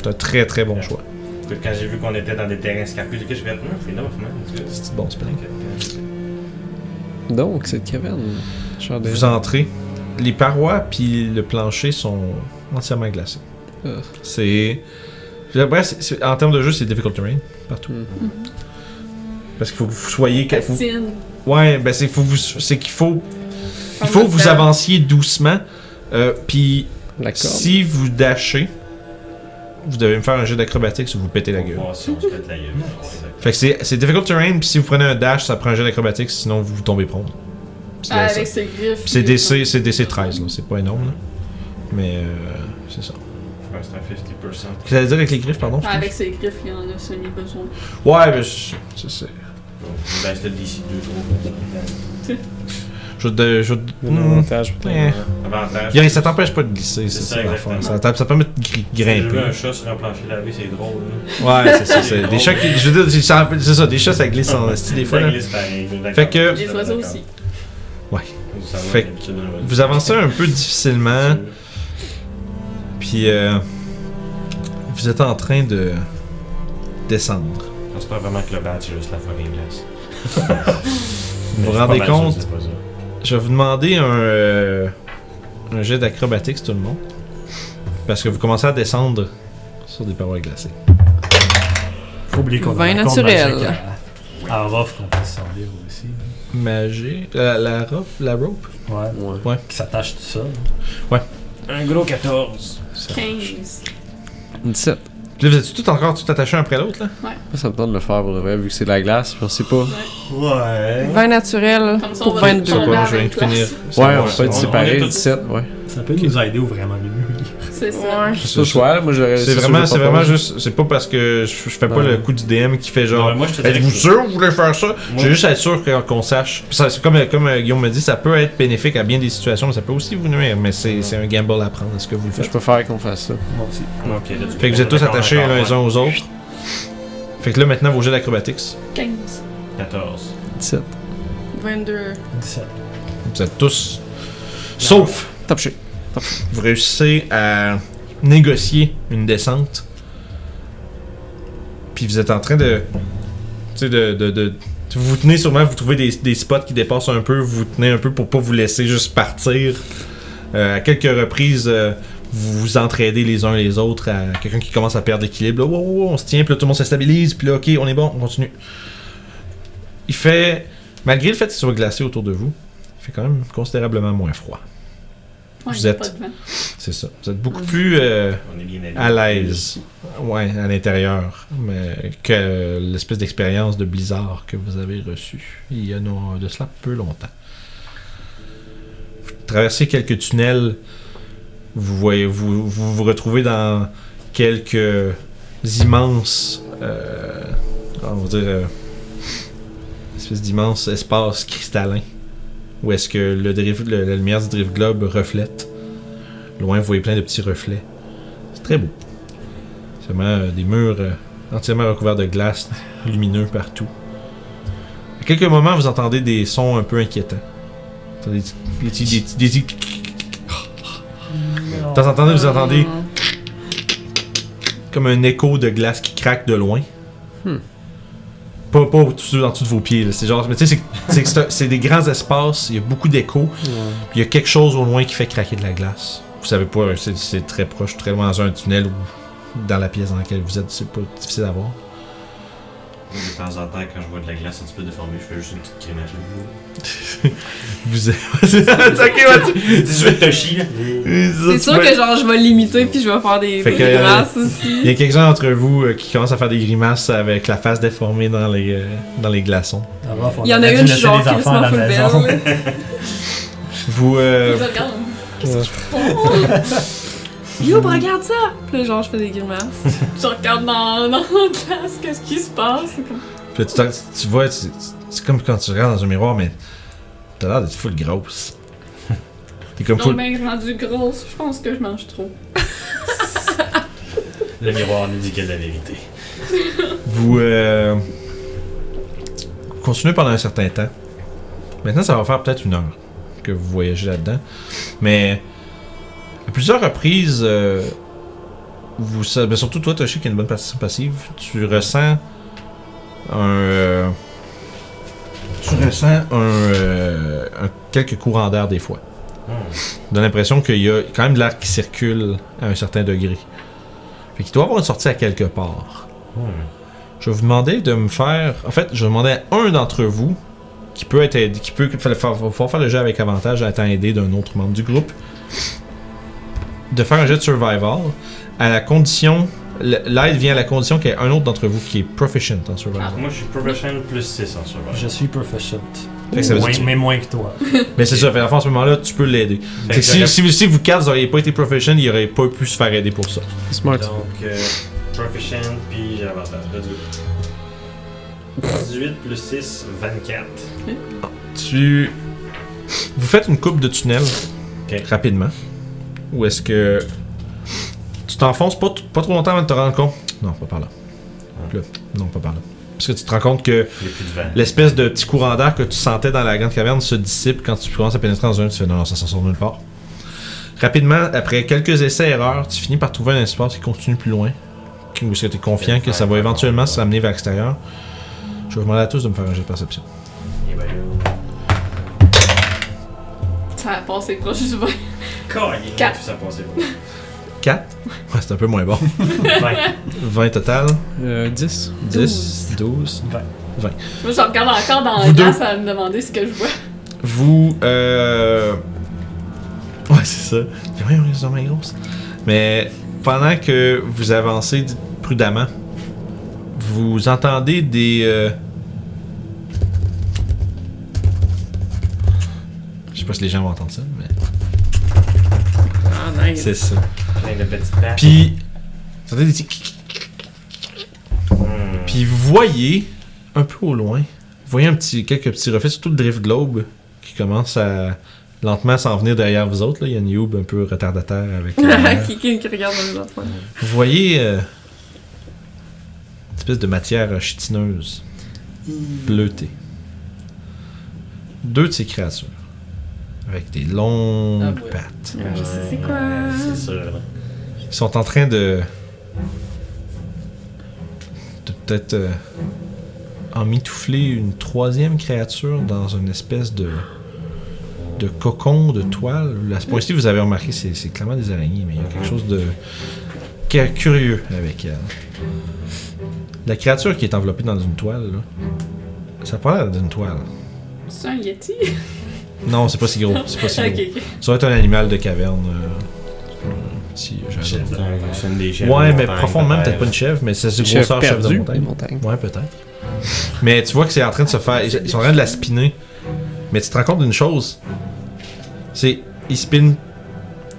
A: c'est un très très bon choix.
E: Puis Quand j'ai vu qu'on était dans des terrains scarpés, j'ai dit, je vais être hum, Freedom of Man.
A: C'est un bon spell.
D: Donc, cette caverne. Genre de-
A: Vous entrez, les parois puis le plancher sont entièrement glacés.
D: Euh.
A: C'est bref, c'est- c'est- en termes de jeu c'est difficult terrain partout.
D: Mm.
B: Mm-hmm.
A: Parce qu'il faut que vous soyez, faut-
B: Patine.
A: Ouais, ben c'est faut vous- c'est qu'il faut il
B: Comme
A: faut
B: le
A: que vous
B: faire.
A: avanciez doucement. Euh, Puis
D: La corde.
A: si vous dashez, vous devez me faire un jeu d'acrobatique si vous pétez la gueule.
E: si on se pète la gueule.
A: Fait que c'est c'est difficult terrain, puis si vous prenez un dash, ça prend un jeu d'acrobatique, sinon vous tombez prompt. Pis
B: Ah,
A: c'est-
B: avec ses griffes.
A: pis c'est
B: il-
A: DC, c'est DC 13 là, c'est pas énorme là. Mais euh, c'est ça.
E: Ouais, C'est un 50%.
A: Qu'est-ce que ça veut dire avec les griffes, pardon?
B: Ah, avec ses griffes, il en a semi-besoin.
A: Ouais, mais c'est- c'est- c'est-
E: Donc, on baisse le DC 2 trop.
A: je te- je te-
D: Un
A: hmm,
D: avantage, peut-être.
A: eh.
E: Avantage.
A: Y'a- Ça t'empêche pas de glisser, c'est
E: C'est ça,
A: ça l'affaire.
E: exactement.
A: Ça, t'a- ça permet de gri-
E: J'ai vu
A: grimper.
E: un chat sur un plancher lavé, c'est drôle. là.
A: Ouais, c'est ça. c'est-
E: *laughs*
A: Des chats qui. Je veux dire, c'est ça, c'est ça, des chats ça glisse en style des fois.
E: Ça
A: là.
E: glisse pareil, d'accord.
A: Fait que-
B: Les oiseaux aussi.
E: Ça va,
A: Fait que
E: d'habitude, on va-
A: Vous avancez un peu hein. difficilement, puis euh, vous êtes en train de descendre.
E: C'est pas vraiment que le bat, c'est juste la fucking glace.
A: Vous vous rendez compte Je vais vous demander un, euh, un jet d'acrobatique, tout le monde. Parce que vous commencez à descendre sur des parois glacées.
I: Faut oublier qu'on a
F: Vin
I: un compte
F: naturel.
I: magique À, à Rof Ah, qu'on peut se servir aussi. hein.
A: Magie. La, la, rope, la rope
I: Ouais.
D: Ouais.
I: Qui s'attache tout seul.
E: Un gros 14.
B: 15.
D: 17.
A: Puis là, vous êtes tout encore tout attaché un après l'autre, là
D: Ça, ça me tente de le faire pour le vrai, vu que c'est de la glace. Je sais pas.
E: Ouais.
F: Vin naturel
B: Comme ça, on
F: pour
B: va
F: 22.
B: tomber à la
A: je viens
B: même
A: de finir.
B: place.
D: Ouais,
E: bon,
D: on peut
E: on-
D: être
E: on
D: séparés.
E: est tous-
D: 17, ouais.
I: Ça peut nous aider ou vraiment mieux.
B: C'est ça.
F: Ouais.
D: C'est le choix, là, moi j'aurais
A: C'est
D: ça,
A: vraiment,
D: je
A: c'est
D: propose.
A: vraiment juste. C'est pas parce que je, je fais pas
D: Non.
A: le coup du DM qui fait genre.
E: Non, mais moi, je te dirais
A: Êtes-vous
E: que-
A: sûr que vous voulez faire ça?
E: Moi-
A: J'ai juste à être sûr que- qu'on sache. Ça, c'est comme, comme euh, Guillaume me dit, ça peut être bénéfique à bien des situations, mais ça peut aussi vous nuire. Mais c'est c'est un gamble à prendre. Est-ce que vous le
D: Je
A: faites?
D: préfère qu'on fasse ça.
I: Moi aussi.
E: Ok, là, tu
A: Fait que vous êtes tous
E: d'accord,
A: attachés
E: d'accord,
A: l'un les uns aux autres. Fait que là, maintenant, vos jets d'acrobatics.
B: 15.
E: 14.
D: 17.
F: 22.
I: 17.
A: Vous êtes tous. Sauf,
D: Top shit.
A: vous réussissez à négocier une descente. Puis vous êtes en train de. Tu sais, de. de, de- vous vous tenez sûrement, vous trouvez des, des spots qui dépassent un peu, vous vous tenez un peu pour pas vous laisser juste partir. Euh, à quelques reprises, euh, vous vous entraidez les uns les autres à quelqu'un qui commence à perdre l'équilibre. Là, wow, wow, wow, on se tient, puis là, tout le monde se stabilise, puis là, ok, on est bon, on continue. Il fait. Malgré le fait qu'il soit glacé autour de vous, il fait quand même considérablement moins froid.
B: Ouais,
A: Vous
B: il y a
A: êtes-
B: pas de vent.
A: C'est ça. Vous êtes beaucoup plus euh,
E: On est bien habillés.
A: à l'aise, ouais, à l'intérieur, mais que l'espèce d'expérience de blizzard que vous avez reçue il y a non- de cela peu longtemps. Vous traversez quelques tunnels, vous voyez, vous vous, vous retrouvez dans quelques immenses, euh, on va dire, euh, espèce d'immense espace cristallin, où est-ce que le drift- le- la lumière du drift globe reflète. Loin, vous voyez plein de petits reflets. C'est très beau. Seulement euh, des murs euh, entièrement recouverts de glace, lumineux partout. À quelques moments, vous entendez des sons un peu inquiétants. Entendez Des petits- des petits- des petits de temps en temps, vous entendez comme un écho de glace qui craque de loin.
D: Hmm.
A: Pas, pas au-dessus, en dessous de vos pieds. là. C'est genre, mais tu sais, c'est- c'est- c'est un- c'est des grands espaces, il y a beaucoup d'écho. puis Il y a quelque chose au loin qui fait craquer de la glace. Vous savez pas, euh, c'est- c'est très proche, très loin dans un tunnel ou dans la pièce dans laquelle vous êtes, c'est pas difficile à voir.
E: De temps en temps, quand je vois de la glace un petit peu déformée, je fais juste une petite grimace. *laughs*
A: Vous êtes. *laughs* ok, vas-y.
E: 18 Toshi, là.
F: C'est sûr que genre je vais l'imiter puis je vais faire des
A: Fait
F: des
A: que- euh,
F: grimaces
A: Il y a
F: aussi.
A: quelques-uns d'entre vous euh, qui commencent à faire des grimaces avec la face déformée dans les, euh, dans les glaçons.
I: Ah,
F: Il y en a une genre qui se
I: à
F: m'en
I: la
F: fout belle.
I: maison.
F: *laughs* là.
A: Vous. euh,
F: Je regarde. Yo, bah, regarde ça! Puis là, genre, je fais des grimaces.
B: Je regarde dans, dans mon casque, qu'est-ce qui se passe?
A: Puis là, tu, t'en- tu vois, tu- c'est comme quand tu regardes dans un miroir, mais t'as l'air d'être full grosse. *laughs* T'es comme
B: J'ai
A: full.
B: bien rendu grosse, je pense que je mange trop.
E: Le miroir nous dit qu'il y a de la vérité.
A: Vous, euh, vous continuez pendant un certain temps. Maintenant, ça va faire peut-être une heure que vous voyagez là-dedans. Mais à plusieurs reprises, euh, vous, sa- mais surtout toi, Toshi, qui a une bonne participation passive, tu ressens un. euh, tu ressens un, euh, un- quelques courants d'air des fois. Donne l'impression qu'il y a quand même de l'air qui circule à un certain degré. Fait qu'il doit avoir une sortie à quelque part. Je vais vous demander de me faire. En fait, je vais demander à un d'entre vous qui peut être aidé, qui peut fa- fa- fa- faire, le jeu avec avantage à étant aidé d'un autre membre du groupe, de faire un jet de survival à la condition. l- L'aide vient à la condition qu'il y ait un autre d'entre vous qui est proficient en survival.
E: Moi, je suis professional plus 6 en survival.
I: Je suis proficient.
A: Fait que ça veut dire
I: Moins-
A: que tu-
I: mais moins que toi.
A: Mais c'est ça, fait, enfin, à ce moment-là, tu peux l'aider.
E: Fait
A: Fait que
E: que
A: Si,
E: j'aurais-
A: si, si vous quatre, vous n'auriez pas été proficient, il aurait pas pu se faire aider pour ça.
D: Smart.
E: Donc, euh, proficient, puis j'ai avantage. Let's go. 18 plus 6, 24.
A: Tu. Vous faites une coupe de tunnel
E: Ok.
A: rapidement. Ou est-ce que. Tu t'enfonces pas, t- pas trop longtemps avant de te rendre compte. Non, pas par là. Là, Non, pas par là. Parce que tu te rends compte que
E: Il n'y a plus de vent.
A: l'espèce de petit courant d'air que tu sentais dans la grande caverne se dissipe quand tu commences à pénétrer dans un. Tu fais non, non, ça s'en sort nulle part. Rapidement, après quelques essais-erreurs, tu finis par trouver un espace qui continue plus loin. qui- Où est-ce que tu es confiant que ça va éventuellement se ramener vers l'extérieur. Je vais vous demander à tous de me faire un jet de perception.
E: Et ben
B: Ça a passé proche du vin.
E: là. il
B: Quatre.
E: Ça passait
A: 4 Ouais, c'est un peu moins bon.
E: pas. 20.
A: 20 total.
D: Euh, 10.
A: 10, 12.
B: Moi, je regarde encore dans
A: Vous
B: le
A: deux.
B: glace à me demander ce que je vois.
A: Vous. Euh... Ouais, c'est ça. Mais voyons, ils sont bien grosses. Mais pendant que vous avancez d- prudemment, vous entendez des. euh, Je sais pas si les gens vont entendre ça, mais
F: Ah, nice.
A: c'est ça.
E: Plein de petites pattes.
A: Puis. Vous entendez des petits.
E: Hmm.
A: Puis vous voyez, un peu au loin, vous voyez un petit, quelques petits reflets, surtout le drift globe qui commence à lentement s'en venir derrière vous autres. Là. Il y a une Youb un peu retardataire
F: *laughs*
A: avec. la
D: *laughs*
A: lumière.
F: qui, qui, qui regarde les enfants.
A: vous voyez euh, une espèce de matière euh, chitineuse, bleutée. Deux de ces créatures avec des longues
D: Ah ouais.
A: pattes.
F: Ah, Je sais c'est
E: Ouais,
F: quoi.
E: C'est sûr. là.
A: Ils sont en train de. de peut-être. euh, emmitoufler une troisième créature dans une espèce de. de cocon, de toile. À ce point-ci, vous avez remarqué, c'est, c'est clairement des araignées, mais il y a quelque chose de. qui est curieux avec elle. La créature qui est enveloppée dans une toile, là, ça parle d'une toile.
B: C'est un Yeti?
A: Non, c'est pas si gros. C'est pas si
B: *laughs* Ok,
A: gros.
B: ok.
A: Ça va être un animal de caverne. euh, petit, j'adore.
E: C'est un- c'est une des chaînes
A: Ouais,
E: de
A: mais
E: montagne,
A: profondément, peut-être pas une chèvre, mais c'est une grosseur chef de
D: des
A: montagne.
D: montagnes.
A: Ouais, peut-être. Mais tu vois que c'est en train de se faire. Ils ils sont en train de la spinner. Mais tu te rends compte d'une chose. C'est. Ils spinent.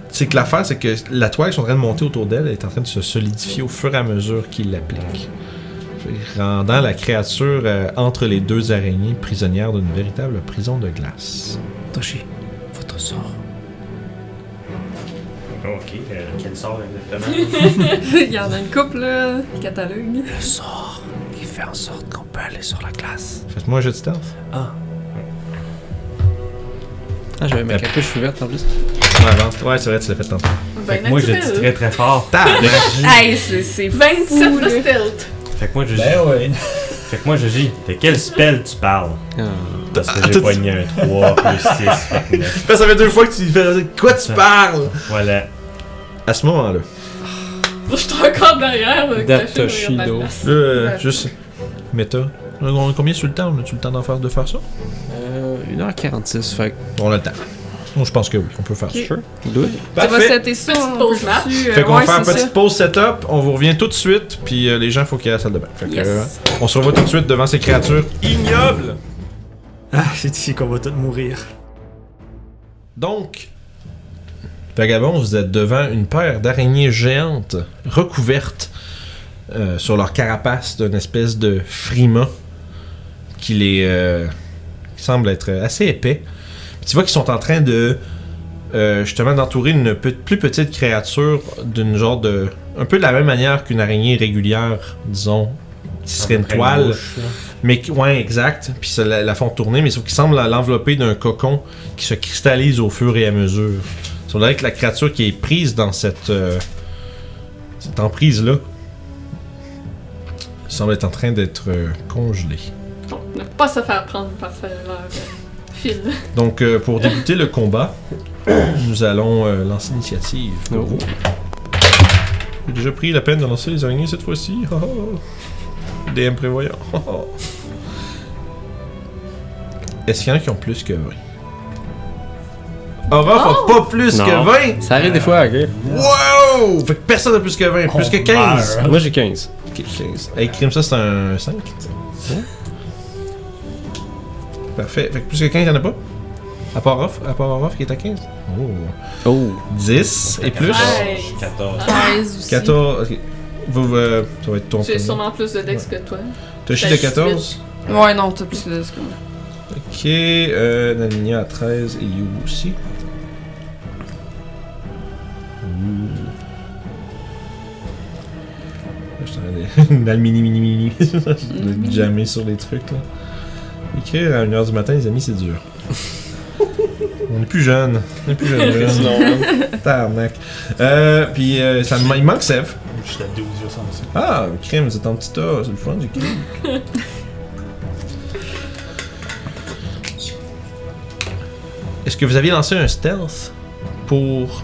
A: C'est que l'affaire, c'est que la toile qu'ils sont en train de monter autour d'elle elle est en train de se solidifier au fur et à mesure qu'ils l'appliquent. Fait- Rendant la créature euh, entre les deux araignées prisonnière d'une véritable prison de glace.
D: Toshi, votre sort.
E: Ok, euh, quel sort exactement
F: *laughs* Il y en a une couple, là, catalogue.
D: Le sort qui fait en sorte qu'on peut aller sur la glace.
A: Faites-moi un jeu de stealth.
D: Ah, j'avais ma capuche ouverte en plus.
A: Ouais, avance. Ouais, c'est vrai, tu l'as fait tantôt.
E: Fait
B: Ben,
E: que moi, je dis très très fort.
F: Hey, c'est- c'est fou.
B: 27 de
F: là.
B: stealth.
E: Fait que moi, je dis.
A: Ben ouais.
E: *laughs* Fait que moi, je dis. De quel spell tu parles
J: Ah.
E: Parce que
A: tout-
E: j'ai poigné un 3 plus 6.
J: *laughs*
E: Fait que neuf.
A: Ça fait deux fois que tu fais. De Quoi tu
E: Ça.
A: parles
E: Voilà.
A: À ce moment-là.
B: Je suis encore derrière. euh, caché derrière la
D: Datoshido.
B: glace.
A: Là, euh,
F: Ouais.
A: juste. Méta. On a combien sur le temps On a-tu le temps d'en faire, de faire ça
D: Euh, 1h46, fait que.
A: On a le temps. Bon, je pense que oui, on peut faire ça.
D: Sure. Do it.
F: Tu vas
A: Parfait.
F: setter ça,
B: Petite
F: on
B: pause
F: peut
B: map.
F: dessus, euh,
A: Fait qu'on va
F: ouais,
A: faire une
F: c'est
A: petite
F: ça.
A: pause setup, on vous revient tout de suite, puis euh, les gens, faut qu'il y ait la salle de bain. Fait que, euh,
F: Yes.
A: on se revoit tout de suite devant ces créatures ignobles.
C: Ah, c'est ici qu'on va tous mourir.
A: Donc, vagabond, vous êtes devant une paire d'araignées géantes recouvertes euh, sur leur carapace d'une espèce de frima qui les euh, qui semble être assez épais. Puis tu vois qu'ils sont en train de euh, justement d'entourer une pe- plus petite créature d'une genre de un peu de la même manière qu'une araignée régulière, disons, qui serait une
E: Après
A: toile.
E: mouche, là.
A: Mais qui- ouais, exact. Puis ça la, la font tourner, mais sauf qu'il semble l'envelopper d'un cocon qui se cristallise au fur et à mesure. Il semblerait que la créature qui est prise dans cette, euh, cette emprise-là semble être en train d'être euh, congelée.
B: Bon, ne pas se faire prendre par leur euh, fil.
A: Donc, euh, pour débuter le combat, nous allons euh, lancer l'initiative. pour vous. J'ai déjà pris la peine de lancer les araignées cette fois-ci. *laughs* Ah, ah. DM prévoyant. Ah, ah. Est-ce qu'il y en a qui ont plus que 20 Orof a pas plus
D: Non.
A: que 20
D: Oh! Ça arrive des fois, ok?
A: Wow Fait que personne n'a plus que 20, plus que 15
D: Moi j'ai 15.
A: Ok, 15. Hey, crime, ça c'est un 5. Parfait. Fait que plus que 15, y'en a pas À part Orof, à part Orof qui est à 15 Oh.
D: Oh.
A: 10 et plus.
B: Ouais.
E: 14.
F: 13 Euh, aussi.
A: 14. ok. Vous, euh, ça va être ton
B: J'ai
A: premier.
B: sûrement plus de dex que toi.
A: Toshi de
B: T'as
A: 14.
F: Ouais, non, t'as plus que ça.
A: Ok. Euh, Naminia à 13 et You aussi. Ouh. Je suis en train de- *laughs* Une dalle mini mini mini. de jammer sur les trucs là. Écrire à 1h du matin, les amis, c'est dur. On est plus jeune. On est plus jeune. jeune. Tarnac. Euh, puis euh, ça me il manque Sev.
I: Je suis à 12, je sens aussi.
A: Ah, crime, c'est un petit tas, c'est le fun du crime. *laughs* Est-ce que vous aviez lancé un stealth pour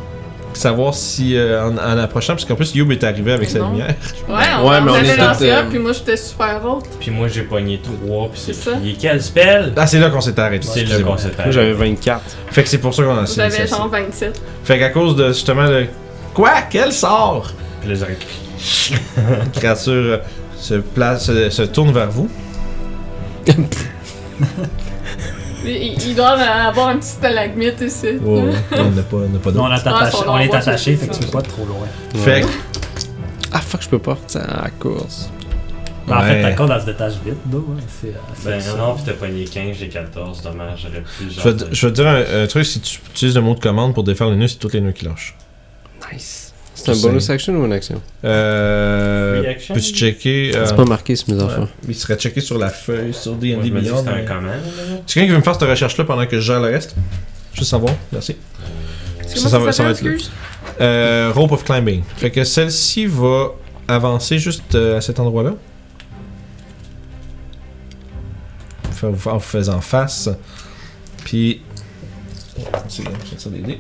A: savoir si euh, en, en approchant, parce qu'en plus Youb est arrivé avec sa
F: Non.
A: lumière.
B: Ouais, on,
D: Ouais, mais
B: on
D: on
B: avait
D: est
B: lancé
D: toutes,
B: un,
D: euh,
B: puis moi j'étais super haute.
G: Ah,
E: Puis moi, j'ai pogné 3. Puis
B: C'est ça.
E: c'est. Il est quel spell
A: Ah, c'est là qu'on s'est arrêté.
E: C'est le
A: excusez-moi.
E: concept.
D: Moi j'avais 24.
A: Fait que c'est pour ça qu'on a lancé
B: J'avais
A: l'initiative.
B: genre 27.
A: Fait qu'à cause de justement le. Quoi Quel sort
E: Puis là, j'aurais
A: La créature euh, se, place, se, se tourne vers vous.
B: Il, il- il doit avoir un petit stalagmite ici.
A: *laughs* on n'a pas, on n'a pas
I: Non,
A: d'autre.
I: on est
B: Ah,
I: attaché, on
B: son
I: est
B: envoi,
I: attaché,
B: c'est
I: fait que
B: ça.
I: tu peux pas être trop loin.
A: Fait que
D: Ah fuck, je peux pas retirer à la course.
I: Ben, En fait,
A: Ouais.
I: ta corde, elle se détache vite, d'eau. hein, C'est euh, c'est
E: Ben
I: ça.
E: non, pis t'as pogné 15, j'ai 14, dommage, j'aurais pu
A: Je
E: genre. euh,
A: vais, te- je vais te dire un, un truc, si tu utilises le mot de commande pour défaire les nœuds, c'est tous les nœuds qui lâchent.
D: Nice. C'est un
A: Je
D: bonus
A: sais.
D: action ou une action
A: Euh,
E: Reaction?
A: Peux-tu checker euh,
D: C'est pas marqué sur mes enfants.
A: Il serait checké sur la feuille, sur
E: Moi,
A: D&D
E: je me dis que
A: Beyond.
E: c'était un
A: mais-
E: comment, là.
A: Tu quelqu'un qui veut me faire cette recherche-là pendant que je gère le reste Juste savoir, merci.
F: Comment
A: ça va- ça va
F: s'appelle,
A: être le-
F: excuse?
A: Euh, rope of Climbing. Fait que celle-ci va avancer juste euh, à cet endroit-là. Fait- En vous faisant face. Puis. Attends, c'est bon, je vais sortir des dés.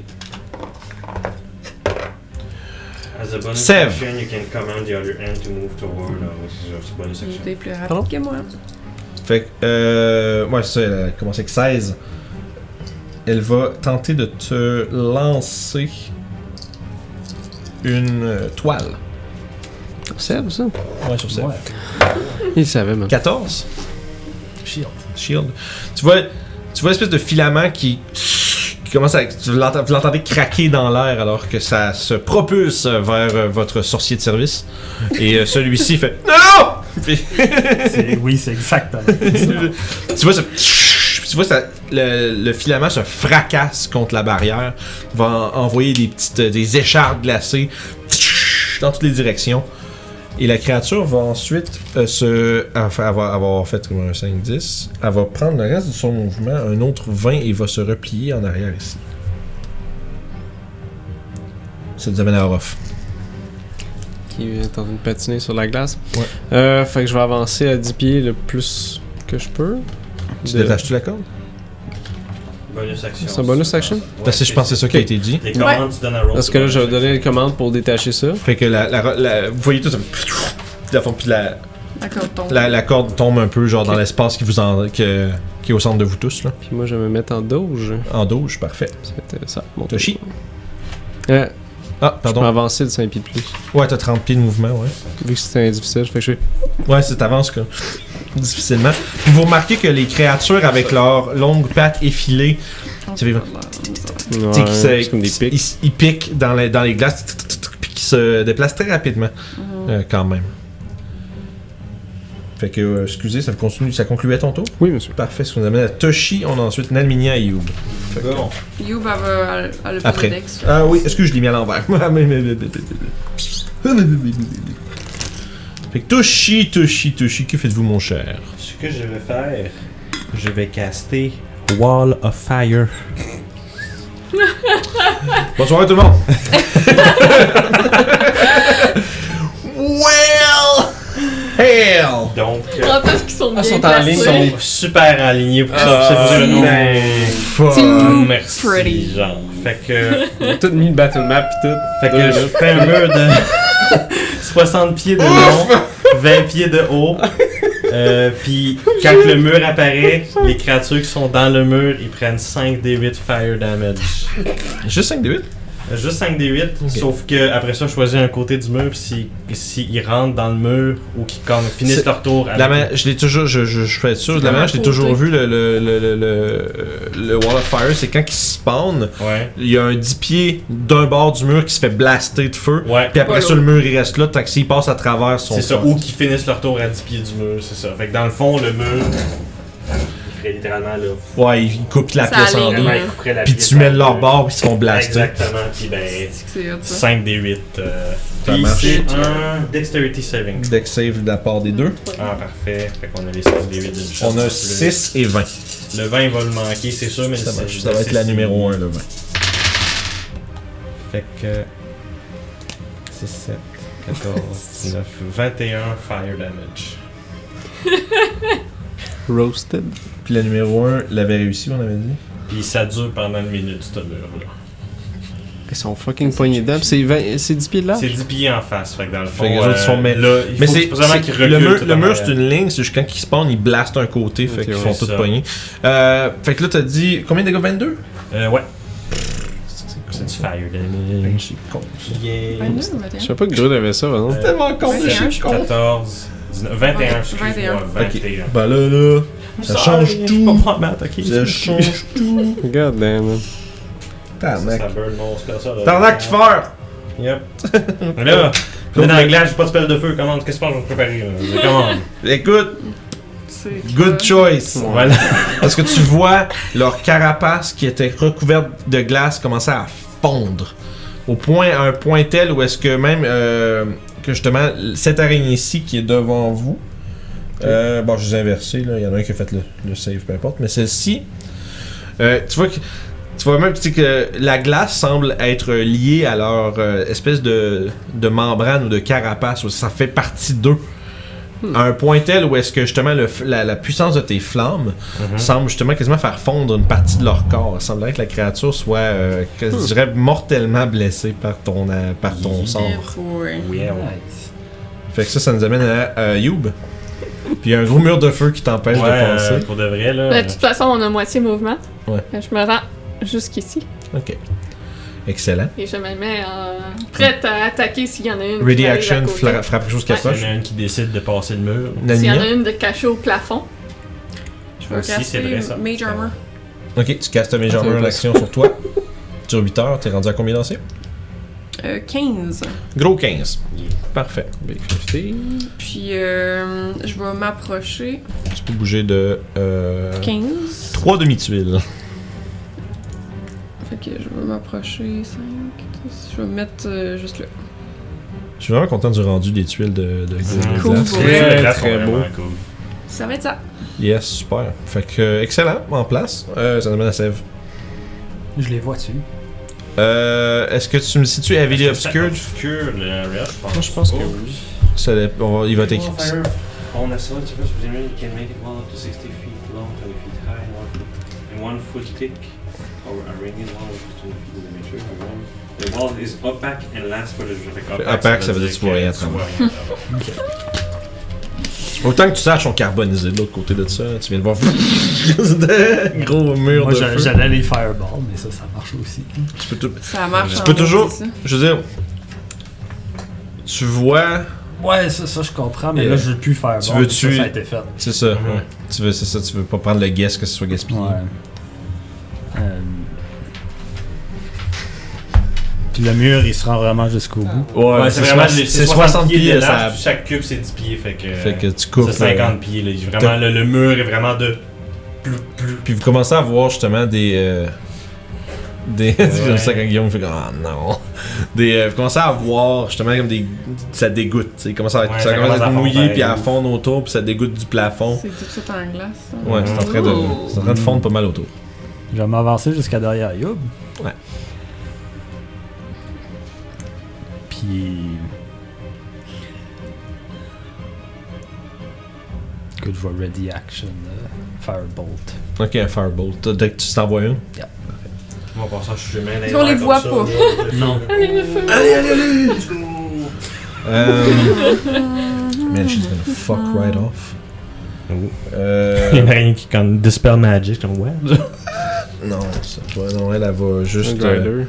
E: As a bonus
A: Save.
E: action, you can command the other end to move toward. uh, là, ouais, c'est genre, c'est bonus action.
F: T'es plus
D: Pardon?
F: rapide que moi.
A: Fait que, euh, ouais, ça, elle a commencé avec 16. Elle va tenter de te lancer une euh, toile.
D: Seb, ça
A: Ouais, sur ça.
I: Ouais.
D: Il savait même.
A: 14.
I: Shield.
A: Shield. Tu vois, tu vois l'espèce de filament qui, qui commence à. Tu l'entends- vous l'entendez craquer dans l'air alors que ça se propulse vers euh, votre sorcier de service. Et euh, celui-ci fait *laughs* NON Puis-
I: *laughs* C'est- Oui, c'est exactement.
A: tu vois, ça, tu vois, ça, le, le filament se fracasse contre la barrière, va en- envoyer des petites euh, des échardes glacées dans toutes les directions. Et la créature va ensuite euh, se. Enfin, elle va avoir fait comme un 5-10. Elle va prendre le reste de son mouvement, un autre 20, et va se replier en arrière ici. Ça nous amène à Orof.
J: qui est en train de patiner sur la glace.
A: Ouais.
J: Euh, fait que je vais avancer à 10 pieds le plus que je peux.
A: Tu
J: De-
A: détaches-tu la corde
G: Bonus action.
J: Mm. C'est un bonus action?
A: Parce que je pense que c'est ça qui a été dit.
G: Les commandes, tu donnes à roll.
J: Parce que là, je vais donner les commandes pour détacher ça.
A: Fait que la, la, la- vous voyez tout ça. Puis la, puis la,
F: D'accord, Ah, ton.
A: la- la corde tombe un peu genre dans
J: Ok.
A: l'espace qui vous en, que- qui est au centre de vous tous là.
J: Puis moi, je vais me mettre en doge.
A: En douche, parfait.
J: Ça va être ça. Bon,
A: Toshi.
J: Euh,
A: Ah,
J: je peux
A: pardon.
J: avancer de 5 pieds de plus.
A: Ouais, t'as 30 pieds de mouvement, ouais.
J: Vu que c'était difficile, fait que je fais.
A: Ouais, c'est t'avances quoi. *laughs* Difficilement. Puis vous remarquez que les créatures avec leurs longues pattes effilées, tu
F: Ah,
A: sais,
F: bah,
A: tu sais,
J: Ouais,
A: qui se-
J: c'est comme des pics.
A: ils- ils piquent dans les, dans les glaces, tic, tic, tic, tic, puis qui se déplacent très rapidement, Euh, quand même. Fait que, euh, excusez, ça continue, ça concluait ton tour.
J: Oui, monsieur.
A: Parfait, ce qui nous amène à Toshi, on a ensuite Nalminia et Youb. Fait que-
G: Bon.
F: Youb, elle va- elle- elle a le
A: Après.
F: dex.
A: Ah oui, excuse, je l'ai mis à l'envers. *laughs* fait que Toshi, Toshi, Toshi, que faites-vous mon cher
G: Ce que je vais faire, je vais caster Wall of Fire.
A: Bonsoir à tout le monde *laughs* Well Hell
G: Donc, euh,
B: En plus, qu'ils sont bien
J: sont en
B: placés.
J: ligne,
G: ils sont super alignés pour ça.
A: Ah,
G: c'est
A: c'est
G: du-
B: Team
G: Merci,
B: Pretty.
G: genre. Fait que,
J: J'ai tout mis le battle map pis tout.
G: fait que je fais un mur de
J: *laughs*
G: 60 pieds de long, 20 pieds de haut. Euh, puis quand le mur apparaît, les créatures qui sont dans le mur, ils prennent 5 des 8 fire damage.
A: Juste 5 de 8
G: Juste 5 des 8, sauf que après ça, je choisis un côté du mur, puis s'ils si, ils rentrent dans le mur ou qu'ils comme finissent
A: C'est-
G: leur tour
A: La
G: avec-
A: main, je l'ai toujours, je, je, je suis sûr, de
F: C'est
A: la
F: la
A: main,
F: main
A: je l'ai
F: côté.
A: toujours vu, le, le, le, le, le, le Wall of Fire, c'est quand il spawn,
G: Ouais.
A: il y a un 10 pieds d'un bord du mur qui se fait blaster de feu.
G: Ouais.
A: Puis après ça, le mur, il reste là, tant que s'il passe à travers son.
G: C'est ça,
A: front.
G: ou qu'ils finissent leur tour à 10 pieds du mur, c'est ça. Fait que dans le fond, le mur, il ferait littéralement là.
A: Ouais, il coupe la
F: Ça
A: pièce en
F: allait,
A: deux.
F: ouais.
G: il couperait la
A: Puis
G: pièce
A: tu mets
G: en
A: leur
G: deux.
A: bord, puis ils se font blaster.
G: Exactement, puis ben,
F: C'est hot, ça.
G: 5 des 8. Euh,
A: Ça
G: puis
A: marche.
G: c'est un Dexterity Saving.
A: Deck save de la part des deux.
G: Ah, parfait. Fait qu'on a les 5 des 8 d'une
A: On a 6 et 20.
G: Le 20 va le manquer, c'est sûr, mais
A: Ça,
G: le
A: marche.
G: six-
A: Ça
G: le
A: va être
G: six,
A: la
G: il-
A: numéro 1, le 20.
G: Fait que. 6, 7, 14, 19, 21 fire damage.
J: Roasted.
A: Puis la numéro 1 l'avait réussi, on avait dit.
G: Puis ça dure pendant une minute, ce mur-là.
J: Ils sont fucking poignés dedans. pis C'est 20 c'est 10 pieds de là.
G: C'est 10 pieds en face, fait que dans le fond. euh,
A: Fait que les autres sont mé-
G: là, il
A: Mais
G: faut
A: c'est.
G: vraiment
A: c'est-
G: qu'ils
A: Le
G: reculent
A: mur,
G: tout
A: le
G: en
A: mur
G: arrière.
A: c'est une ligne, c'est juste quand ils spawnent, ils blastent un côté, fait
J: Ok,
A: qu'ils
J: ouais,
A: font
G: c'est
A: tout
G: ça.
A: pogner. Euh, fait que là, t'as dit. Combien de dégâts 22
G: Euh, ouais. C'est du fire damage.
F: Un,
G: Yeah.
F: deux, vingt et un.
J: Je savais pas que Grud avait ça, vraiment.
G: Euh,
A: Tellement con, je suis
F: 21, je
A: con.
G: 14, 19, 21, excuse-moi, 21.
A: Ok. Ben là, là. Ça change tout. Ça change tout.
J: God damn.
G: Ça
A: Tarnac.
G: burn mon spell, ça, là.
A: Tarnac, tu fort
G: Yep. là, là, dans la glace, j'ai pas de spell de feu. Comment, qu'est-ce que je vais préparer, là? Mais Comment?
A: Écoute,
F: C'est
A: good choice.
G: Voilà.
A: *laughs* Parce que tu vois leur carapace qui était recouverte de glace commencer à fondre. Au point, à un point tel où est-ce que même euh, que justement cette araignée ici qui est devant vous. euh, bon, je les ai inversés, là. Il y en a un qui a fait le, le save, peu importe. Mais celle-ci, euh, tu vois que. Tu vois même tu sais, que la glace semble être liée à leur euh, espèce de, de membrane ou de carapace. ou Ça fait partie d'eux. À un point tel où est-ce que justement le f- la- la puissance de tes flammes semble justement quasiment faire fondre une partie de leur corps. Il semblerait que la créature soit, euh, que je dirais, mortellement blessée par ton, euh, par ton sort.
F: Ouais.
G: Oui, ouais.
A: Fait que ça, ça nous amène à euh, Youb. Puis il y a un gros mur de feu qui t'empêche
G: Ouais,
A: de
G: euh,
A: passer.
G: pour de vrai, là.
B: Ben, De toute façon, on a moitié mouvement.
A: Ouais.
B: Euh, Je me rends jusqu'ici
A: Ok. Excellent.
B: et je me mets en... prête à attaquer s'il y en a une. qui
A: Ready
B: arrive à
A: action,
B: côté.
A: fla- frappe quelque chose qui
B: Ouais.
G: Il y en
A: approche. hein?
G: a une qui décide de passer le mur.
B: S'il y en
A: Nania.
B: a une de cachée au plafond.
G: Je
E: Ah,
F: Je vais casser Mage Armor.
A: Ok, tu castes mes
J: Ah,
A: jambes
J: ça va.
A: l'action sur toi. Sur 8 heures, t'es rendu à combien lancer
F: euh, 15.
A: Gros 15. Parfait. Big 50.
F: Puis euh, je vais m'approcher.
A: Tu peux bouger de. Euh,
F: 15.
A: 3 demi-tuiles.
F: Fait que je vais m'approcher 5. Je vais me mettre euh, juste là.
A: Je suis vraiment content du rendu des tuiles de, de, de-
F: Cool.
A: de-
F: Très,
A: de- de-
D: très
A: de-
D: beau.
F: Ça va être ça.
A: Yes, super. Fait que, euh, excellent, en place. Euh, ça nous amène à Sèvres.
I: Je les vois dessus.
A: Euh, Est-ce que tu me situes à Vili Obscure
E: Obscure, le Red, je pense.
D: Moi, je pense que oui.
A: Ça dé- on va- Oh. Il va t'écrire.
E: On a ça, tu peux supprimer, you can make it one up to 60 feet long, 20 feet high, and one foot- and one foot thick, or a ring is one with 20 feet in the nature, or one- The wall is opaque and lasts for the Fait que
A: Opaque, ça veut dire que tu vois
E: que
A: rien à
E: tu vois
A: travers.
E: rien à travers.
A: Autant que tu saches, on carbonisé de l'autre côté de ça. Tu viens de voir. *laughs* gros mur
I: Moi,
A: de
I: j'a-
A: feu.
I: j'allais les fireball, mais ça, ça marche aussi.
A: Tu peux tout-
F: Ça marche.
A: Tu
F: en
A: peux
F: maudit,
A: toujours.
F: ça.
A: Je veux dire. Tu vois.
I: Ouais, ça, ça je comprends, mais
A: Euh,
I: là, je veux plus fireball.
A: tu veux
I: ça,
A: tuer-
I: Ça a été fait.
A: C'est ça. ouais. Tu veux, c'est ça. Tu veux pas prendre le guess que ce soit gaspillé.
I: Euh, Puis le mur, il se rend vraiment jusqu'au bout.
A: Ouais,
E: Ouais, c'est vraiment
A: soix-
E: les-
A: c'est 60 pieds
E: de
A: de
E: large,
A: sable.
E: puis chaque cube c'est 10 pieds, fait que. euh,
A: Fait que tu coupes. euh,
E: C'est 50 pieds, là. Vraiment,
A: T'as-
E: le, le mur est vraiment de. Plus, plus.
A: Puis vous commencez à voir justement des. euh, des. *laughs* J'aime ça quand Guillaume fait comme. Ah non! Des, euh, vous commencez à voir justement comme des. Ça dégoûte, tu sais. Commence à être-
E: Ouais,
A: ça
E: ça
A: commence à être
E: commence à
A: mouillé,
E: fondre,
A: puis à
E: ouais.
A: fondre autour, puis ça dégoûte du plafond.
F: C'est tout de suite en glace. ça.
A: Ouais, c'est en, train de,
F: Ouh.
A: c'est en train de fondre pas mal autour.
I: Je vais m'avancer jusqu'à derrière Youb.
A: Ouais.
I: Puis. Good for ready action. euh, firebolt.
A: Ok, un firebolt. T'as- Dès que tu t'envoies une.
E: Moi, pour ça, je suis jamais
F: Si on les voit pas.
I: Non.
A: Euh, man, she's gonna fuck right off.
E: Il y en
A: Euh,
E: a rien qui comme Dispel Magic, comme ouais.
A: non, c'est pas. Non, elle, elle va
D: Un
A: juste. euh,
D: glider.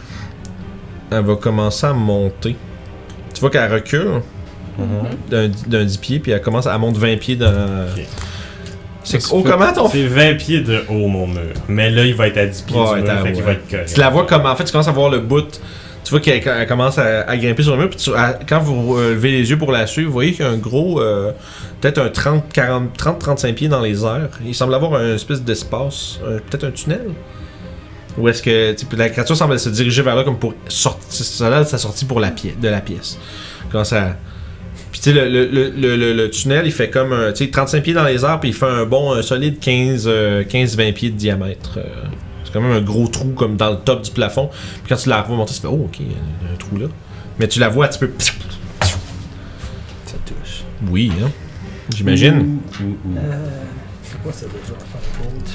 A: elle va commencer à monter. Tu vois qu'elle recule d'un d'un 10 pieds, puis elle commence à monter 20 pieds dans.
E: Ok.
A: C'est
D: Ça
A: oh,
D: se fait-
A: comment ton.
E: C'est 20 pieds de haut, mon mur. Mais là, il va être à 10 pieds
A: Ouais,
E: du
A: t'as-
E: mur, fait qu'il
A: ouais.
E: va être correct.
A: Tu la vois comme. En fait, tu commences à voir le bout. Tu vois qu'elle elle commence à, à grimper sur le mur, puis tu- à- quand vous euh, levez les yeux pour la suivre, vous voyez qu'il y a un gros. euh, peut-être un 30, 40, 30, 35 pieds dans les airs. Il semble avoir un espèce d'espace, euh, peut-être un tunnel. Ou est-ce que tu sais, la créature semble se diriger vers là comme pour sortir. Ça a l'air de sa sortie pour la pièce, de la pièce. Quand ça. Puis tu sais, le, le- le- le- le- le tunnel, il fait comme un, tu sais, 35 pieds dans les airs, puis il fait un bon, un solide 15, euh, 15-20 pieds de diamètre. euh. c'est quand même un gros trou comme dans le top du plafond. Puis quand tu la vois monter, tu fais Oh, ok, il y a un trou là. Mais tu la vois, tu peux. Ça touche. Oui, hein. J'imagine.
I: C'est quoi ça déjà, firebolt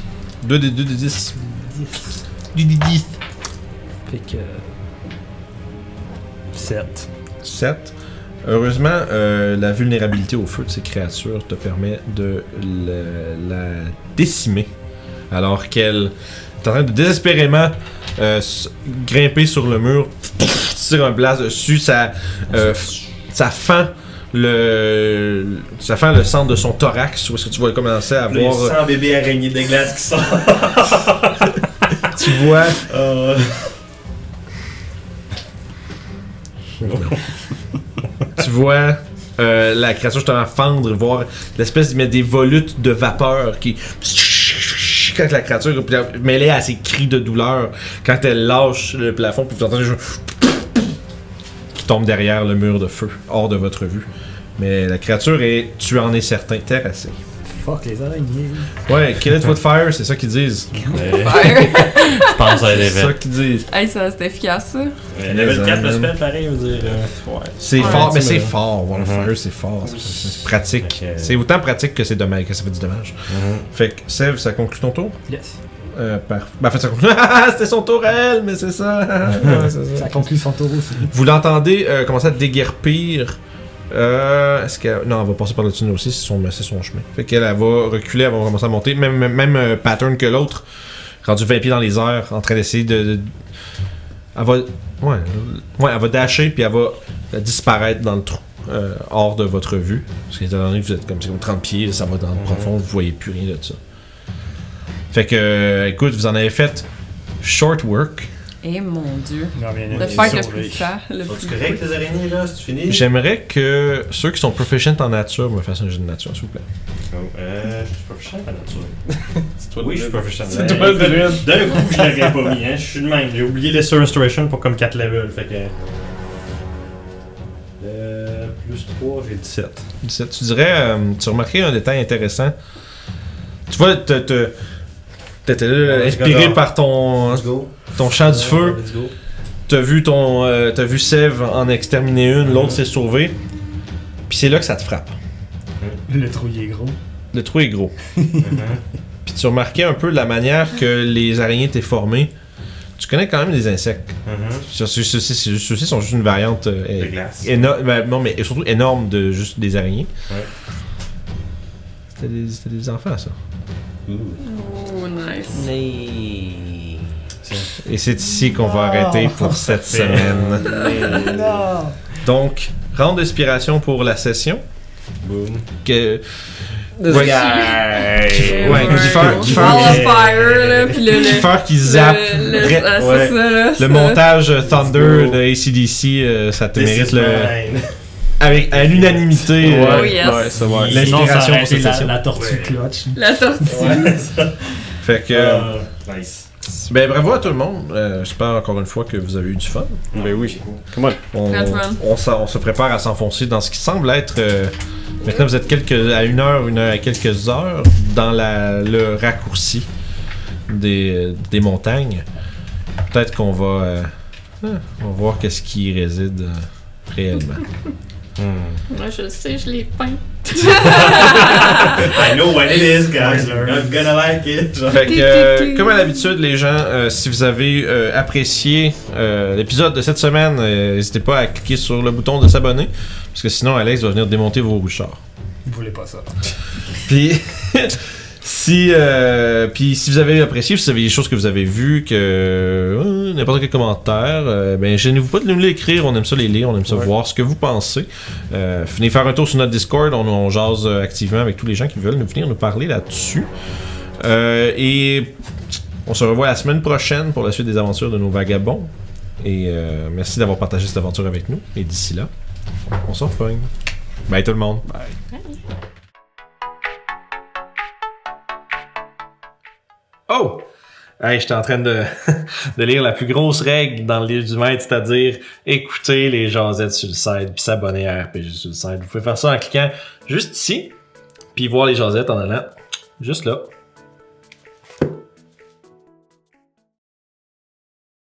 A: 2 des 2 des 10.
I: 10.
A: 2 des 10.
I: Fait que. 7.
A: 7. Heureusement, euh, la vulnérabilité au feu de ces créatures te permet de le- la décimer. Alors qu'elle est en train de désespérément euh, s- grimper sur le mur, *laughs* tire un blast dessus, ça, euh, ça fend le ça fend le centre de son thorax où est-ce que tu vois commencer à euh,
E: Les
A: avoir
E: 100 bébés araignées de glace qui sortent.
A: tu vois
E: Euh,
A: tu vois euh, la créature justement fendre, voir l'espèce mais des volutes de vapeur qui quand la créature puis la- mêlée à ses cris de douleur quand elle lâche le plafond puis vous entendez juste qui tombe derrière le mur de feu hors de votre vue mais la créature est tu en es certain terrassée
I: Fuck les araignées.
A: ouais kill it with fire c'est ça qu'ils disent
F: Fire.
E: Je pense à
A: c'est ça
E: l'événement.
A: qu'ils disent
F: hey, ça, c'était efficace, ça.
E: Level 4 le spell, pareil, je veux dire. euh, Ouais.
A: c'est
F: Ouais,
A: fort mais
E: tu
A: c'est
E: me-
A: fort Warfire
E: Mhm.
A: c'est fort c'est- c'est pratique
E: Ok.
A: c'est autant pratique que c'est dommage que ça fait du dommage fait que Sev ça conclut ton tour
I: Yes.
A: Euh, par... ben, en fait, ça conclut. *laughs* Ah, C'était son tour à elle, mais c'est ça. *laughs* Ouais, c'est ça.
I: Ça conclut son tour aussi.
A: Vous l'entendez euh, commencer à déguerpir. Euh, est-ce que non, elle va passer par le tunnel aussi, c'est son, c'est son chemin. Fait qu'elle elle va reculer, elle va commencer à monter, même même- même euh, pattern que l'autre, rendu 20 pieds dans les airs, en train d'essayer de, de- elle va, ouais, ouais, elle va dasher puis elle va euh, disparaître dans le trou, euh, hors de votre vue, parce qu'étant donné que vous êtes comme, c'est comme 30 pieds, ça va dans le profond, vous voyez plus rien de ça. Fait que, euh, écoute, vous en avez fait short work.
K: Eh mon dieu.
I: Non, mais il y en a
K: Le
I: qui
K: fight le
I: sont
K: plus
I: riches.
K: fat, le
E: Sont-tu
K: plus
E: correct, les araignées, là? C'est fini?
A: J'aimerais que ceux qui sont proficient en nature me fassent un jeu de nature, s'il vous plaît.
E: Oh, euh, je suis proficient à la
A: *laughs*
E: nature. C'est
A: toi le
E: Oui, je suis
A: druide.
E: proficient à la
A: C'est toi le druide.
E: D'un coup, je l'avais pas mis, hein. Je suis de même. J'ai oublié les Sur Restoration pour comme 4 levels. Fait que. Euh, plus 3, j'ai 17.
A: 17. Tu dirais, euh, tu remarquerais un détail intéressant. Tu vois, te- te- t'étais là,
E: Let's
A: inspiré
E: go.
A: par ton,
E: Ah, Let's go.
A: ton chant du
E: Euh,
A: feu.
E: let's go.
A: T'as vu ton, euh, t'as vu Sève en exterminer une, l'autre
E: Mm-hmm.
A: s'est sauvée. Puis c'est là que ça te frappe.
I: Le trou, il est gros.
A: Le trou est
E: *laughs*
A: gros. Puis tu remarquais un peu la manière que les araignées étaient formées. Tu connais quand même les insectes. Ceux- ceux- Ceux-ci ceux- ceux-ci sont juste une variante euh,
E: Mhm. De glace.
A: éno- ben, non, mais surtout énorme de juste des araignées.
E: Ouais.
A: C'était des, c'était des enfants, ça.
K: Oh, nice.
A: Et c'est ici qu'on va arrêter pour
E: *laughs*
A: cette semaine.
I: Non.
A: Donc, round d'inspiration pour la session.
E: Boom.
A: Que...
K: This
A: ouais,
K: guy.
A: ouais,
K: Ouais.
A: Kiefer- Kiefer
K: All
A: qui-
K: of fire, là, puis le... le-
A: Kiefer qui
K: le-
A: zappe.
K: le-
A: Re-
K: ah, c'est
A: ouais.
K: ça, là, ça.
A: Le montage euh, Thunder de ACDC, euh, ça te
E: This
A: mérite
E: is
A: le.
E: mine.
A: Avec, à l'unanimité. euh,
K: Oh, yes.
A: va.
I: Sinon, ça
A: L'inspiration
I: aurait
A: pour
I: été
A: cette
I: la,
A: session.
I: la tortue clutch.
K: La tortue.
A: Fait que.
E: Euh, nice.
A: Ben bravo à tout le monde. Euh, J'espère encore une fois que vous avez eu du fun.
D: Ben oui. Comment
A: On,
K: Très fun.
A: on, s'en- on se prépare à s'enfoncer dans ce qui semble être. euh, maintenant, vous êtes quelques, à une heure, une heure, à quelques heures dans la, le raccourci des, des montagnes. Peut-être qu'on va, euh, ah, on va voir qu'est-ce qui y réside euh, réellement.
B: Moi, je sais, je l'ai peint.
E: I know what it is, guys. You're not gonna like it.
A: Fait que, euh, comme à l'habitude, les gens, euh, si vous avez euh, apprécié euh, l'épisode de cette semaine, euh, n'hésitez pas à cliquer sur le bouton de s'abonner, parce que sinon Alex va venir démonter vos bouchards.
I: Vous voulez pas ça.
A: Puis, *laughs* si, euh, puis si vous avez apprécié, si vous avez des choses que vous avez vues, que euh, n'importe quel commentaire, euh, ben gênez-vous pas de nous l'écrire. On aime ça les lire, on aime ça voir ce que vous pensez. Euh, venez faire un tour sur notre Discord, on, on jase euh, activement avec tous les gens qui veulent nous venir nous parler là-dessus. Euh, et on se revoit la semaine prochaine pour la suite des aventures de nos vagabonds. Et euh, merci d'avoir partagé cette aventure avec nous. Et d'ici là, on s'en repogne. Bye tout le monde. Oh! Hey, j'étais en train de, *laughs* de lire la plus grosse règle dans le livre du maître, c'est-à-dire écouter les jasettes sur le site puis s'abonner à RPG sur le site. Vous pouvez faire ça en cliquant juste ici, puis voir les jasettes en allant juste là.